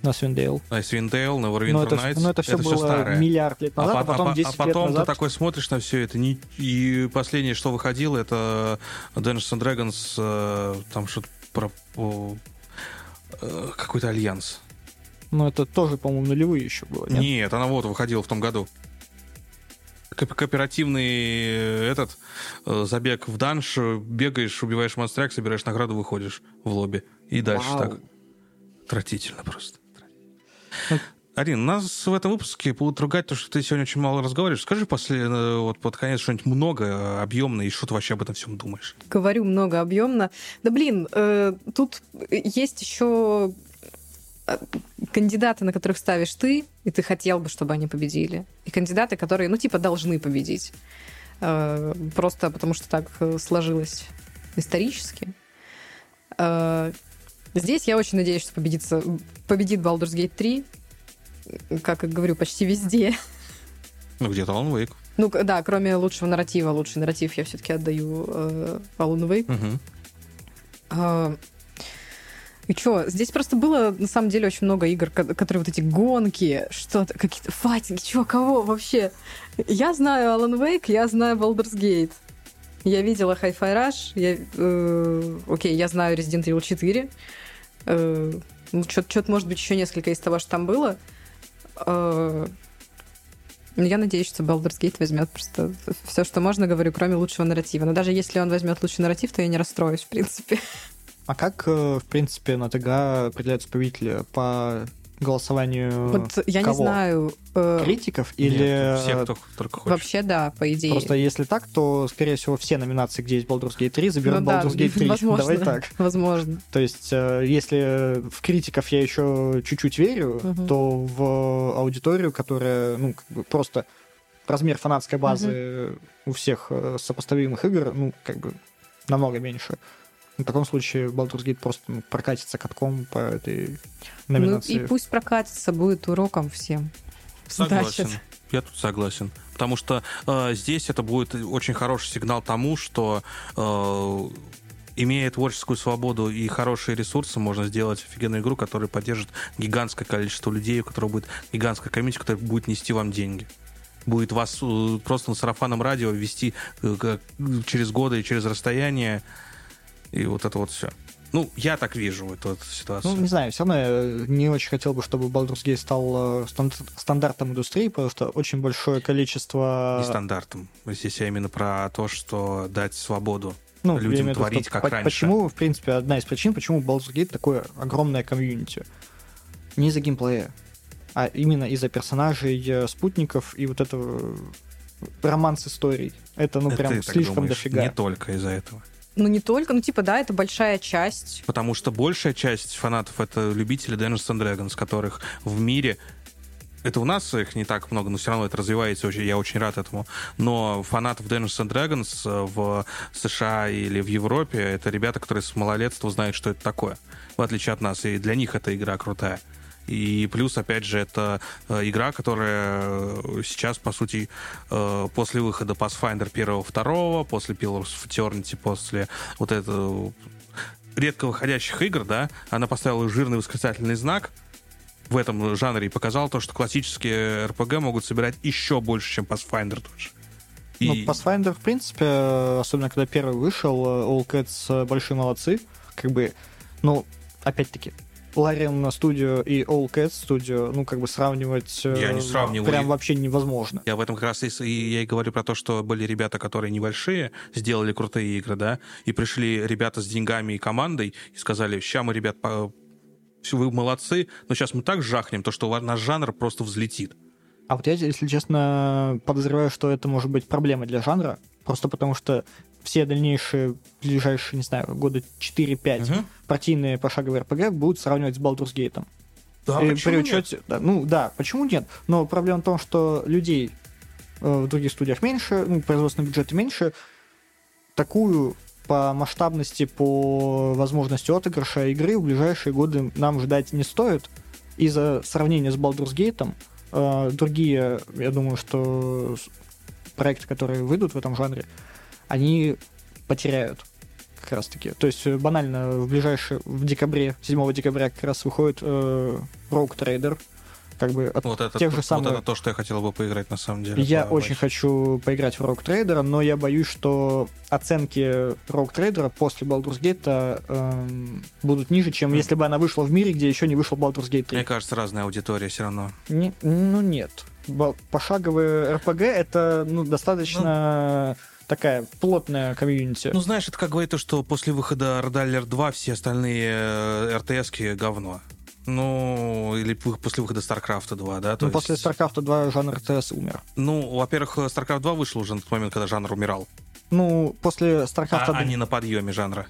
A: На Свиндейл.
C: Icewind Dale, Neverwinter
A: Но Ну, это,
C: Nights.
A: но это все
C: всё
A: было миллиард лет назад, а,
C: пот-
A: потом
C: по-
A: 10
C: потом
A: лет назад.
C: ты такой смотришь на все это, не- и последнее, что выходило, это Dungeons and Dragons, э, там что-то про о, э, какой-то альянс.
A: Но это тоже, по-моему, нулевые еще было.
C: Нет.
A: Нет?
C: она вот выходила в том году. Коп- Кооперативный э, этот э, забег в данж, э, бегаешь, убиваешь монстряк, собираешь награду, выходишь в лобби. И дальше
A: Вау.
C: так. Тратительно просто. Арин, нас в этом выпуске будут ругать, то, что ты сегодня очень мало разговариваешь. Скажи после, э, вот под конец что-нибудь много, э, объемное, и что ты вообще об этом всем думаешь?
B: говорю много объемно. Да блин, э, тут есть еще э, кандидаты, на которых ставишь ты, и ты хотел бы, чтобы они победили. И кандидаты, которые, ну, типа, должны победить. Э, просто потому что так э, сложилось исторически. Э, здесь я очень надеюсь, что победится, победит Baldur's Gate 3. Как и говорю, почти везде. <laughs>
C: Ну, где-то Alan Wake.
B: Ну, к- да, кроме лучшего нарратива. Лучший нарратив я все-таки отдаю э, Alan Wake.
C: Мгм.
B: А, И чё, здесь просто было, на самом деле, очень много игр, ко- которые вот эти гонки, что-то, какие-то файтинги, чё, кого вообще? Я знаю Alan Wake, я знаю Baldur's Gate. Я видела Hi-Fi Rush, я, э, окей, я знаю Resident Evil 4. Э, ну, что-то, может быть, еще несколько из того, что там было. Э, ну, я надеюсь, что Baldur's Gate возьмет просто все, что можно, говорю, кроме лучшего нарратива. Но даже если он возьмет лучший нарратив, то я не расстроюсь, в принципе.
A: А как, э, в принципе, на ТГ определяются победители? По голосованию
B: Вот я
A: кого?
B: не знаю. э,
A: критиков
C: Нет,
A: или...
C: все, кто только хочет.
B: вообще, да, по идее.
A: Просто если так, то, скорее всего, все номинации, где есть Baldur's Gate 3,
B: Ну
A: заберут
B: да,
A: Baldur's Gate 3.
B: Возможно,
A: Давай так.
B: Возможно.
A: То есть, э, если в критиков я еще чуть-чуть верю,
B: Мгм.
A: то в аудиторию, которая, ну, как бы просто размер фанатской базы у всех э, сопоставимых игр, ну, как бы намного меньше. В таком случае Baldur's Gate просто ну, прокатится катком по этой
B: Ну
A: номинации.
B: и пусть прокатится, будет уроком всем.
C: Согласен.
B: Значит.
C: Я тут согласен. Потому что э, здесь это будет очень хороший сигнал тому, что э, имея творческую свободу и хорошие ресурсы, можно сделать офигенную игру, которая поддержит гигантское количество людей, у которого будет гигантская комиссия, которая будет нести вам деньги. Будет вас э, просто на сарафаном радио вести э, как- через годы и через расстояние. И вот это вот все. Ну, я так вижу эту, эту ситуацию.
A: Ну, не знаю, все равно я не очень хотел бы, чтобы Baldur's Gate стал э, станд- стандартом индустрии, потому что очень большое количество...
C: не стандартом. Здесь я именно про то, что дать свободу.
A: ну,
C: людям
A: я имею в виду,
C: творить,
A: что
C: как
A: по-
C: раньше.
A: Почему, в принципе, одна из причин, почему Baldur's Gate такое огромное комьюнити? Не из-за геймплея, а именно из-за персонажей, э, спутников и вот этого э, романс историй. Это, ну,
C: Это
A: прям
C: ты так
A: слишком
C: думаешь.
A: дофига.
C: Не только из-за этого.
B: Ну не только, ну типа, да, это большая часть.
C: Потому что большая часть фанатов это любители Dungeons and Dragons, которых в мире это у нас их не так много, но все равно это развивается, очень- я очень рад этому. Но фанатов Dungeons and Dragons э, в США или в Европе это ребята, которые с малолетства знают, что это такое, в отличие от нас, и для них эта игра крутая. И плюс, опять же, это э, игра, которая э, сейчас, по сути, э, после выхода Pathfinder 1 второго, после Pillars of Eternity, после вот этого редко выходящих игр, да, она поставила жирный восклицательный знак в этом жанре и показала то, что классические RPG могут собирать еще больше, чем Pathfinder тот же. И-
A: Ну, Pathfinder, в принципе, э, особенно когда первый вышел, э, All Cats э, большие молодцы. Как бы, ну, опять-таки, Larian Studio и All Cats Studio, ну, как бы сравнивать... э,
C: Я не сравниваю
A: Прям
C: их.
A: вообще невозможно.
C: Я в этом как раз и, с- и я и говорю про то, что были ребята, которые небольшие, сделали крутые игры, да, и пришли ребята с деньгами и командой и сказали, ща мы, ребят, по- всё, вы молодцы, но сейчас мы так жахнем, то что ва- наш жанр просто взлетит.
A: А вот я, если честно, подозреваю, что это может быть проблема для жанра, просто потому что все дальнейшие, ближайшие, не знаю, года 4-5
C: Мгм.
A: партийные пошаговые РПГ будут сравнивать с Baldur's Gate.
C: Да,
A: И
C: почему
A: Э, при
C: нет?
A: учете, да, ну да, почему нет? Но проблема в том, что людей э, в других студиях меньше, ну, производственные бюджеты меньше, такую по масштабности, по возможности отыгрыша игры в ближайшие годы нам ждать не стоит. Из-за сравнения с Baldur's Gate э, другие, я думаю, что с- проекты, которые выйдут в этом жанре, они потеряют как раз таки. То есть э, банально в ближайшее, в декабре, 7 декабря как раз выходит э, Rogue Trader, как бы от
C: Вот это,
A: тех
C: то,
A: же самых-
C: вот это то, что я хотел бы поиграть на самом деле.
A: я
C: по-
A: очень хочу поиграть в Rogue Trader, но я боюсь, что оценки Rogue Trader после Baldur's Gate эм, будут ниже, чем
C: Мгм.
A: если бы она вышла в мире, где еще не вышел Baldur's Gate 3.
C: Мне кажется, разная аудитория все равно.
A: Не- ну нет. Ба- Пошаговые RPG это ну, достаточно такая плотная комьюнити.
C: Ну, знаешь, это как говорит то, что после выхода Родаллер 2 все остальные РТСки говно. Ну, или вы- после выхода StarCraft 2, да? то
A: Ну, после
C: есть-
A: StarCraft 2 жанр ТС умер.
C: Ну, во-первых, StarCraft 2 вышел уже на тот момент, когда жанр умирал.
A: Ну, после StarCraft,
C: А, а не на подъеме жанра.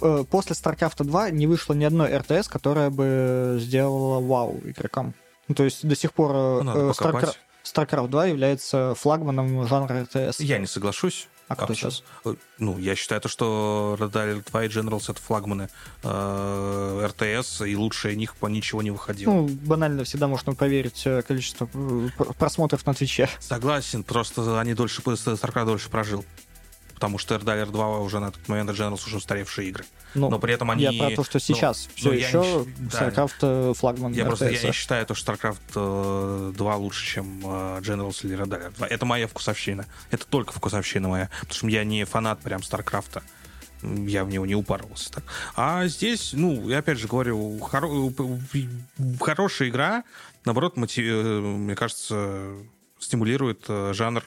A: э, после StarCraft 2 не вышло ни одной РТС, которая бы сделала вау игрокам. Ну, то есть до сих пор э,
C: Ну, надо
A: э,
C: покопать.
A: StarCra- StarCraft 2 является флагманом жанра РТС.
C: Я не соглашусь.
A: А кто
C: Абсо-
A: сейчас?
C: Э, Ну, я считаю, то, что Rodallier 2 и Generals это флагманы э, РТС, и лучше них по ничего не выходило.
A: Ну, банально всегда можно проверить э, количество э, пр- просмотров на Твиче. <laughs>
C: Согласен, просто они дольше, StarCraft дольше прожил. потому что RDR 2 уже на тот момент Generals уже устаревшие игры.
A: Ну,
C: Но при этом они...
A: Я про то, что
C: ну,
A: сейчас все
C: ну, я
A: еще
C: не щ- да.
A: StarCraft э, флагман
C: Я просто я
A: RTS.
C: не считаю, то, что StarCraft э, 2 лучше, чем э, Generals или Radar 2. Это моя вкусовщина. Это только вкусовщина моя. Потому что я не фанат прям StarCraft. Я в него не упарывался так. А здесь, ну, я опять же говорю, хоро- хорошая игра, наоборот, мотив- э, мне кажется, стимулирует э, жанр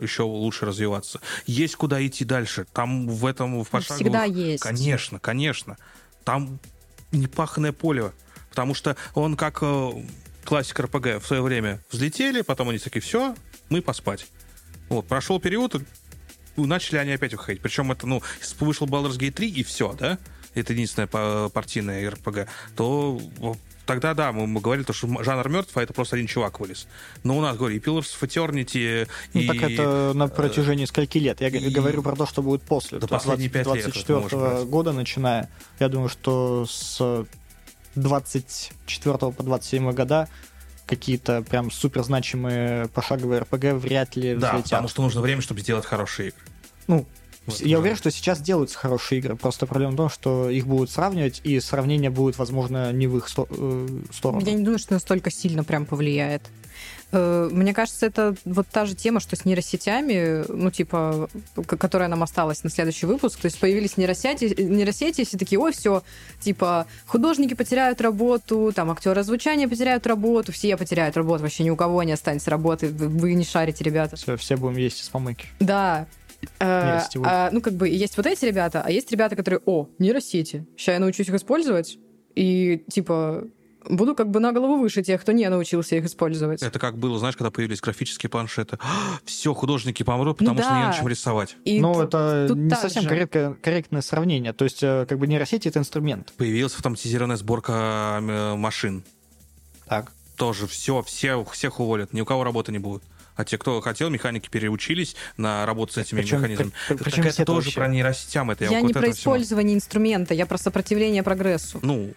C: еще лучше развиваться. Есть куда идти дальше. Там в этом в пошаговых...
B: всегда есть.
C: Конечно, конечно. Там непаханное поле. Потому что он как э, классик РПГ в свое время взлетели, потом они такие, все, мы поспать. Вот, прошел период, и ну, начали они опять выходить. Причем это, ну, если бы вышел Baldur's Gate 3 и все, да? Это единственная па- партийная РПГ. То в- тогда, да, мы, мы говорили, то, что м- жанр мертв, а это просто один чувак вылез. Но у нас, говорю, и Pillars of Eternity,
A: Ну,
C: и... э,
A: так это на протяжении скольки лет? Я г-
C: и-
A: говорю про то, что будет после.
C: Да
A: То есть
C: последние пять лет это
A: 24
C: может быть.
A: года начиная. Я думаю, что с 24 по 27 года какие-то прям супер значимые пошаговые РПГ вряд ли
C: Да,
A: взлетят.
C: потому что нужно время, чтобы сделать хорошие игры.
A: Ну,
C: Вот,
A: я
C: да.
A: уверен, что сейчас делаются хорошие игры. Просто проблема в том, что их будут сравнивать, и сравнение будет, возможно, не в их сто- э, сторону.
B: Я не думаю, что настолько сильно прям повлияет. Э, Мне кажется, это вот та же тема, что с нейросетями, ну, типа, к- которая нам осталась на следующий выпуск. То есть появились нейросети, нейросети и все такие, ой, все, типа, художники потеряют работу, там, актеры звучания потеряют работу, все потеряют работу, вообще ни у кого не останется работы, вы- вы не шарите, ребята.
A: Все, все будем есть из помойки.
B: Да. Э,
A: Нейросети будут.
B: а, ну, как бы есть вот эти ребята, а есть ребята, которые, о, нейросети, сейчас я научусь их использовать, и, типа, буду как бы на голову выше тех, кто не научился их использовать.
C: Это как было, знаешь, когда появились графические планшеты. <gasps> все, художники помрут,
A: Ну
C: потому что не
B: да.
C: на чем рисовать.
B: И
A: Но
B: т-
A: Ну, это
B: тут
A: не
B: так
A: совсем
B: же.
A: корректное, корректное сравнение. То есть, э, как бы нейросети — это инструмент.
C: Появилась автоматизированная сборка э, машин.
A: Так.
C: Тоже все, все, всех уволят, ни у кого работы не будет. А те, кто хотел, механики переучились на работу с этими
A: Причем-
C: механизмами.
A: при- при-
C: так
A: причем
C: это
A: все это
C: тоже
A: вообще?
C: про нейросетям. Это
B: Я,
C: я, вот
B: не
C: это
B: про
C: всё.
B: использование инструмента, я про сопротивление прогрессу.
C: Ну,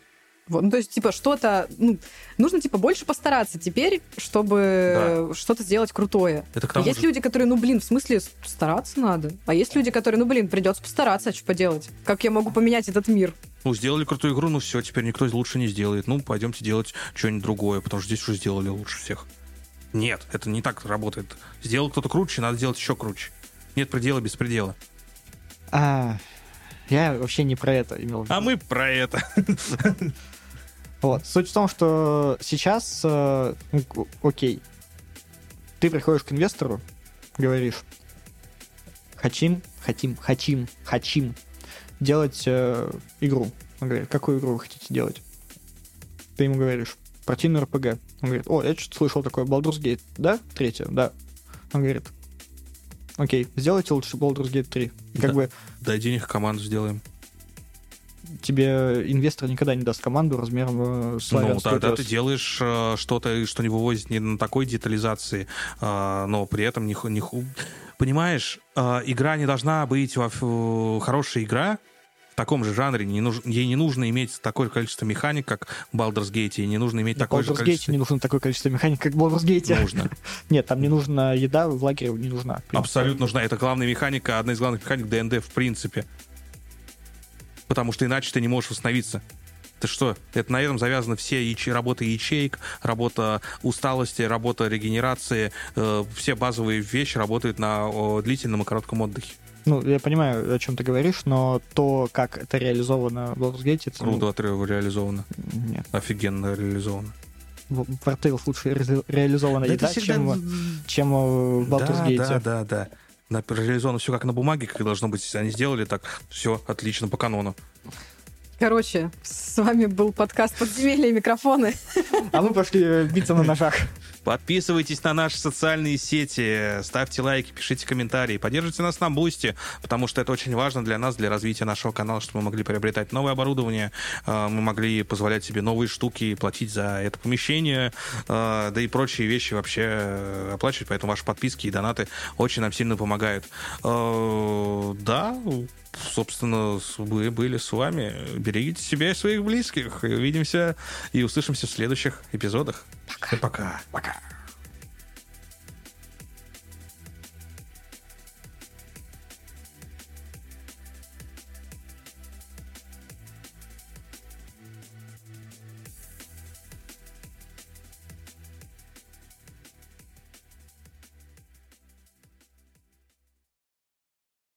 B: Вот, ну, то есть, типа, что-то... ну, нужно, типа, больше постараться теперь, чтобы что-то сделать крутое.
C: это к
B: А
C: тому
B: есть
C: же.
B: люди, которые, ну, блин, в смысле, с- стараться надо. А есть люди, которые, ну, блин, придется постараться, а что поделать? Как я могу поменять этот мир?
C: Ну, сделали крутую игру, ну все, теперь никто лучше не сделает. Ну, пойдемте делать что-нибудь другое, потому что здесь уже сделали лучше всех. Нет, это не так работает. Сделал кто-то круче, надо делать еще круче. Нет предела без предела.
A: А, я вообще не про это имел в виду.
C: А мы про это.
A: Вот. Суть в том, что сейчас, э, ну, к- окей, ты приходишь к инвестору, говоришь, хотим, хотим, хотим, хотим делать э, игру. Он говорит, какую игру вы хотите делать? Ты ему говоришь, противный РПГ. Он говорит, о, я что-то слышал такое, Baldur's Gate, да? Третья, да. Он говорит, окей, сделайте лучше Baldur's Gate 3. И как
C: Да.
A: бы
C: Дай денег, команду сделаем.
A: тебе инвестор никогда не даст команду размером э, с
C: Ну,
A: славянскую
C: тогда
A: ТС.
C: ты делаешь э, что-то, что не вывозит не на такой детализации, а, но при этом не... ху- не ху- Понимаешь, э, игра не должна быть... во ф- э, Хорошая игра в таком же жанре, не нуж- ей не нужно иметь такое количество механик, как в Baldur's Gate, ей не нужно иметь
A: В
C: такое же
A: Ну, Baldur's Gate
C: количество...
A: не нужно такое количество механик, как в Baldur's Gate.
C: Нужно.
A: <laughs> Нет, там не нужна еда, в лагере не нужна.
C: Абсолютно нужна. Это главная механика, одна из главных механик ДНД в принципе. Потому что иначе ты не можешь восстановиться. Ты что? Это на этом завязаны все яче... работы ячеек, работа усталости, работа регенерации. э, все базовые вещи работают на о, длительном и коротком отдыхе.
A: Ну, я понимаю, о чем ты говоришь, но то, как это реализовано в Baldur's Gate, это... ну,
C: Круто отрыв- реализовано.
A: Нет.
C: Офигенно реализовано.
A: В в Wartales лучше ре- реализована
C: Да это
A: еда,
C: всегда-
A: чем, чем э, в Baldur's
C: да,
A: Gate.
C: да, да, да. На- реализовано все как на бумаге, как и должно быть. Они сделали так, все отлично по канону.
B: Короче, с вами был подкаст «Подземелье и микрофоны».
A: А мы пошли э, биться на ножах.
C: Подписывайтесь на наши социальные сети, ставьте лайки, пишите комментарии, поддержите нас на Бусти, потому что это очень важно для нас, для развития нашего канала, чтобы мы могли приобретать новое оборудование, э, мы могли позволять себе новые штуки, платить за это помещение, э, да и прочие вещи вообще э, оплачивать, поэтому ваши подписки и донаты очень нам сильно помогают. Э, Да, собственно, с- мы были с вами. Берегите себя и своих близких. И Увидимся и услышимся в следующих эпизодах. Пока. Пока. Пока.